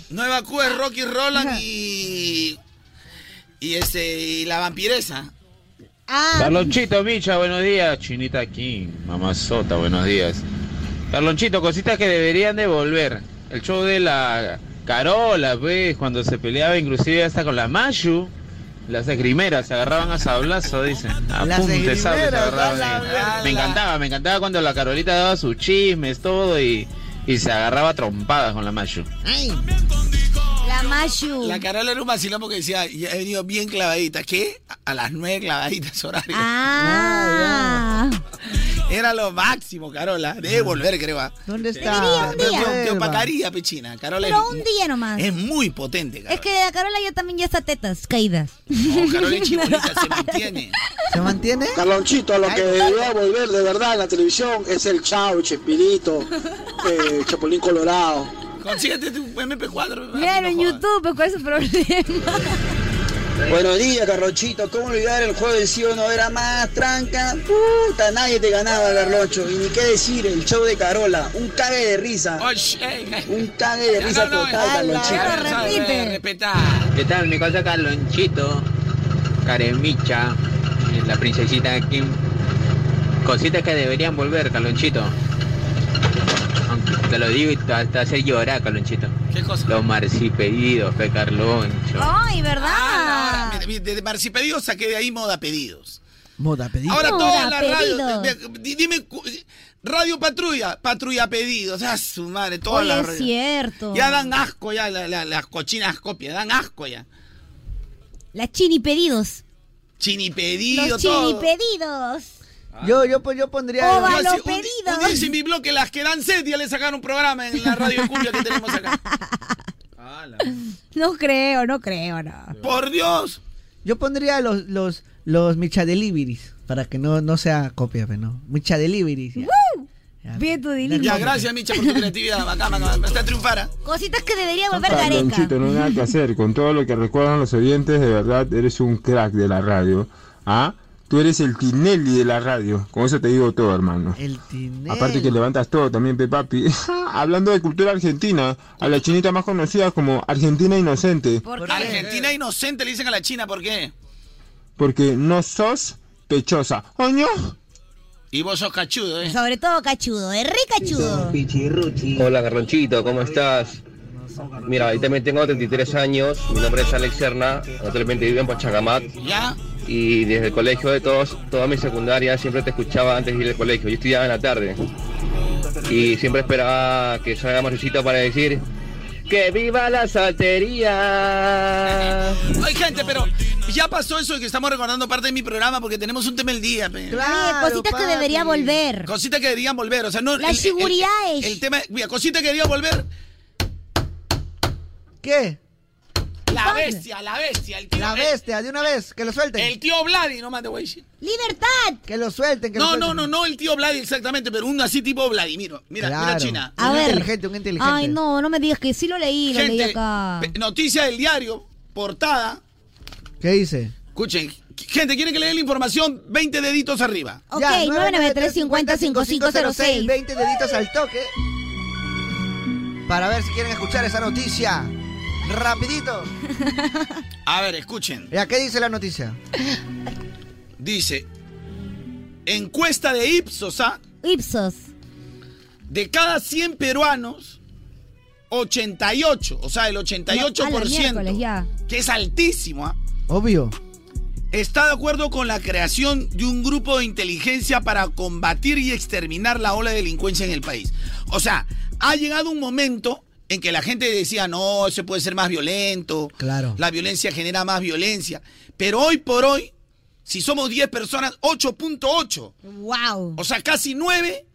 Nueva Q es Rocky Roland y. Y este. Y la vampiresa.
Ah,
Carlonchito, bicha, buenos días. Chinita aquí, mamazota, buenos días. Carlonchito, cositas que deberían devolver. El show de la Carola, pues, cuando se peleaba inclusive hasta con la Mayu. Las esgrimeras se agarraban a sablazo, dicen. A
Las
punta de sable se
esgrimeras,
agarraban.
a la
Me- Me encantaba, me encantaba cuando la Carolita daba sus chismes, todo, y, y se agarraba a trompadas con la Mayu.
La Mayu.
La Carola era un vacilón porque decía, ya he venido bien clavadita. ¿Qué? A las nueve clavaditas horario.
Ah.
Era lo máximo, Carola. Debe volver, creo. ¿ah?
¿Dónde
está? Debería un día.
Te- Te opacaría, pechina. Carola
Pero
es,
un día nomás.
es muy potente, Carola.
Es que la Carola ya también ya está tetas caídas.
No, Carola es chibolita, se mantiene.
¿Se mantiene?
Carlonchito, lo que debería volver de verdad en la televisión es el Chao, Chespirito, eh, Chapulín Colorado.
Consíguete tu MP4.
Claro, en YouTube, pues, ¿cuál es el problema?
Buenos días, Carlonchito. ¿Cómo olvidar el juego del sí o no? Era más tranca. Puta, nadie te ganaba, Carloncho. Y ni qué decir, el show de Carola. Un cague de risa. Un cague de risa total, Carlonchito.
eh,
¿Qué tal? Mi cosa Carlonchito, Caremicha, eh, la princesita Kim. Cositas que deberían volver, Carlonchito. Aunque te lo digo y te- hasta hacer llorar, Carlonchito.
¿Qué cosa?
Los marcipedidos, pe Carloncho.
Ay, ¿verdad?
Ah, no, ahora, mira, mira, de Marci Pedidos saqué de ahí moda pedidos.
Moda pedida.
Ahora todas las
Pedidos.
radios. de- de- di- Dime, cu- Radio Patrulla, Patrulla Pedidos. Ah, su madre, todas
Oye,
las
es
radios.
cierto.
Ya dan asco ya la- la- las cochinas copias, dan asco ya.
Las chini pedidos.
Chini pedido,
Los chini
todo.
pedidos.
Yo, yo, pues, yo pondría.
Oba,
Yo
los
hace- un-
pedidos.
un día hice en mi bloque las que dan sed ya le sacaron un programa en la radio cumbia que tenemos acá.
No creo, no creo, no.
Por Dios.
Yo pondría los, los, los michadeliveries para que no, no sea copia, pero no. Michadeliveries. ya.
Bien tu
Ya, gracias, Micha, por tu creatividad. Acá, Hasta ¿ah? triunfara.
Cositas que debería volver
Carlonchito, no hay nada que
Gareca.
hacer. Con todo lo que recuerdan los oyentes, de verdad eres un crack de la radio. ¿Ah? Tú eres el Tinelli de la radio. Con eso te digo todo, hermano.
El Tinelli.
Aparte que levantas todo también, pe papi. Hablando de cultura argentina, a la chinita más conocida como Argentina Inocente.
Argentina inocente le dicen a la China, ¿por qué?
Porque no sos pechosa. ¡Oño!
Y vos sos cachudo, ¿eh?
Sobre todo cachudo, es re cachudo.
Hola, Carlonchito, ¿cómo estás?
Mira, ahí también tengo 33 años, mi nombre es Alex Serna, actualmente vivo en Pachacamac
¿Ya?
y desde el colegio de todos, toda mi secundaria siempre te escuchaba antes de ir al colegio, yo estudiaba en la tarde y siempre esperaba que salga Maricita para decir ¡Que viva la saltería!
Ay, gente, pero ya pasó eso de que estamos recordando parte de mi programa porque tenemos un tema del día. pe.
Oye, cositas que debería volver.
Cositas que deberían volver, o sea, no...
Las
el- el- El,
seguridades.
el tema, mira, cositas que deberían volver.
¿Qué?
La bestia, la bestia, el tío...
La bestia, de una vez, que lo suelten.
El tío Vladi, no mande wey.
¡Libertad!
Que lo suelten, que lo
No,
suelten.
no, no, no el tío Vladi exactamente, pero uno así tipo Vladimir. Mira, mira
Claro.
China.
A
un
ver.
inteligente, un inteligente.
Ay, no, no me digas que sí lo leí, lo leí
Gente,
acá.
pe- noticia del diario, portada.
¿Qué dice?
Escuchen, gente, ¿quieren que le dé la información? 20 deditos arriba.
Ok, 993 50 5506.
20 deditos al toque. Para ver si quieren escuchar esa noticia. Rapidito.
A ver, escuchen.
Ya, ¿qué dice la noticia?
Dice, encuesta de Ipsos, ¿ah?
Ipsos.
De cada 100 peruanos, 88, o sea, el
A la miércoles,
88%,
ya.
que es altísimo, ¿ah?
Obvio.
está de acuerdo con la creación de un grupo de inteligencia para combatir y exterminar la ola de delincuencia en el país. O sea, ha llegado un momento en que la gente decía, no, se puede ser más violento,
Claro.
la violencia genera más violencia, pero hoy por hoy, si somos 10 personas, 8.8.
Wow.
O sea, casi 9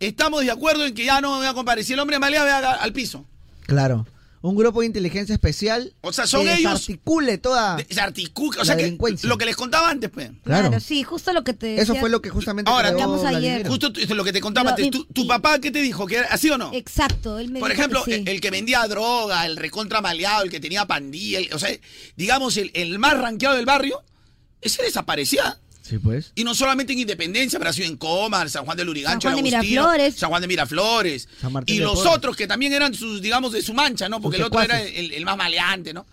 estamos de acuerdo en que ya no voy a comparar. Si el hombre malea, vea al piso.
Claro. Un grupo de inteligencia especial.
O sea, son
que
ellos-
Desarticule toda.
Se articula, o
Ah. La
sea, que
delincuencia.
lo que les contaba antes, pues.
Claro.
sí, justo lo que te
Eso
decía-
fue lo que justamente
Ahora,
creó
hablamos ayer.
Vladimir.
Justo tú- esto es lo que te contaba
Lo-
antes.
y-
¿Tu, tu papá qué te dijo? ¿Que era así o no?
Exacto, él me
Por
dijo que
ejemplo,
sí.
el- el que vendía droga, el recontra maleado, el que tenía pandilla, el- o sea, digamos, el, el más ranqueado del barrio, ese desaparecía.
Sí, pues.
Y no solamente en Independencia, pero ha sido en Comar, San Juan del Lurigancho,
San Juan de
el Agustino,
Miraflores.
San Juan de Miraflores.
San Martín
y
de
los
Porres.
otros que también eran sus, digamos, de su mancha, ¿no? Porque el
Sus
otro era
secuaces.
el, el más maleante, ¿no?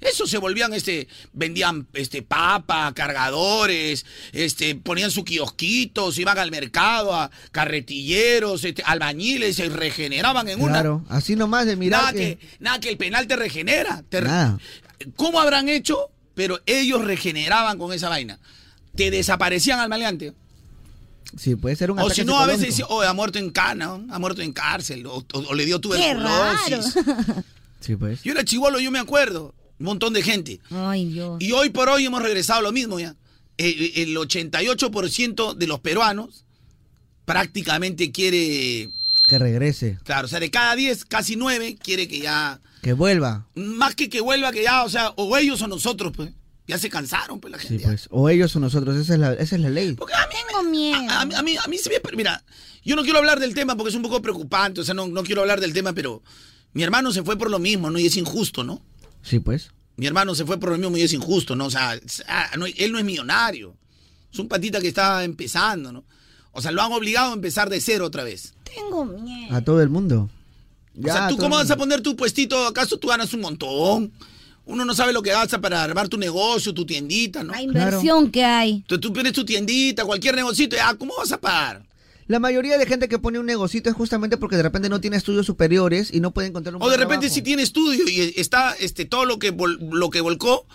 Eso se volvían, este, vendían este papa, cargadores, este, ponían sus kiosquitos, iban al mercado, a carretilleros, este, albañiles, se regeneraban en una.
Claro. Así nomás de mirar.
Nada que,
que-
nada que el penal te regenera. te re-
Nada.
¿Cómo habrán hecho? Pero ellos regeneraban con esa vaina. Te desaparecían al maleante.
Sí, puede ser un
O
ataque
si no, a veces
psicológico.
decía, oh, ha muerto en cana, ¿no? ha muerto en cárcel, o, o- o le dio tuberculosis.
Sí, pues.
Yo era chivolo, yo me acuerdo. Un montón de gente.
Ay, Dios.
Y hoy por hoy hemos regresado a lo mismo ya. El, el 88% de los peruanos prácticamente quiere.
Que regrese.
Claro, o sea, de cada 10, casi 9 quiere que ya.
Que vuelva.
Más que que vuelva, que ya, o sea, o ellos o nosotros, pues. Ya se cansaron, pues, la gente.
Sí, pues. O ellos o nosotros. Esa es la, esa es la ley.
Tengo miedo. A, a mí- a mí, a mí se me. Mira, yo no quiero hablar del tema porque es un poco preocupante, o sea, no, no quiero hablar del tema, pero mi hermano se fue por lo mismo, ¿no? Y es injusto, ¿no?
Sí, pues.
Mi hermano se fue por lo mismo y es injusto, ¿no? O sea, s- ah, no- él no es millonario. Es un patita que está empezando, ¿no? O sea, lo han obligado a empezar de cero otra vez.
Tengo miedo.
Ah,
A todo el mundo.
o sea,
Ya,
¿tú
todo
cómo
el
vas a poner tu puestito? ¿Acaso tú ganas un montón? Uno no sabe lo que gasta para armar tu negocio, tu tiendita, ¿no?
La inversión que hay.
Entonces tú pones tu tiendita, cualquier negocito, y, ah, ¿cómo vas a pagar?
La mayoría de gente que pone un negocito es justamente porque de repente no tiene estudios superiores y no puede encontrar un
O de
buen
repente
trabajo.
si tiene estudio y está este todo lo que vol- lo que volcó,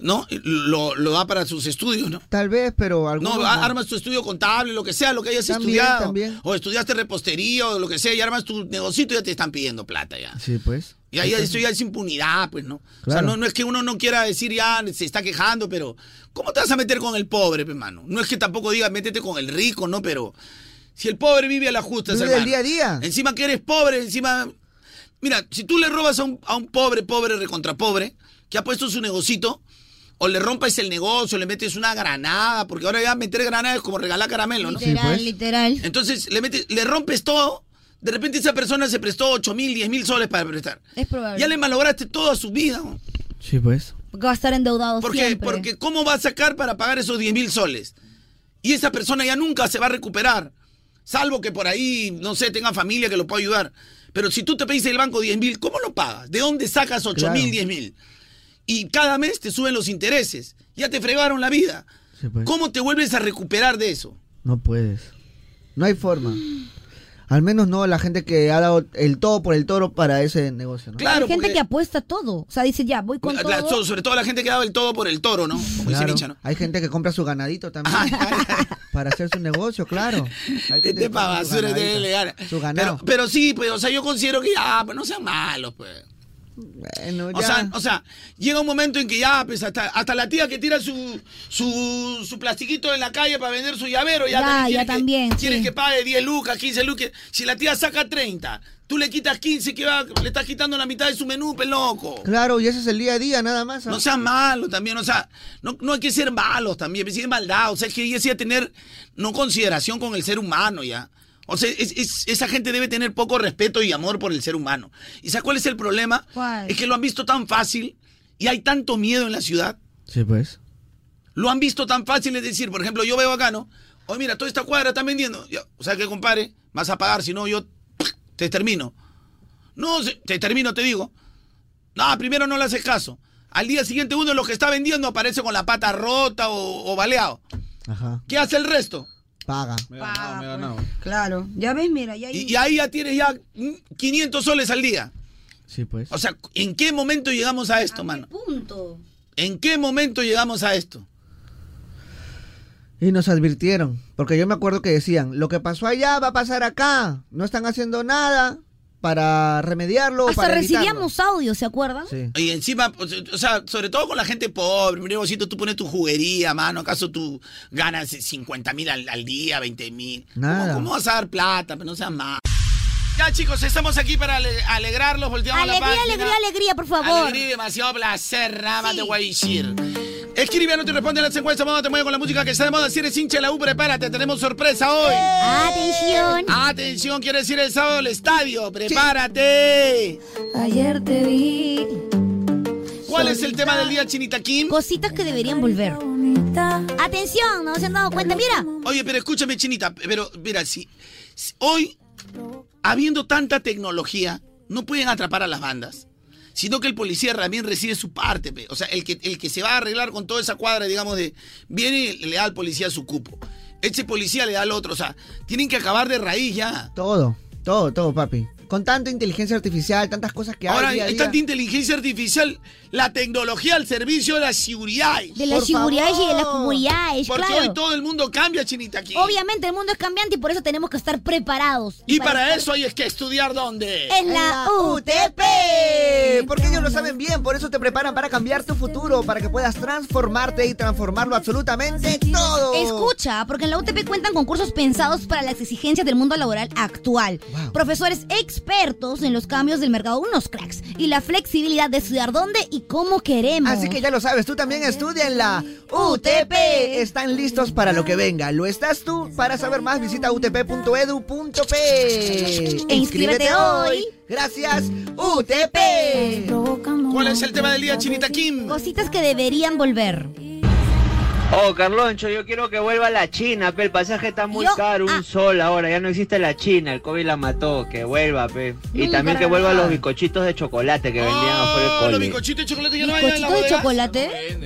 ¿no? Lo, lo da para sus estudios, ¿no?
Tal vez, pero algunos...
No, a- armas tu estudio contable, lo que sea, lo que hayas
También,
estudiado.
también.
O estudiaste repostería o lo que sea, y armas tu negocito y ya te están pidiendo plata ya.
Sí, pues.
Y ahí esto ya es impunidad, pues, ¿no? O sea,
Claro.
no, no es que uno no quiera decir ya se está quejando, pero ¿cómo te vas a meter con el pobre, pe, hermano? No es que tampoco diga métete con el rico, ¿no? Pero si el pobre vive a la justa,
Vive
hermano.
del día a día.
Encima que eres pobre, encima. Mira, si tú le robas a un, a un pobre, pobre, recontra pobre, que ha puesto su negocito, o le rompes el negocio, le metes una granada, porque ahora ya meter granadas es como regalar caramelo, ¿no? pues.
Literal, literal.
Entonces le, metes, le rompes todo, de repente esa persona se prestó 8 mil, 10 mil soles para prestar.
Es probable.
Ya le malograste toda su vida. ¿no?
Sí, pues.
Porque va a estar endeudado
¿Por qué?
siempre.
Porque ¿cómo va a sacar para pagar esos 10 mil soles? Y esa persona ya nunca se va a recuperar. Salvo que por ahí, no sé, tenga familia que lo pueda ayudar. Pero si tú te pedís el banco 10 mil, ¿cómo lo pagas? ¿De dónde sacas 8
Claro.
mil, 10 mil? Y cada mes te suben los intereses. Ya te fregaron la vida.
Sí, pues.
¿Cómo te vuelves a recuperar de eso?
No puedes. No hay forma. al menos no la gente que ha dado el todo por el toro para ese negocio, ¿no?
Hay gente que apuesta todo. O sea, dice ya, voy con
La-
todo.
la-
So- sobre todo la gente que daba el todo por el toro, ¿no? Como dice
Claro.
Richa, ¿no? Ah,
Hay gente que compra su ganadito también para hacer su negocio, claro. Hay gente
Este
que
pa'
compra su
basura
ganadito,
debe legal.
Su ganado.
Pero, pero sí, pues, o sea, yo considero que ya, pues no sean malos, pues. O
ya.
sea, o sea, llega un momento en que ya, pues, hasta, hasta la tía que tira su, su, su plastiquito en la calle para vender su llavero, ya,
Ya,
quiere
ya también,
Que,
sí.
quiere que pague 10 lucas, 15 lucas. Si la tía saca 30, tú le quitas 15, que va, le estás quitando la mitad de su menú, pues, loco.
Claro, y ese es el día a día, nada más. ¿ah?
No sean malos también, o sea, no, no hay que ser malos también, es maldad, o sea, es que ella sí a tener no consideración con el ser humano ya. O sea, es- es- esa gente debe tener poco respeto y amor por el ser humano. ¿Y sabes cuál es el problema? Es que lo han visto tan fácil y hay tanto miedo en la ciudad.
Sí, pues.
Lo han visto tan fácil, es decir, por ejemplo, yo veo acá, ¿no? Oye, mira, toda esta cuadra están vendiendo. Ya, o sea, que compadre, vas a pagar, si no, yo te termino. No, se- te termino, te digo. No, primero no le haces caso. Al día siguiente uno de los que está vendiendo aparece con la pata rota o, o baleado.
Ajá.
¿Qué hace el resto?
Paga.
Pues, Claro. Ya ves, mira, ya
Y, y ahí ya tienes ya mm, 500 soles al día.
Sí, pues.
O sea, ¿en qué momento llegamos a esto, mano?
punto.
¿En qué momento llegamos a esto?
Y nos advirtieron, porque yo me acuerdo que decían, lo que pasó allá va a pasar acá. No están haciendo nada para remediarlo. o
Hasta
para evitarlo.
recibíamos audio, ¿se acuerdan?
Y encima, o se- o sea, sobre todo con la gente pobre, mi negocito, tú pones tu juguería, mano, acaso tú ganas 50 mil al, al día, 20 mil.
Nada.
¿Cómo vas a dar plata? Pero no seas más. Ya, chicos, estamos aquí para ale- alegrarlos, volteamos la
Alegría,
página.
alegría, alegría, por favor.
Alegría y demasiado placer, Rama te voy a decir. Escribe, no te responde las encuestas, mamá, te mueve con la música que está de moda. Si eres hincha de la U, prepárate, tenemos sorpresa hoy.
Atención.
Atención, quiero decir el sábado al estadio, prepárate.
Ayer te vi.
¿Cuál es el tema del día, Chinita Kim?
Cositas que deberían volver. Atención, no se han dado cuenta, mira.
Oye, pero escúchame, Chinita, pero mira, si, si hoy, habiendo tanta tecnología, no pueden atrapar a las bandas, sino que el policía también recibe su parte, pe. o sea, el que, el que se va a arreglar con toda esa cuadra, digamos, de viene y le da al policía su cupo. Ese policía le da al otro, o sea, tienen que acabar de raíz ya.
Todo, todo, todo, papi. Con tanta inteligencia artificial, tantas cosas que
Ahora,
hay. día a
hay
día.
tanta inteligencia artificial, la tecnología al servicio de la seguridad.
De la
Por
seguridad y de las
favor.
comunidades,
Porque
claro.
hoy todo el mundo cambia, Chinita, aquí.
Obviamente el mundo es cambiante y por eso tenemos que estar preparados.
Y para, eso hay es que estudiar dónde.
En la
UTP. Porque ellos lo saben bien, por eso te preparan para cambiar tu futuro, para que puedas transformarte y transformarlo absolutamente todo.
Escucha, porque en la UTP cuentan con cursos pensados para las exigencias del mundo laboral actual. Profesores expertos en los cambios del mercado, unos cracks. Y la flexibilidad de estudiar dónde y cómo queremos.
Así que ya lo sabes, tú también estudia en la UTP. Están listos para lo que venga. ¿Lo estás tú? Para saber más, visita utp.edu.p.
E inscríbete hoy.
Gracias, UTP.
¿Cuál es el tema del día, Chinita Kim?
Cositas que deberían volver.
Oh, Carloncho, yo quiero que vuelva a la China, pe. El pasaje está muy
Yo- ah,
caro, un sol ahora. Ya no existe la China, el COVID la mató. Que vuelva, pe. Y
Nunca
también que
regresará.
vuelvan los bizcochitos de chocolate
Oh,
que vendían afuera del
Los
cole.
bizcochitos de chocolate ya no hay en la
¿Bizcochito de
bodega.
chocolate?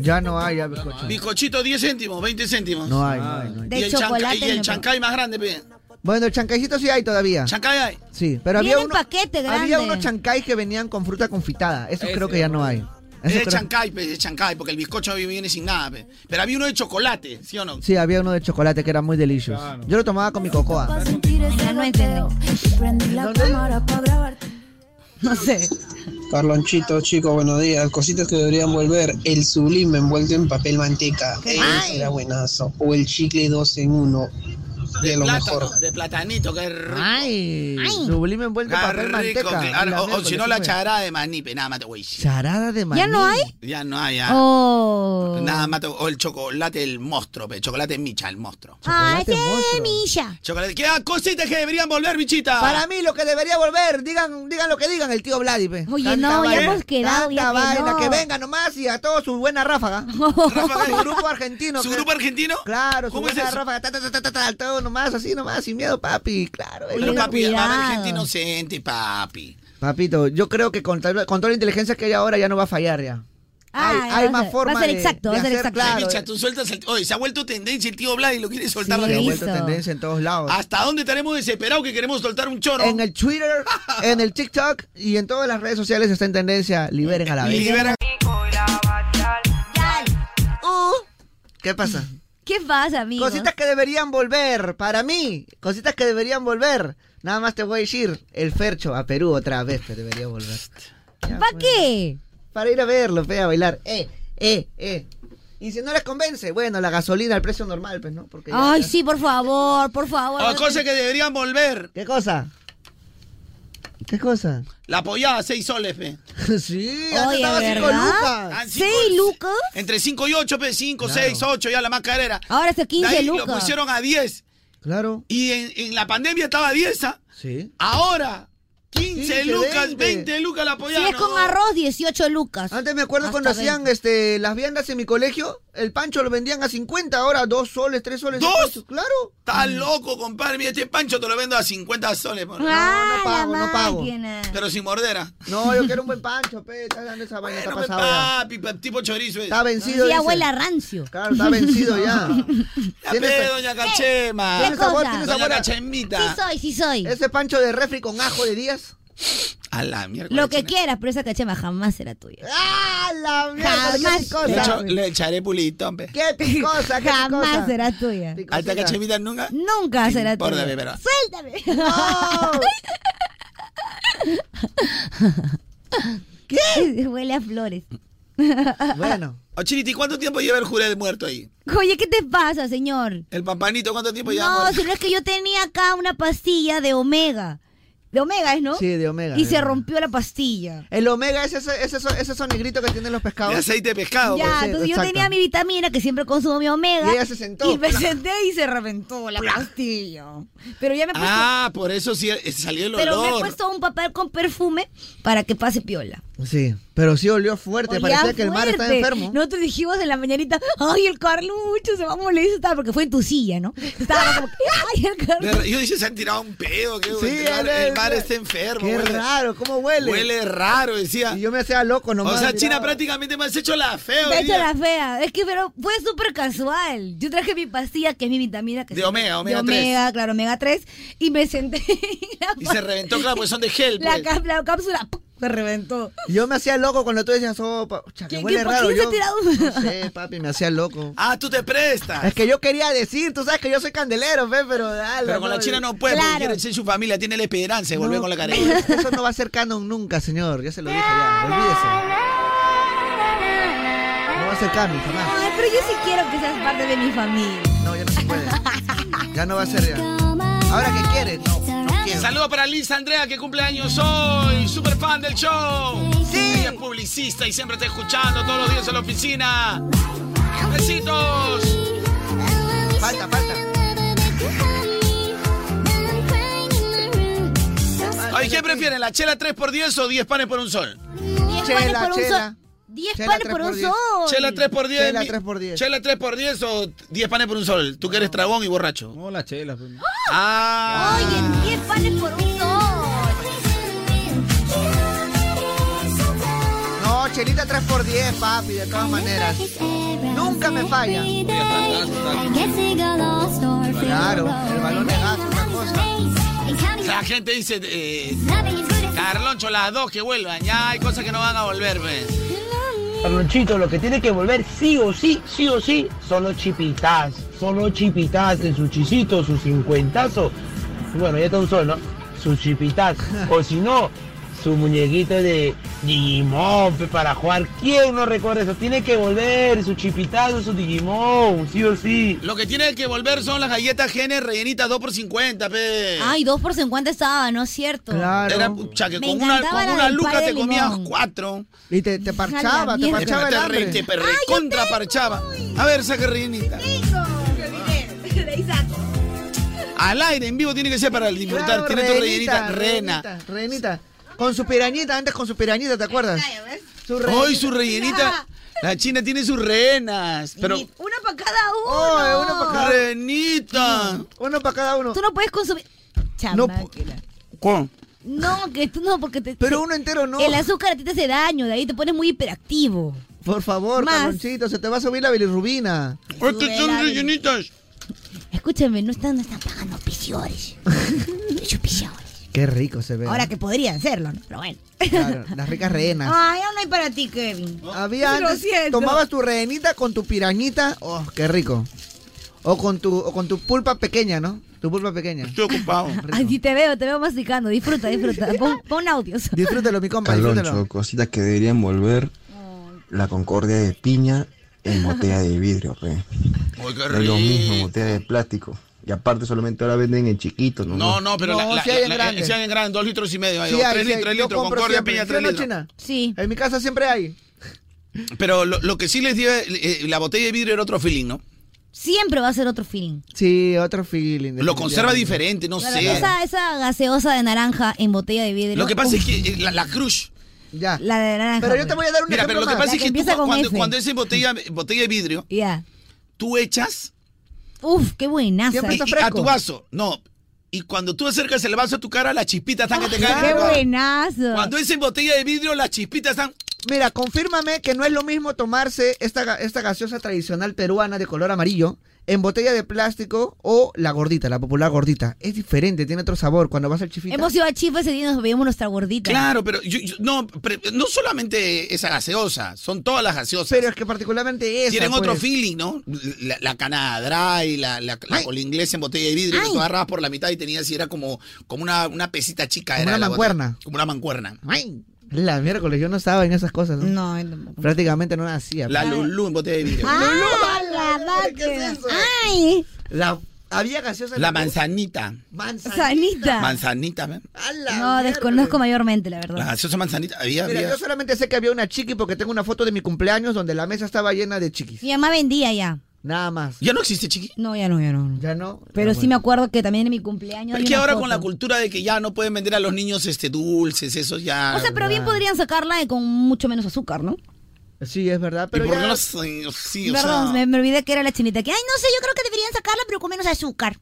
Ya no hay, ya bizcocho.
Bizcochito 10 céntimos, 20 céntimos.
No hay, no hay, no hay.
y
De
el chanca-
chocolate
y el
no.
chancay más grande, pe.
Bueno, el chancaycito sí hay todavía.
¿Chancay hay?
Sí, pero
Viene
había
en
uno,
paquete grande.
había unos chancay que venían con fruta confitada. Esos creo que ya no hay.
Es
Esos
de
creo-
chancay, pe, de chancay, porque el bizcocho viene sin nada, pe. Pero había uno de chocolate, ¿sí o no?
Sí, había uno de chocolate que era muy delicioso. Yo lo tomaba con mi cocoa.
no entiendo.
No sé.
Carlonchito, chicos, buenos días. Cositas que deberían volver. El sublime envuelto en papel manteca.
Qué
Eso
rico.
era buenazo. O el chicle 2 en 1. De, lo
plátano,
mejor.
de platanito, que rico.
Ay, sublime envuelto en
Qué
Ah, papel
rico,
manteca.
claro.
La
O- O,
miércoles, pues.
si no, la
sí,
charada de maní, pe, nada más te voy a decir.
Charada de maní.
Ya no hay,
Ah.
ya.
Oh.
Nada más te- O el chocolate del monstruo, pe. Chocolate micha, el monstruo.
Ay, qué milla.
Chocolate. ¿Qué ah, cositas que deberían volver, bichita?
Para mí lo que debería volver, digan, digan lo que digan el tío Vladi. pe.
Oye,
Tanta
no, ya
vaina,
hemos quedado, ya
tanta
que
vaina,
no.
que venga nomás y a todos su buena ráfaga.
Ráfaga.
su grupo argentino.
¿Su
que-
grupo argentino?
Claro, su
¿Cómo es
buena
eso?
ráfaga, ta, ta, ta, ta, ta, ta, todo nomás, así nomás, sin miedo, papi, claro.
Pero
eso.
papi, la gente inocente, papi.
Papito, yo creo que con, tal- con toda la inteligencia que hay ahora ya no va a fallar ya. hay,
Ah,
hay
va a
más
ser-
formas
va a ser
de-
exacto,
de
va a ser
hacer,
exacto.
claro,
Picha, tú sueltas el. Oye, se ha vuelto tendencia el tío Vlad y lo quiere soltar la
se ha vuelto tendencia en todos lados.
¿Hasta dónde estaremos desesperados que queremos soltar un choro?
En el Twitter, en el TikTok y en todas las redes sociales está en tendencia. Liberen a la vez. ¿Qué pasa?
Oh, ¿Qué pasa, amigo?
Cositas que deberían volver, para mí, cositas que deberían volver. Nada más te voy a decir, el Fercho a Perú otra vez que debería volver.
¿Para qué?
Para ir a verlo, fe, a bailar. Eh, eh, eh. Y si no les convence, bueno, la gasolina al precio normal, pues, ¿no? Porque ya- Ah,
Ay, sí, por favor, por favor.
O cosas que deberían volver.
¿Qué cosa? ¿Qué cosa?
La apoyada, 6 soles, fe.
Sí,
Oye, ¿verdad?
Ah,
¿Seis
lucas?
Entre 5 y 8, pe, 5, 6, 8, ya la más carera.
Ahora está 15
De ahí Lo
Ah, lucas.
pusieron a 10.
Claro.
Y en, en la pandemia estaba a 10, ¿ah?
Sí.
Ahora, 15
15,
lucas,
20.
20, lucas la
Si
apoyada.
es con arroz, 18 lucas.
Antes me acuerdo cuando hacían este, las viandas en mi colegio, el pancho lo vendían a 50, ahora 2 soles, 3 soles.
¿Dos?
Claro.
Estás loco, compadre. Mira, este pancho te lo vendo a 50 soles. por-
Ah, No, no pago, la no pago.
Ah.
Pero sin mordera.
No, yo quiero un buen pancho, pe, estás dando esa vaina, está
Pues,
pasado ya.
papi, pa- tipo chorizo.
Está vencido. dice.
rancio.
Claro, está vencido ya.
Ya,
Tiene
pe,
sa-
doña Cachema.
Tiene sabor, tiene
Doña
sabor a-
Cachemita.
soy, sí soy.
Ese pancho de refri con ajo de días.
A la mierda.
Lo que quieras, pero esa cachema jamás será tuya.
¡Ah, la mierda!
Jamás.
¡Qué
Le,
picosa!
echo- le echaré pulitón, pe.
¡Qué picosa, qué
Jamás
picosa!
será tuya.
¿A esta Cachemita nunca?
Nunca será
importa, pe,
tuya.
pero-
Suéltame.
¡Oh!
¿Qué? Huele a flores.
Bueno.
O Chiniti, Oh, ¿cuánto tiempo lleva el juré de muerto ahí?
Oye, ¿qué te pasa, señor?
El pampanito, ¿cuánto tiempo
Pues
lleva
No,
muerto?
sino es que yo tenía acá una pastilla de omega. De omega es, ¿no?
Sí, de omega.
Y
de
se
omega.
rompió la pastilla.
El omega es ese, ese, ese sonegrito que tienen los pescados.
De aceite de pescado, pues.
ya, entonces yo tenía mi vitamina que siempre consumo mi omega.
pues Y ella se sentó.
Y me senté y se reventó la pastilla. Pero ya me he puesto,
Ah, por eso sí eh, salió el
pero me he
olor.
puesto un papel con perfume para que pase piola.
Sí, pero sí olió fuerte,
Olía
parecía que el mar estaba
fuerte.
enfermo.
Nosotros dijimos en la mañanita, ay, el Carlucho se va a molestar, porque fue en tu silla, ¿no? Estaba como, que, ay, el
De
Carlucho.
re- Yo dije, se han tirado un pedo. Que
Sí,
el, mar,
él es-
el mar está enfermo.
Qué
huele-
raro, ¿cómo huele?
Huele raro, decía.
Y yo me hacía loco nomás.
o sea,
miraba.
China prácticamente me has hecho la fea.
De
hoy
hecho,
día.
la fea. Es que pero fue súper casual. Yo traje mi pastilla, que es mi vitamina. Que
De
se-
omega, omega
de omega, claro, omega 3. Y me senté. y la
Y se reventó, claro, porque son de gel.
La,
pues.
ca- la cápsula ¡pum! se reventó.
Yo me hacía loco cuando tú decías, oh, pa- pucha, que
¿Qué-
huele
qué- por
raro.
qué se
Yo,
tira
no sé, papi, me hacía loco.
Ah, tú te prestas.
Es que yo quería decir, tú sabes que yo soy candelero, fe, pero dale.
Pero con la China no puede, porque quiere ser su familia, tiene la esperanza de volver con la
No,
careta.
Eso no va a ser canon nunca, señor. Ya se lo dije ya. Olvídese. No va a ser canon jamás.
Ay, pero yo sí quiero que seas parte de mi familia.
No, ya no se puede. Ya no va a ser ya. Ahora que quieres, no. no quiero.
Saludos para Lisa Andrea, que cumple años hoy. Super fan del show. Sí. Ella es publicista y siempre está escuchando todos los días en la oficina. Besitos.
Falta, falta.
Ay, ¿qué prefieren? ¿La chela 3x10 o 10 panes por un sol?
10 panes
Chela,
por un
chela.
sol. 10
Chela,
panes
tres
por
por
un
diez.
sol.
Chela 3x10.
Chela
mi-
3x10.
Chela 3x10 o 10 panes por un sol. Tú que eres tragón y borracho.
No, la chela. pues.
Ah.
Oye, 10 panes por un sol.
No, chelita 3x10, papi, de todas maneras. Nunca me falla. Claro, el balón de gas, una cosa.
La gente dice, eh, Carloncho, las dos que vuelvan. Ya hay cosas que no van a volver, pues.
Carlonchito, lo que tiene que volver sí o sí, sí o sí, son los chipitas. Son los chipitas en su chisito, su cincuentazo. Bueno, ya está un sol, ¿no? Sus chipitas. O si no, su muñequito de Digimon pe, para jugar. ¿Quién no recuerda eso? Tiene que volver su chipitazo, su Digimon, sí o sí.
Lo que tiene que volver son las galletas genes rellenitas 2 por 50, pe.
Ay, 2 por 50 estaba, ¿no es cierto?
Era, pucha, que
Me
con una,
encantaba
con
la
una
del pay
luca
de
te comías
limón.
cuatro. Este
Y te, te parchaba, te
mierda.
parchaba el
Te re- te
hambre.
perre- contra parchaba. A ver, saque rellenita. Al aire, en vivo, tiene que ser para disfrutar.
Claro,
tiene tu rellenita, rena.
rellenita, rellenita. Con su pirañita, antes con su pirañita, ¿te acuerdas? Su rellenita.
Hoy su rellenita. La China tiene sus renas. Pero.
Una para cada uno.
Oh, una para cada
Renita.
Uno para cada uno.
Tú no puedes consumir.
No
Chamáquela.
¿Cómo?
No, que tú no, porque te.
Pero uno entero no.
El azúcar a ti te hace daño, de ahí te pones muy hiperactivo.
Por favor,
Más.
Carlonchito, se te va a subir la bilirrubina.
Estos son rellenitas. Escúchame, no están, no están pagando auspiciadores.
Qué rico se ve. ¿eh?
Ahora que podrían serlo, ¿no? Pero bueno.
Claro, las ricas rehenas.
Ay, aún no hay para ti, Kevin.
Ah,
Había
Lo
antes,
siento.
tomabas tu rehenita con tu pirañita, oh, qué rico. O con tu o con tu pulpa pequeña, ¿no? Tu pulpa pequeña. Estoy ocupado.
Allí te veo, te veo masticando. Disfruta, disfruta. Pon, pon audios.
Disfrútalo, mi compa, disfrútalo.
Carloncho, cositas que deberían volver. La concordia de piña en botella de vidrio, pe. No es lo mismo, botella de plástico. Y aparte solamente ahora venden en chiquito, ¿no?
No, no, pero
No,
la, la,
sí hay en
la-
grande.
sí hay en grande, dos litros y medio, hay,
Sí,
o
hay,
tres
sí,
litros, tres
yo
litros,
compro
Concordia,
siempre.
piña,
¿Sí
tres
o no,
litros.
China? En mi casa siempre hay.
Pero lo, lo que sí les digo, eh, la botella de vidrio era otro feeling, ¿no?
Siempre va a ser otro feeling.
Sí, otro feeling.
Lo conserva diferente, no
Claro,
sé.
Esa, esa gaseosa de naranja en botella de vidrio.
Lo que pasa
Uf,
es que eh, la, la crush.
Ya.
La de naranja. pues.
Pero yo te voy a dar un
Mira, pero lo que pasa es que, tú
empieza
cu-
con
cuando,
F.
cuando es en botella, botella de vidrio,
Ya.
tú echas
Uf, qué buenaza.
y- y- a tu vaso. No. Y cuando tú acercas el vaso a tu cara, las chispitas están que te caen.
Qué buenazo.
Cuando es en botella de vidrio, las chispitas están.
Mira, confírmame que no es lo mismo tomarse esta, ga- esta gaseosa tradicional peruana de color amarillo en botella de plástico o la gordita, la popular gordita. Es diferente, tiene otro sabor. Cuando vas al chifita.
Hemos ido a Chifa ese día y nos bebimos nuestra gordita.
Claro, pero yo, yo- no, pre- no solamente esa gaseosa, son todas las gaseosas.
Pero es que particularmente esa.
Tienen
pues.
otro feeling, ¿no? La, la Canadá y la, la, la cola inglesa en botella de vidrio, que tú agarrabas por la mitad y tenías, y era como, como una, una pesita chica.
Como
era
una
la botella.
mancuerna.
como una mancuerna.
Ay, la miércoles, yo no estaba en esas cosas. No, prácticamente no las hacía.
La
pues.
Lulú en botella de vidrio.
¡Ah, la máquina! ¡Ay!
La- había gaseosa.
La manzanita.
Sanita.
Manzanita, ¿ven?
no, desconozco mayormente, la
La
verdad.
gaseosa manzanita. Había,
Mira,
había-
yo solamente sé que había una chiqui porque tengo una foto de mi cumpleaños donde la mesa estaba llena de chiquis.
Mi mamá vendía ya.
Nada más.
¿Ya no existe chiqui?
No, ya no, ya no.
¿Ya no?
Pero
Ah,
sí
bueno.
me acuerdo que también en mi cumpleaños.
Pero es
había
que
una
ahora
foto.
con la cultura de que ya no pueden vender a los niños este dulces, esos ya.
O sea, pero bien podrían sacarla de- con mucho menos azúcar, ¿no?
Sí, es verdad,
¿Y
pero
por
ya-
qué no se- sí, o
Perdón,
sea-
me, me olvidé que era la chinita. Que, ay, no sé, yo creo que deberían sacarla, pero con menos azúcar.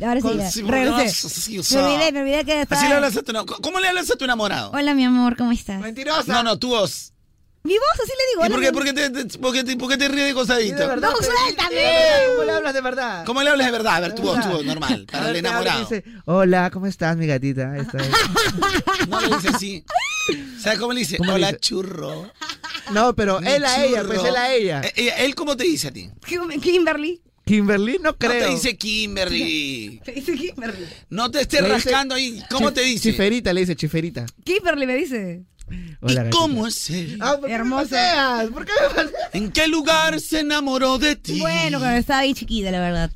Ahora sí,
Con-
ya,
sí, porque no
regresé.
vas- sí, o sea-
me olvidé, me olvidé que estaba...
Así le hablas a tu enamorado. ¿Cómo le hablas a tu enamorado? Ah,
Hola, mi amor, ¿cómo estás?
Mentirosa.
No, no, tu voz.
Mi voz, así le
¿Y
digo. hola,
por
mi
qué,
amor.
por qué te, te- por qué te- por qué te ríes de
Sí, de
cosadito?
verdad,
No,
te-
suéltame.
Sí, de verdad, ¿Cómo le hablas de verdad?
¿Cómo le hablas de verdad? A ver, tu voz, tu voz, normal,
A
para
ver,
el
te habla y
enamorado.
dice, Hola, ¿cómo estás, mi gatita? Esta es-
No le dice así. ¿Sabes cómo le dice?
¿Cómo le
Hola,
dice?
churro.
No, pero él a ella, pues
Churro.
él a ella.
Eh, eh, ¿Él cómo te dice a ti?
Kim- Kimberly.
Kimberly, no creo.
No te dice Kimberly.
Te dice Kimberly.
No te estés
Le dice-
rascando ahí. ¿Cómo
Chi-
te dice?
Chiferita, le dice chiferita.
Kimberly me dice.
Hola, gatita.
¿Cómo es él?
Ah.
Hermosa.
¿En qué lugar se enamoró de ti?
Bueno, cuando estaba ahí chiquita, la verdad.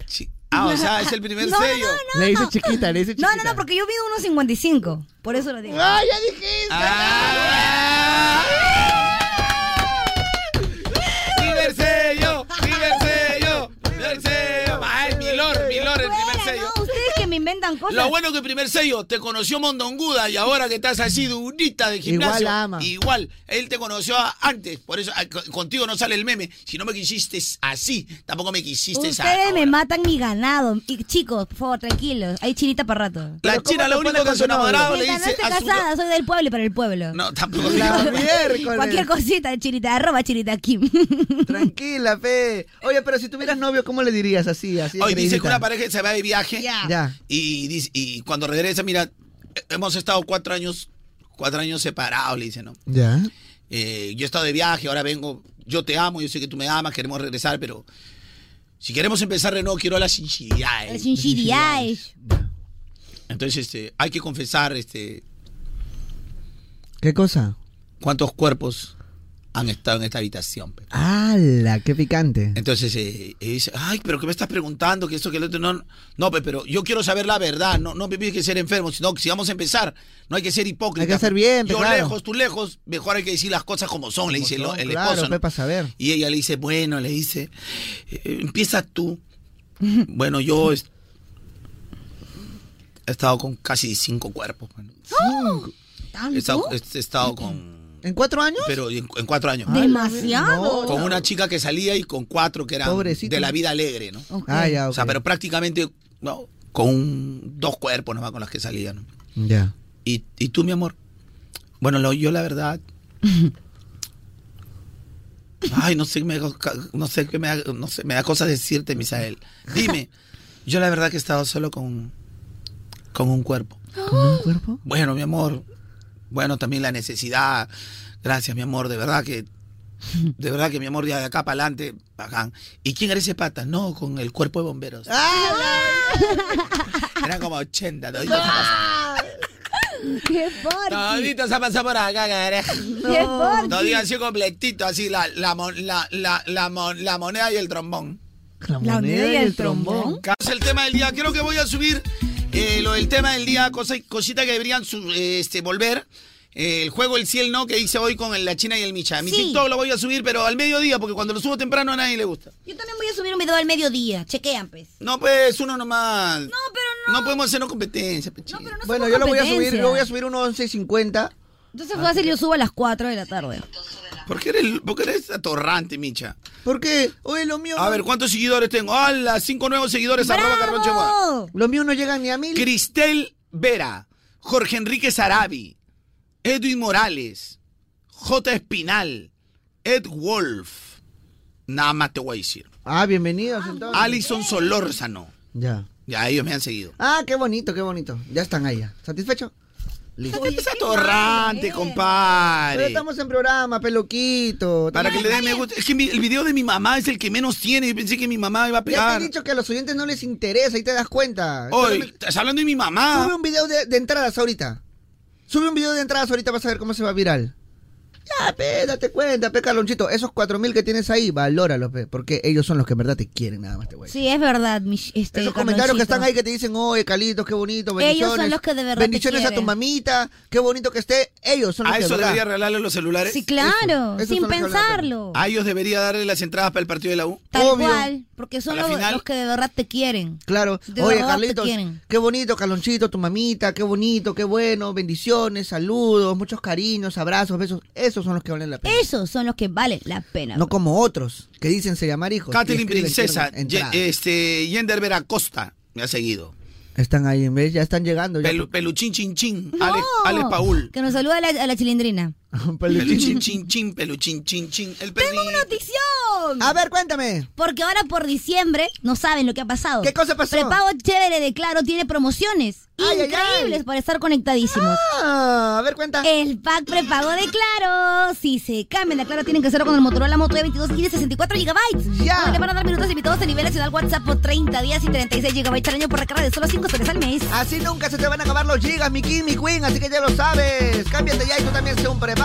Ah, o sea, es el primer
No, no,
sello.
Le dice chiquita, le dice
No,
chiquita.
no, no, porque yo mido unos 55. Por eso lo digo.
¡Ah, ya dijiste!
Ah. Primer sello, primer sello, primer sello. Ay, Milor, Milor, el primer sello.
Ustedes que me inventan cosas.
Lo bueno que el primer sello te conoció Mondonguda y ahora que estás así durita de gimnasio.
Igual ama.
igual, él te conoció a- antes, por eso a- co- contigo no sale el meme. Si no me quisiste así, tampoco me quisiste así.
Ustedes me matan mi ganado. Y chicos, por favor, tranquilos. Hay chinita para rato.
La china, lo único que su enamorado le
Mientras no
dice
esté
a su...
casada, soy del pueblo y para el pueblo.
No, tampoco.
Cualquier cosita, chinita, arroba chinita Kim.
Tranquila, fe. Oye, pero si tuvieras novio, ¿cómo le dirías así? así
Hoy dice que
creidita?
una pareja se va de viaje
Ya.
y, dice- y cuando regresa, mira, hemos estado cuatro años, cuatro años separados, le dice, ¿no?
Ya.
Eh, yo he estado de viaje, ahora vengo, yo te amo, yo sé que tú me amas, queremos regresar, pero si queremos empezar de nuevo, quiero a la sinceridad. ¿eh?
El chinchiriay.
Entonces, este, hay que confesar este,
¿Qué cosa?
cuántos cuerpos han estado en esta habitación. pe.
¡Hala! ¡Qué picante!
Entonces, eh, y dice, ay, pero ¿qué me estás preguntando? Que esto, que lo otro, no, no, pe, pero yo quiero saber la verdad, no, no me tienes que ser enfermo, sino que si vamos a empezar, no hay que ser hipócrita.
Hay que hacer bien, pe,
Yo
claro.
lejos, tú lejos, mejor hay que decir las cosas como son, le dice el- el,
claro,
esposo. ¿no?
pe, para saber.
Y ella le dice, bueno, le dice, "eh, empieza tú. Bueno, yo es- he estado con casi cinco cuerpos. bueno. He estado, he estado con,
¿En cuatro años?
pero en, en cuatro años.
Demasiado.
Con una chica que salía y con cuatro que eran
Pobrecito.
de la vida alegre, ¿no?
Ok.
Ah, ya,
O sea,
ok.
pero prácticamente no, con un- dos cuerpos nomás con las que salía, ¿no?
Ya.
Y, y tú, mi amor. Bueno, lo- yo la verdad. Ay, no sé, qué me da- no sé qué me da, no sé, me da cosas decirte, Misael. Dime, yo la verdad que he estado solo con, con un cuerpo.
¿Con un cuerpo?
Bueno, mi amor. Bueno, también la necesidad. Gracias, mi amor. De verdad que. De verdad que mi amor, ya de acá para adelante, bacán. ¿Y quién era ese pata? No, con el cuerpo de bomberos.
¡Ah!
Eran como 80, toditos se
¡Qué
Toditos han pasado por acá, carajo.
Qué porqui.
Toditos así completito, así la, la, mon- la, la, la, mon- la moneda y el trombón.
La unidad y el trombón.
Es el tema del día. Creo que voy a subir eh, lo del tema del día, cosa, cosita que deberían su- eh, este, volver. Eh, el juego El Ciel No que hice hoy con el- la China y el Micha. Mi
Sí.
TikTok lo voy a subir, pero al mediodía, porque cuando lo subo temprano a nadie le gusta.
Yo también voy a subir un video al mediodía. Chequean, pues.
No, pues uno nomás. No, pero no. No podemos hacer una competencia, pe, chico.
Bueno, yo lo voy a subir,
competencia.
yo voy a subir unos 11.50.
Entonces
Ah,
fácil yo subo a las 4 de la tarde.
¿Por qué eres, por qué eres atorrante, Micha?
¿Por qué? Oye, lo mío.
A ver, ¿cuántos seguidores tengo? ¡Hala! Cinco nuevos seguidores. Arroba Carlón Chema.
Los míos no llegan ni a mil.
Cristel Vera, Jorge Enrique Sarabi, Edwin Morales, J. Espinal, Ed Wolf. Nada más te voy a decir.
Ah, bienvenidos entonces.
Alison Solórzano.
Ya.
Ya ellos me han seguido.
Ah, qué bonito, qué bonito. Ya están ahí. ya. ¿Satisfecho? Listo.
Es atorrante, compadre.
Pero estamos en programa, peluquito.
Para que le den me gusta. Es que mi- el video de mi mamá es el que menos tiene. Yo pensé que mi mamá iba a
Ya
pegar.
te he dicho que a los oyentes no les interesa y te das cuenta.
Hoy, estás hablando de mi
Ah.
mamá.
Sube un video de, de entradas ahorita. Sube un video de entradas ahorita, vas a ver cómo se va viral. Ya, pe, date cuenta, pe, Carlonchito. Esos 4.000 que tienes ahí, valóralos, pe, porque ellos son los que en verdad te quieren, nada más te voy.
Sí, es verdad, mis, este,
Esos comentarios
Carlonchito.
que están ahí que te dicen, oye, Calitos, qué bonito,
Ellos
bendiciones.
son los que de verdad te
Bendiciones a tu
quieren.
mamita, qué bonito que esté. Ellos son los
A
que de
eso
verdad.
debería regalarle los celulares.
Sí, claro,
Eso-
sin
eso son los que hablan,
pensarlo.
A ellos debería darle las entradas para el partido de la U.
Tal cual, porque son
A la
los,
final-
los que de verdad te quieren.
Claro.
De
Oye,
verdad te
Carlitos,
quieren.
qué bonito, Carlonchito, tu mamita, qué bonito, qué bueno. Bendiciones, saludos, muchos cariños, abrazos, besos. Esos son los que valen la pena.
Esos son los que valen la pena.
No como otros que dicen se llamar hijos.
Catherine
y escriben
Princesa,
que
Ye-
entrada.
este, Yender Vera Costa, me ha seguido.
Están ahí, ¿ves? Ya están llegando. ya.
Pelu- peluchín Chin Chin,
No,
Alex, Alex Paul.
Que nos saluda a la, a la chilindrina.
Peluchín Chin Chin, Peluchín Chin Chin, el perrito.
¡Notición!
A ver, cuéntame.
Porque ahora por diciembre no saben lo que ha pasado. ¿Qué
cosa pasó?
Prepago chévere de Claro tiene promociones increíbles para estar conectadísimos.
a ver, cuenta.
El pack prepago de Claro. Si se cambian a Claro, tienen que hacerlo con el Motorola Moto E22 y de 64 GB. Ya. le van a dar minutos limitados a nivel nacional WhatsApp por 30 días y 36 GB al año por recarga de solo 5 soles al mes.
Así nunca se te van a acabar los gigas, mi king, mi queen, así que ya lo sabes. Cámbiate ya y tú también sé un prepago.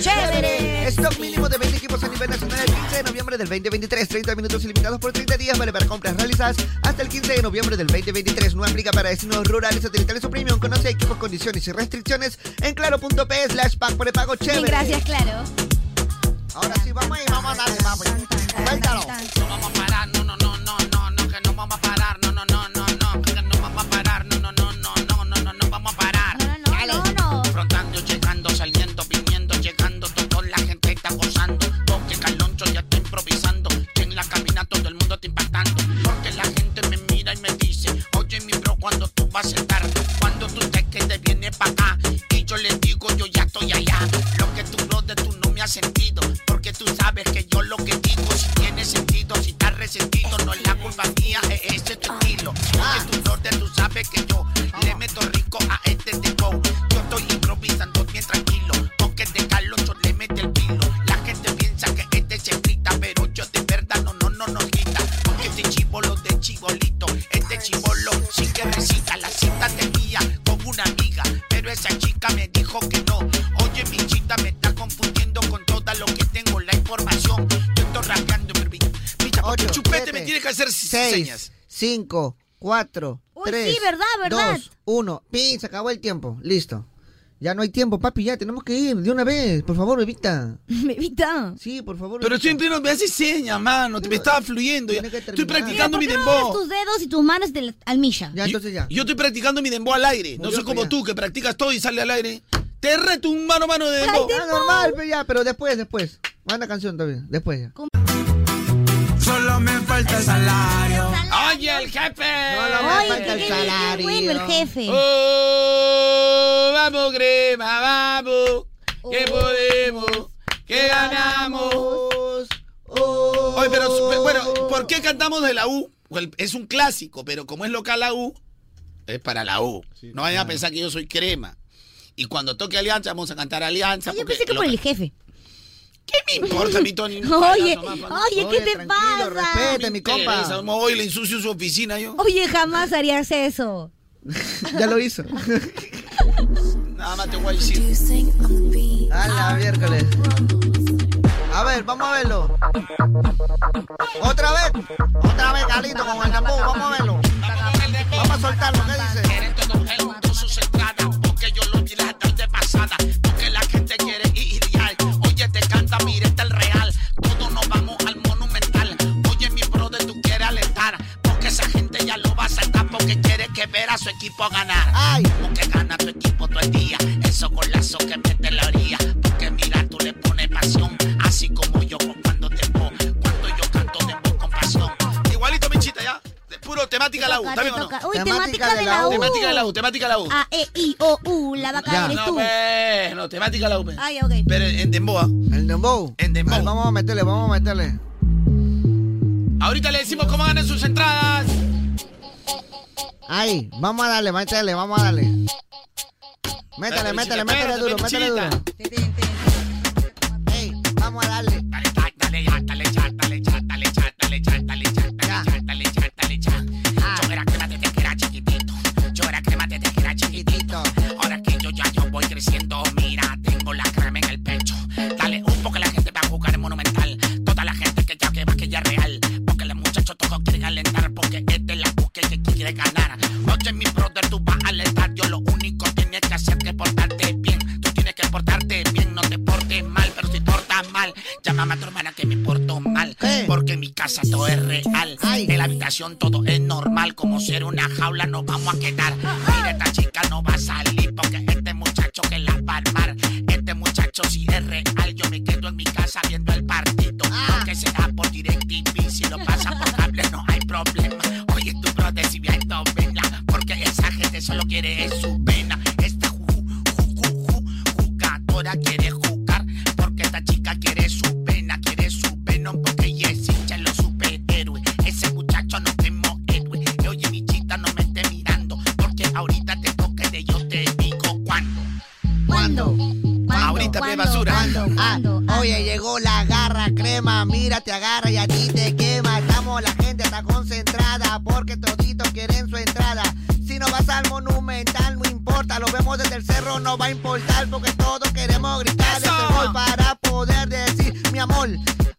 ¡Chévere!
Stock mínimo de 20 equipos a nivel nacional el 15 de noviembre del 2023. 30 minutos ilimitados por 30 días vale para compras realizadas hasta el 15 de noviembre del 2023. No aplica para destinos rurales, satelitales o premium. Conoce equipos, condiciones y restricciones en claro.p slash pack prepago
Bien,
chévere.
gracias, Claro.
Ahora sí, vamos ahí, vamos a darle, papi. Suéltalo.
No vamos a parar, no, no, no, no, no, no, que no vamos a parar, no, no, no, no, no, que no vamos a parar, no, no, no, no, no, no, no, no vamos a parar. Dale. Frotando, llegando, saliendo, viniendo, llegando, toda la gente está gozando, porque Caloncho ya está improvisando, que en la cabina todo el mundo está impactando, porque la gente me mira y me dice, oye mi bro, cuando tú vas a estar, cuando tú te quedes, viene para acá, y yo le digo, yo ya estoy allá, lo que tú brother, tú no me has sentido, porque tú sabes que yo lo que digo, si tiene sentido, si está resentido, no es la culpa mía, es ese tu estilo, porque tu brother, Este tú sabes que yo le meto rico a este tipo, yo estoy improvisando bien tranquilo, porque de Carlos yo le mete el pilo, la gente piensa que este se frita, pero yo de verdad no, no, no nos quita, porque este chivolo de chibolito, este chivolo sí que recita, la cita tenía con una amiga, pero esa chica me dijo que no, oye mi chita me está confundiendo con toda lo que tengo, la información, yo estoy rapeando, pero mi- mi chapa- chupete me tiene que hacer
Seis,
señas.
Cinco, cuatro,
Uy,
tres,
sí, ¿verdad, verdad?
dos, uno. Pin, se acabó el tiempo. Listo. Ya no hay tiempo, papi, ya tenemos que ir de una vez. Por favor, bebita.
Bebita.
Sí, por favor.
Pero estoy en pleno, me hace señas, mano, te- me estaba fluyendo, ya. estoy practicando mi dembow.
tus dedos y tus manos de la- al Misha?
Ya, entonces ya.
Yo estoy practicando mi dembow al aire. No soy como tú que practicas todo y sale al aire. Te reto un mano a mano de dembow.
Ah, normal, pero ya, pero después, después. Manda canción también, después ya.
Solo me falta el salario.
Oye, el jefe.
Solo me falta el salario.
Bueno, el jefe.
Oh, vamos, crema, vamos. Que podemos, que ganamos.
oh.
¿Por qué cantamos de la U?
Pues,
Well, Es un clásico, pero como es local la U, es para la U. No vayan a pensar que yo soy crema. Y cuando toque Alianza, vamos a cantar Alianza.
Yo pensé que por el jefe.
¿Qué me importa, mi Tony?
Oye, oye,
Oye,
¿qué te pasa?
respete, mi compa.
Me voy y le ensucio su oficina yo.
Oh.
Oye, jamás harías eso.
Ya lo hizo.
Nada más te voy a decir.
A la miércoles. A ver, vamos a verlo. Otra vez. Otra vez, Galito, con el tambor. Vamos a verlo. Vamos a soltarlo. ¿Qué dice?
porque yo lo vi las tarde pasada, porque la gente quiere ir y ay, oye te canta, mira está el real, todos nos vamos al monumental, oye mi brother tú quieres alentar, porque esa gente ya lo va a saltar, porque quiere que ver a su equipo ganar, porque gana tu equipo todo el día, esos golazos que mete en la orilla, porque mira tú le pones pasión, así como yo con cuando te po, cuando yo canto de voz con pasión,
Igualito, Michita, ya. De puro temática la U. ¿Está bien o no?
toca. Uy, Temática temática de de la la U. U.
Temática de la U, temática de la U.
A, E, I, O, U, la vaca
Ya.
eres
No,
tú.
pues, no, temática la U. pues.
Ay, ok.
Pero en ¿ah? Demboa.
¿El Dembow?
En Dembow.
vamos a meterle, vamos a meterle.
Ahorita le decimos cómo ganan sus entradas.
Ay, vamos a darle, métele, vamos a darle. Métele,
Espérate,
métele,
Michita,
métele
espérate,
duro, métele duro. Ey, vamos a darle.
dale ya, dale ya, dale ya, dale ya, dale ya, dale ya, dale ya, dale ya, dale ya.
Ah.
Yo era crema desde que era chiquitito, yo era crema desde que era chiquitito. Ahora que yo ya yo voy creciendo, mira, tengo la crema en el pecho. Dale un poco que la gente va a jugar en Monumental, toda la gente que ya que va que ya es real. Porque los muchachos todos quieren alentar, porque este es la buque que quiere ganar. Oye, mi brother, tú vas a alentar, yo lo único que tienes que hacer es portarte bien. Tú tienes que portarte bien, no te portes mal, pero si portas mal, llámame a tu hermana que me porto mal. Porque en mi casa todo es real, en la habitación todo es normal, como si era una jaula nos vamos a quedar. Mira, esta chica no va a salir porque este muchacho que la va a armar, este muchacho sí es real, yo me quedo en mi casa viendo el partido, aunque será por DirecTV, si lo pasa por cable no hay problema. Oye, tu brother, si bien no venla, porque esa gente solo quiere es su vena. Esta ju- ju- ju- ju- jugadora quiere jugar, porque esta chica quiere su pena, quiere su venom, porque ella es hincha de los superhéroes. Ese muchacho no quemó héroe. Y oye, mi chita, no me esté mirando, porque ahorita te toca de yo te digo cuándo.
¿Cuándo?
Ahorita, pe, basura.
Ah,
Ah,
Oye, llegó la garra crema, mira, te agarra y a ti te quema. Estamos, la gente está concentrada porque toditos quieren su entrada. Si no vas al monumental, no importa, lo vemos desde el cerro, no va a importar porque todos queremos gritar este gol para poder decir, mi amor,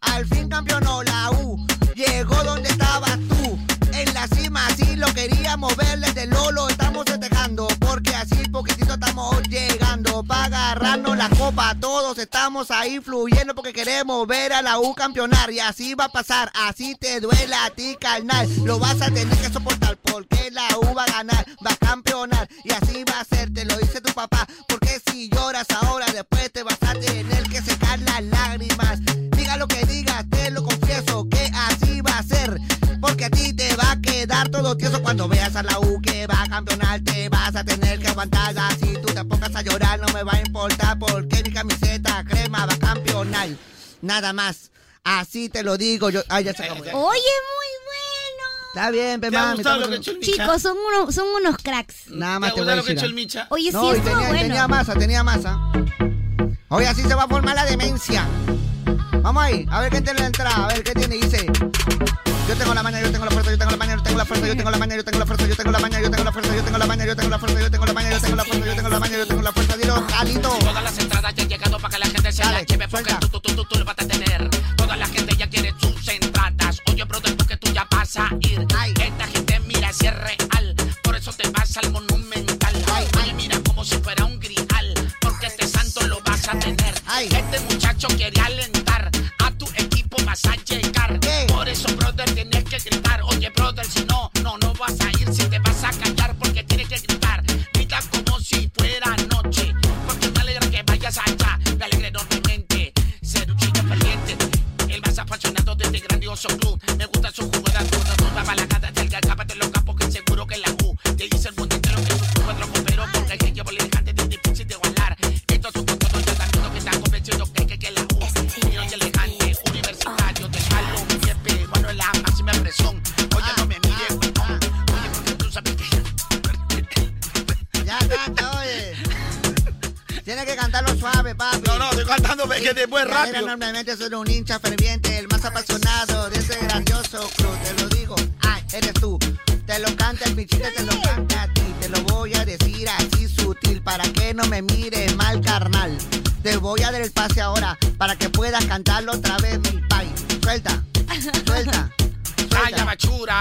al fin campeonó la U, llegó donde estabas tú. En la cima así lo queríamos ver desde Lolo, estamos festejando porque así poquitito estamos llegando para agarrarnos la copa, todos estamos ahí fluyendo porque queremos ver a la U campeonar y así va a pasar, así te duela a ti carnal, lo vas a tener que soportar porque la U va a ganar, va a campeonar y así va a ser, te lo dice tu papá, porque si lloras ahora después te vas a tener que secar las lágrimas, diga lo que digas, te lo confieso que así va a ser. Porque a ti te va a quedar todo tieso cuando veas a la U que va a campeonar. Te vas a tener que aguantar. Si tú te pongas a llorar, no me va a importar. Porque mi camiseta crema va a campeonar. Nada más. Así te lo digo. Yo, ay, ya se acabó.
Oye, muy bueno.
Está bien, pe,
Eh, ¿Te ha
mami,
gustado
estamos-
lo que ha hecho el Micha? Chicos, son unos, son unos cracks.
Nada más
¿Te
te
ha
voy
gustado
a
lo que ha
decir,
hecho el
ah.
Micha? Oye, sí,
no, y
estuvo
tenía, y
bueno.
tenía masa, tenía masa. Oye, así se va a formar la demencia. Vamos ahí, a ver qué tiene la entrada, a ver qué tiene. Dice: Yo tengo la maña, yo tengo la fuerza, yo tengo la maña, yo tengo la fuerza, yo tengo la maña, yo tengo la fuerza, yo tengo la maña, yo tengo la fuerza, yo tengo la maña, yo tengo la fuerza, yo tengo la maña, yo tengo la fuerza, yo tengo la maña, yo tengo la fuerza. Dilo, Alito.
Todas las entradas ya han llegado para que la gente se la lleve porque tú, tú, tú, tú, tú lo vas a tener. Toda la gente ya quiere tus entradas. Oye, brother, tú que tú ya vas a ir. Esta gente mira si es real, por eso te vas al monumental. Oye, mira como si fuera un grial, porque este santo lo vas a tener. Este muchacho quiere alentar, a tu equipo vas a llegar. Por eso, brother, tienes que gritar. Oye, brother, si no, no, no vas a ir, si te vas a callar porque tienes que gritar. Grita como si fuera noche. Porque me alegra que vayas allá. Me alegra enormemente ser un chico valiente. El más apasionado de este grandioso club. Me gusta su jugada, toda, toda balagada. Del que acaba de los campos que seguro que la U. Te dice el mundo entero que es un club de tromperos, Porque hay que llevo elegante de difícil de igualar. Esto es un contorno de tratamiento que está convencido que que, que la U. Niños elegante, universitario, de palo, mi peruano es la máxima
Ah.
estoy cantando, ve que te
Pues
puedes
Galera,
rápido.
normalmente soy un hincha ferviente, el más apasionado de ese grandioso club. Te lo digo, ay, eres tú. Te lo canta el pichita, te lo canta a ti. Te lo voy a decir así sutil para que no me mire mal, carnal. Te voy a dar el pase ahora para que puedas cantarlo otra vez, mi pai. Suelta, suelta.
Ah,
¡Calla, bachura!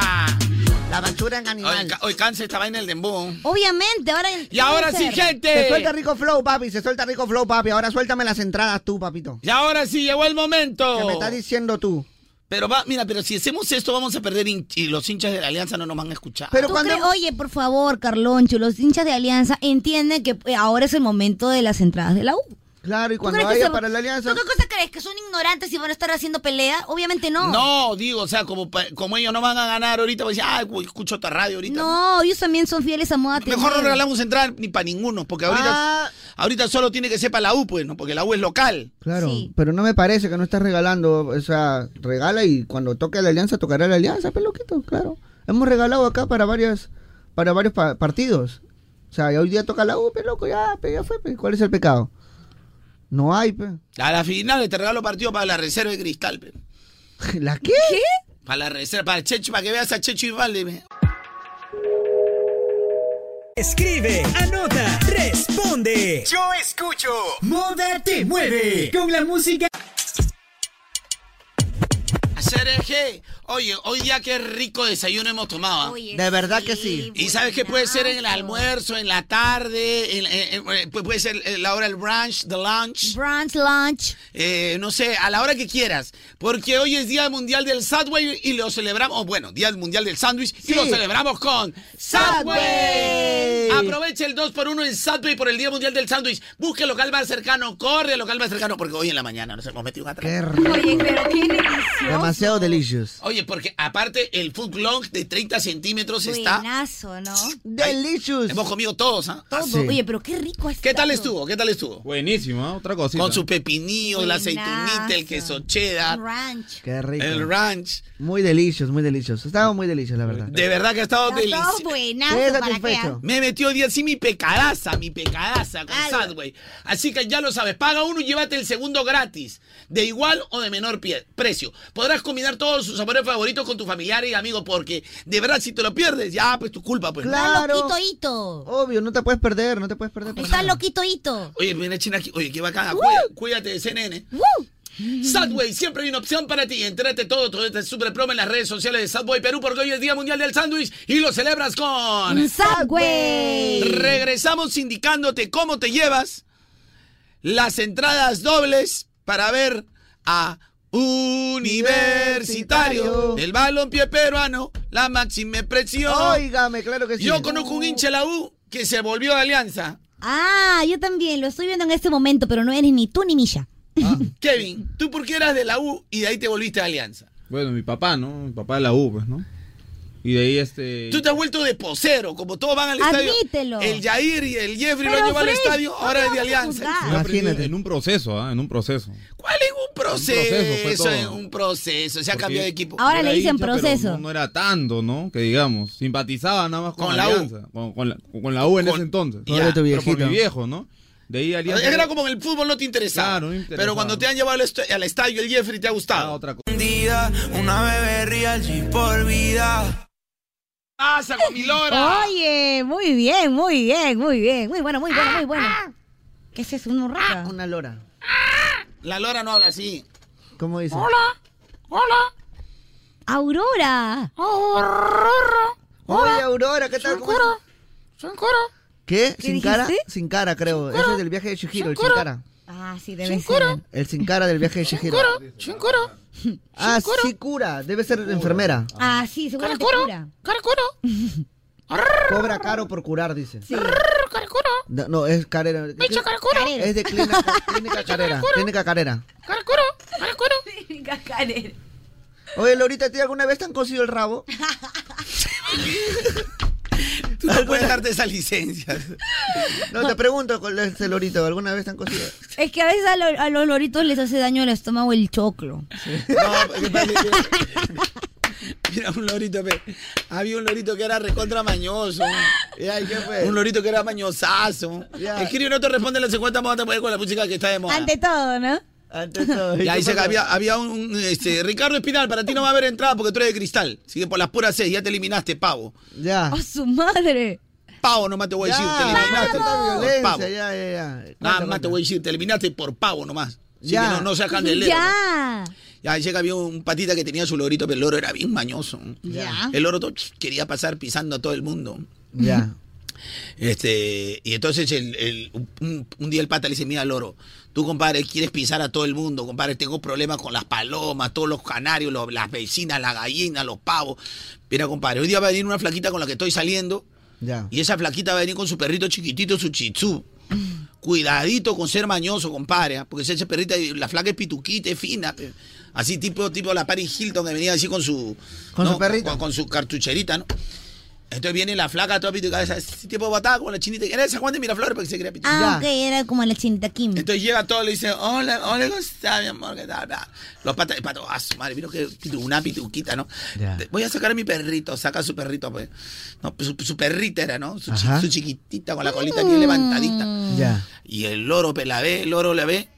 La bachura en animal.
Hoy cansa esta vaina el dembón.
Obviamente, ahora.
Y ahora sí, gente.
Eh.
Se suelta rico flow, papi. Se suelta rico flow, papi. Ahora suéltame las entradas tú, papito.
Y ahora sí, llegó el momento.
Que me estás diciendo tú.
Pero va, mira, pero si hacemos esto vamos a perder hin- y los hinchas de la Alianza no nos van a escuchar.
Pero Ah, Oye, por favor, Carloncho, los hinchas de Alianza entienden que eh, ahora es el momento de las entradas de la U.
Claro, y
cuando
vaya para la Alianza-
¿Tú qué cosa crees? ¿Que son ignorantes y van a estar haciendo pelea? Obviamente no.
No, digo, o sea, como, pa- como ellos no van a ganar ahorita, van a decir, ah, güey, escucho esta radio ahorita.
No, ellos también son fieles a Moda TV.
Mejor no regalamos entrar ni para ninguno, porque ahorita,
Ah.
ahorita solo tiene que ser para la U, pues, ¿no? Porque la U es local.
Claro, pero no me parece que no estás regalando, o sea, regala y cuando toque la alianza, tocará la alianza, peloquito, claro. Hemos regalado acá para varias, para varios pa- partidos. O sea, y hoy día toca la U, peloco, ya, pe, ya fue, pe. ¿cuál es el pecado? No hay, pues. pe.
A la final te regalo partido para la reserva de cristal, pe.
¿La qué?
Para la reserva, para Checho, para que veas a Checho y Valde. pues.
Escribe, anota, responde. Yo escucho. Moda te mueve. Con la música.
Hacer eje. Oye, hoy día qué rico desayuno hemos tomado. ¿ah?
De verdad que sí.
Y sabes que puede ser en el almuerzo, en la tarde, en- en- en- pu- puede ser eh, la hora del brunch, the lunch.
Brunch, lunch.
Eh, no sé, a la hora que quieras. Porque hoy es Día Mundial del Subway y lo celebramos, oh, bueno, Día Mundial del Sándwich y lo celebramos con Subway.
Subway.
Aprovecha el 2x1 en Subway por el Día Mundial del Sándwich. Busca el local más cercano, corre al local más cercano porque hoy en la mañana nos hemos metido una
Qué
atrás.
rico.
pero qué
Demasiado delicious.
Oye, porque aparte el food long de 30 centímetros está...
Buenazo, ¿no?
Delicious.
Hemos comido todos, ¿ah?
Todo.
sí.
Oye, pero qué rico es.
¿Qué tal estuvo? ¿Qué tal estuvo?
Buenísimo, ¿ah? otra cosita.
Con su pepinillo, la
Buenazo.
aceitunita, el queso cheddar.
Ranch.
Qué rico.
El ranch.
Muy delicious, muy delicious. Estaba muy delicious, la verdad.
De verdad que ha estado
Todo
delicioso.
buenazo,
Qué
¿para qué? ah?
satisfecho.
Me metió hoy día así mi pecadaza, mi pecadaza con Sadway. Así que ya lo sabes, paga uno y llévate el segundo gratis, de igual o de menor pie- precio. Podrás combinar todos sus sabores favoritos con tu familiar y amigo, porque de verdad si te lo pierdes, ya pues tu culpa pues.
Claro.
Está loquito hito.
Oh,
Obvio, no te puedes perder, no te puedes perder.
Está loquito hito.
Oye, mira China, aquí. oye, qué bacana.
¡Woo!
Cuida- Cuídate de CNN. Subway, ¿eh? siempre hay una opción para ti. Entrate todo, todo este super promo en las redes sociales de Subway Perú porque hoy es Día Mundial del Sándwich y lo celebras con
Subway.
Regresamos indicándote cómo te llevas las entradas dobles para ver a Universitario, el balompié peruano, la máxima presión.
Óigame, claro que sí.
Yo conozco un hincha de la U que se volvió de Alianza.
Ah, yo también lo estoy viendo en este momento, pero no eres ni tú ni Misha.
Kevin, ¿tú por qué eras de la U y de ahí te volviste a Alianza?
Bueno, mi papá, ¿no? Mi papá de la U, pues, ¿no? Y de ahí este...
Tú te has vuelto de posero, como todos van al estadio.
Admítelo.
El Yair y el Jeffrey
Pero,
lo llevan al
Fred,
estadio,
no
ahora
te
es de
vamos a
Alianza.
juzgar.
Yo aprendí En un proceso, ¿ah? En un proceso.
¿Cuál es un
proceso, fue
proceso?
todo.
Es un proceso, se ha cambiado de equipo.
Ahora
Era
le dicen
hincha, pero
proceso.
No, no era tanto, ¿no? Que digamos, simpatizaba nada más con,
Con la U.
Alianza. Con, con la, con la U en ese entonces.
Ya. Pobre tu
Pero por
viejito.
mi viejo, ¿no? De ahí Alianza...
Era como en el fútbol no te interesaba. Pero cuando te han llevado al, est- al estadio el Jeffrey te ha gustado. otra cosa.
Una bebé real sin por vida.
Pasa con mi lora.
Oye, muy bien, muy bien, muy bien. Muy bueno, muy bueno, muy bueno. ¿Qué es eso? ¿Una raca?
Una lora.
La lora no habla así.
¿Cómo dice?
Hola. Hola. Aurora. Aurora.
Oye, Aurora, ¿qué tal? ¿Cómo estás? ¿Qué? ¿Sin cara?
dijiste?
Sin cara, creo. Ese es del viaje de Shihiro, el sin cara.
Ah, sí, debe ser.
El sin cara del viaje de Shihiro. Ah, sí cura. Debe ser enfermera.
Ah, sí, seguramente
Caracuro.
cura.
Cobra caro por curar, dice.
Sí.
No, no, es carera.
Bicho caracuro.
Es de clínica, clínica carera. Clínica carera. Oye, Lorita, ¿te alguna vez te han cosido el rabo?
Tú no puedes darte esa licencia.
No, te pregunto, con este Lorito, ¿alguna vez te han cosido?
Es que a veces a, lo- a los loritos les hace daño el estómago el choclo.
No, porque-
Era un lorito, pe. Había un lorito que era recontra mañoso. Ya, ¿y qué
Pues.
fue? Un lorito que era mañosazo. Escribe no te responde las 50 modas te poner con la música que está de moda.
Ante todo, ¿no?
Ante todo.
Y ahí dice que había, había un, un, este, Ricardo Espinal, para ti no va a haber entrada porque tú eres de cristal. Así que por las puras seis, ya te eliminaste, pavo.
Ya.
¡A su madre!
Pavo nomás Pues te voy a decir, te
tanta
eliminaste por pavo.
violencia, ya, ya, ya.
Nada más te voy a decir, te eliminaste por pavo nomás. Así
Ya.
que no, no seas candelero.
¡Ya!
Ya llega, había un patita que tenía su lorito, pero el loro era bien mañoso.
Ya.
El loro to- quería pasar pisando a todo el mundo.
Ya.
Este, y entonces el- el- un, un día el pata le dice, mira loro, tú compadre, quieres pisar a todo el mundo, compadre, tengo problemas con las palomas, todos los canarios, los- las vecinas, las gallinas, los pavos. Mira, compadre, hoy día va a venir una flaquita con la que estoy saliendo,
Ya.
y esa flaquita va a venir con su perrito chiquitito, su chitsu. Cuidadito con ser mañoso, compadre, ¿ah? porque esa perrita, la flaca es pituquita, es fina. pe. Así tipo, tipo la Paris Hilton que venía así con su...
Con su perrito.
Con, con su cartucherita, ¿no? Entonces viene la flaca, toda pituquita, esa- ese tipo bataba con la chinita. Era esa Juan de Miraflores porque se quería pituquita.
Ah, ok, era como la chinita Kim.
Entonces llega todo y le dice, hola, hola, ¿cómo estás, mi amor? ¿Qué tal? Bla. Los patas, el pato, ah, su madre, vino que pitu- una pituquita, ¿no? Te- Voy a sacar a mi perrito, saca a su perrito, pues. No, su, su perrita era, ¿no? Su, chi-
Ajá.
su chiquitita, con la colita
Mm.
bien levantadita.
Ya.
Y el loro pe, la ve, el loro la ve.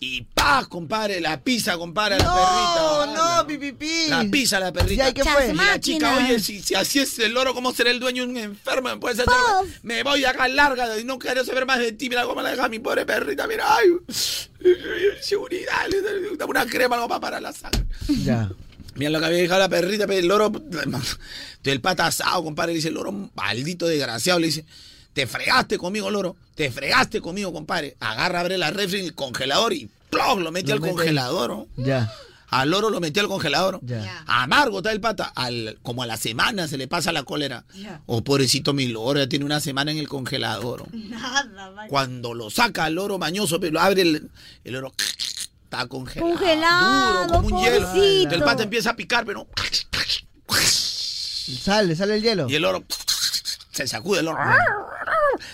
Y pa, compadre, la pisa, compadre, a la perrita.
No, no, pipipi.
La pisa la perrita.
¿Y ahí qué fue?
Y la chica, oye, si, si así es el loro, ¿cómo será el dueño de un enfermo? Me puedes hacer- Me voy de acá larga, no quiero saber más de ti. Mira cómo la deja mi pobre perrita. Mira, ay, seguridad, le doy- dame una crema, algo para parar la sangre.
Ya.
Mira lo que había dejado la perrita, pero el loro. Entonces el pata asado, compadre, le dice: el loro, maldito desgraciado, le dice. Te fregaste conmigo, loro. Te fregaste conmigo, compadre. Agarra, abre la refri, el congelador y ¡plof! lo mete
Lo
al
mete.
congelador. ¿no?
Ya.
Al loro lo metió al congelador.
Ya.
Amargo está el pata. Al, como a la semana se le pasa la cólera. Oh, pobrecito mi loro, ya tiene una semana en el congelador.
Nada, vaya.
Cuando lo saca al loro mañoso, pero lo abre el, el loro. Está congelado.
Congelado,
duro, como un hielo.
pobrecito.
El pata empieza a picar, pero.
Sale, sale el hielo.
Y el loro. Se sacude el loro.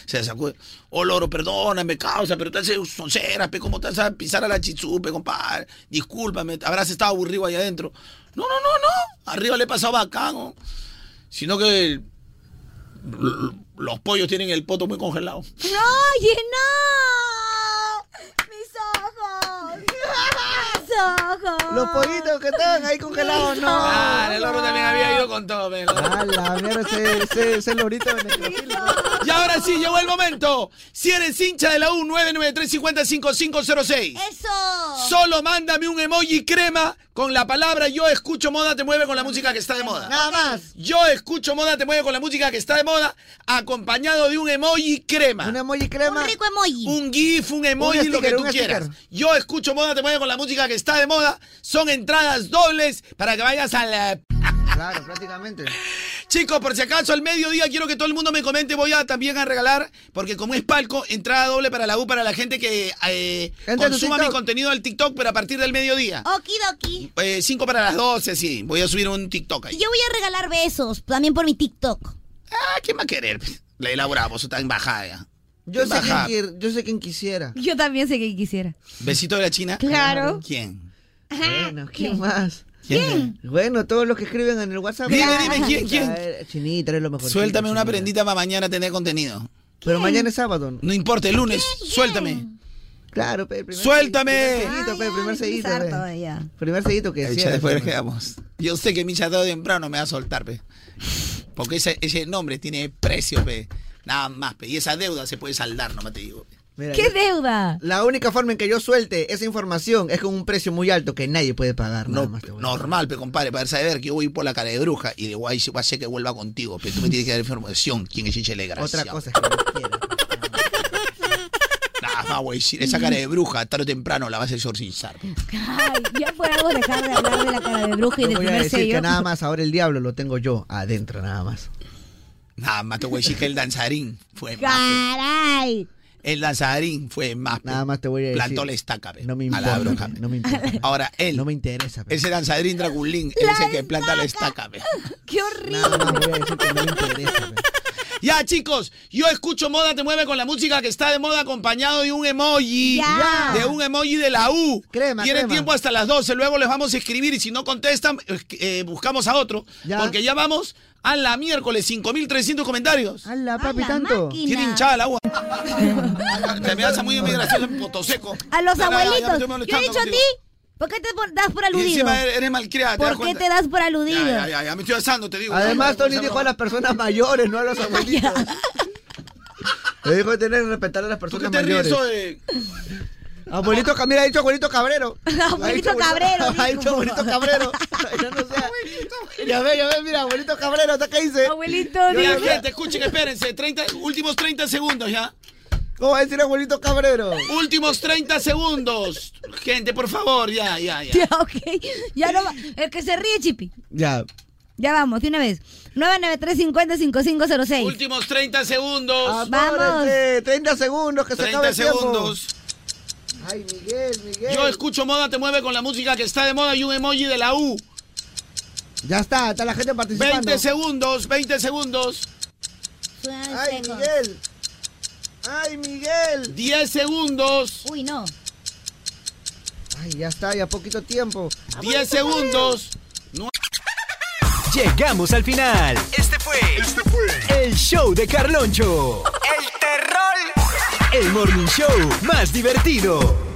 Se sacude. Oh, loro, perdóname, causa, pero te haces sonceras, pe, ¿cómo te vas a pisar a la chichupe, compadre? Discúlpame, habrás estado aburrido ahí adentro. No, no, no, no. Arriba le he pasado bacán, oh. Sino que el- l- los pollos tienen el poto muy congelado.
¡No, oye, no! ¡Mis ojos! ¡Mis ojos!
Los pollitos que estaban ahí congelados, no.
Ah, el loro también había ido con todo, pero.
Ah, la mierda, ese, ese, ese lorito de necrofilo.
Y ahora sí, llegó el momento. Si eres hincha de la U, 993
¡Eso!
Solo mándame un emoji crema con la palabra Yo escucho moda te mueve con la música que está de moda.
Nada más.
Yo escucho moda te mueve con la música que está de moda, acompañado de un emoji crema. Un
emoji crema.
Un rico emoji.
Un GIF, un emoji,
Un
lo que
sticker,
tú
un
quieras.
sticker.
Yo escucho moda te mueve con la música que está de moda. Son entradas dobles para que vayas a la
em-
Claro, prácticamente.
Chicos, por si acaso al mediodía quiero que todo el mundo me comente, voy a también a regalar, porque como es palco, entrada doble para la U, para la gente que eh,
Entra a tu
consuma mi
TikTok.
contenido del TikTok, pero a partir del mediodía.
Okidoki.
Eh, cinco para las 12, sí. Voy a subir un TikTok
Y
ahí.
yo voy a regalar besos también por mi TikTok.
Ah, ¿quién va a querer? La elaboramos, está en bajada ya.
Yo sé,
Baja.
quién, quie- yo sé quién quisiera.
Yo también sé que quisiera.
¿Besito de la China?
Claro.
¿Quién?
Bueno, ¿quién más?
¿Quién?
Bueno, todos los que escriben en el WhatsApp.
Dime,
Ah,
dime, ¿quién, quién?
a ver, Chinita, eres lo mejor.
Suéltame una prendita para mañana tener contenido.
Pero mañana es sábado.
No importa, el lunes, suéltame.
Claro, pe, primer
¡Suéltame!
Primer seguito, pe, primer seguito. pe. Primer seguito que
Ahí
sí, eh,
ya después
hermano.
quedamos. Yo sé que Micha tarde o temprano me va a soltar, pe. Porque ese, ese nombre tiene precio, pe. Nada más, pe. Y esa deuda se puede saldar, nomás te digo. pe.
Mira,
¿Qué
yo-
deuda?
La única forma en que yo suelte esa información es con un precio muy alto que nadie puede pagar. nada
No,
más.
pe, normal, pe, compadre, para saber que yo voy por la cara de bruja y de guay se va a ser que vuelva contigo, pero tú me tienes que dar información quién es Chiche Gracia.
Otra cosa es que
Nada más, güey, si- esa cara de bruja, tarde o temprano la vas a exorcizar. pe.
Ay, ya podemos dejar de hablar de la cara de bruja y
no
del
voy a
primer
decir
sello.
que nada más ahora el diablo lo tengo yo adentro, nada más.
Nada más, te voy a decir que el danzarín fue más. pe.
Caray.
El danzarín fue más. Nada
más te voy a decir.
Plantó la estaca, pe,
No me
a la
importa.
bruja.
pe, No me importa.
Ahora, él.
No me interesa. pe.
Ese danzarín Dragulín, él es el que planta la estaca, pe.
Qué horrible.
Nada más voy a decir que no me interesa. pe.
Ya, chicos, yo escucho Moda Te Mueve con la música que está de moda acompañado de un emoji.
Ya.
De un emoji de la U.
Crema,
Tienen
crema.
tiempo hasta las 12. Luego les vamos a escribir y si no contestan, eh, eh, buscamos a otro. Porque ya vamos a la miércoles, 5.300 comentarios.
A la papi, tanto.
Tiene hinchada el agua. Te me hace muy muy gracioso, potoseco.
A los
Ya, ya, ya, ya me
abuelitos.
estoy
Yo he
molestando
dicho a
contigo.
ti. ¿Por qué te por- das por
Y
aludido?
encima eres- eres malcriada, ¿te das
¿Por qué
cuenta?
te das por aludido?
Ya, ya, ya, ya, me estoy asando, te digo.
Además,
Ya, ya,
Tony
ya,
dijo
ya.
a las personas mayores, no a los abuelitos. Le dijo que tienen que respetar a las personas
te ríes,
mayores. Abuelito, Ca- mira, ha dicho abuelito Cabrero. Ha dicho
Abuelito Cabrero,
Ha
dijo.
dicho abuelito Cabrero. Ya no sé. Ya ve, ya ve, mira, abuelito Cabrero, ¿hasta qué dice? Abuelito,
Ya, gente, escuchen, espérense. 30, últimos 30 segundos ya.
¿Cómo va a decir abuelito Cabrero?
Últimos 30 segundos. Gente, por favor, ya, ya, ya.
Ya, ok. Ya no va- El que se ríe, Chipi.
Ya.
Ya vamos, de una vez. 993-50-5506.
Últimos 30
Ah,
segundos.
Vamos.
30 segundos, que
30 segundos.
Ay, Miguel, Miguel.
Yo escucho Moda Te Mueve con la música que está de moda y un emoji de la U.
Ya está, está la gente participando.
20 segundos, 20 segundos.
Ay, Miguel. Ay, Miguel.
10 segundos.
Uy, no.
Ay, ya está, ya poquito tiempo.
10 segundos.
Llegamos al final. Este fue, el show de Carloncho. El terror. El morning show más divertido.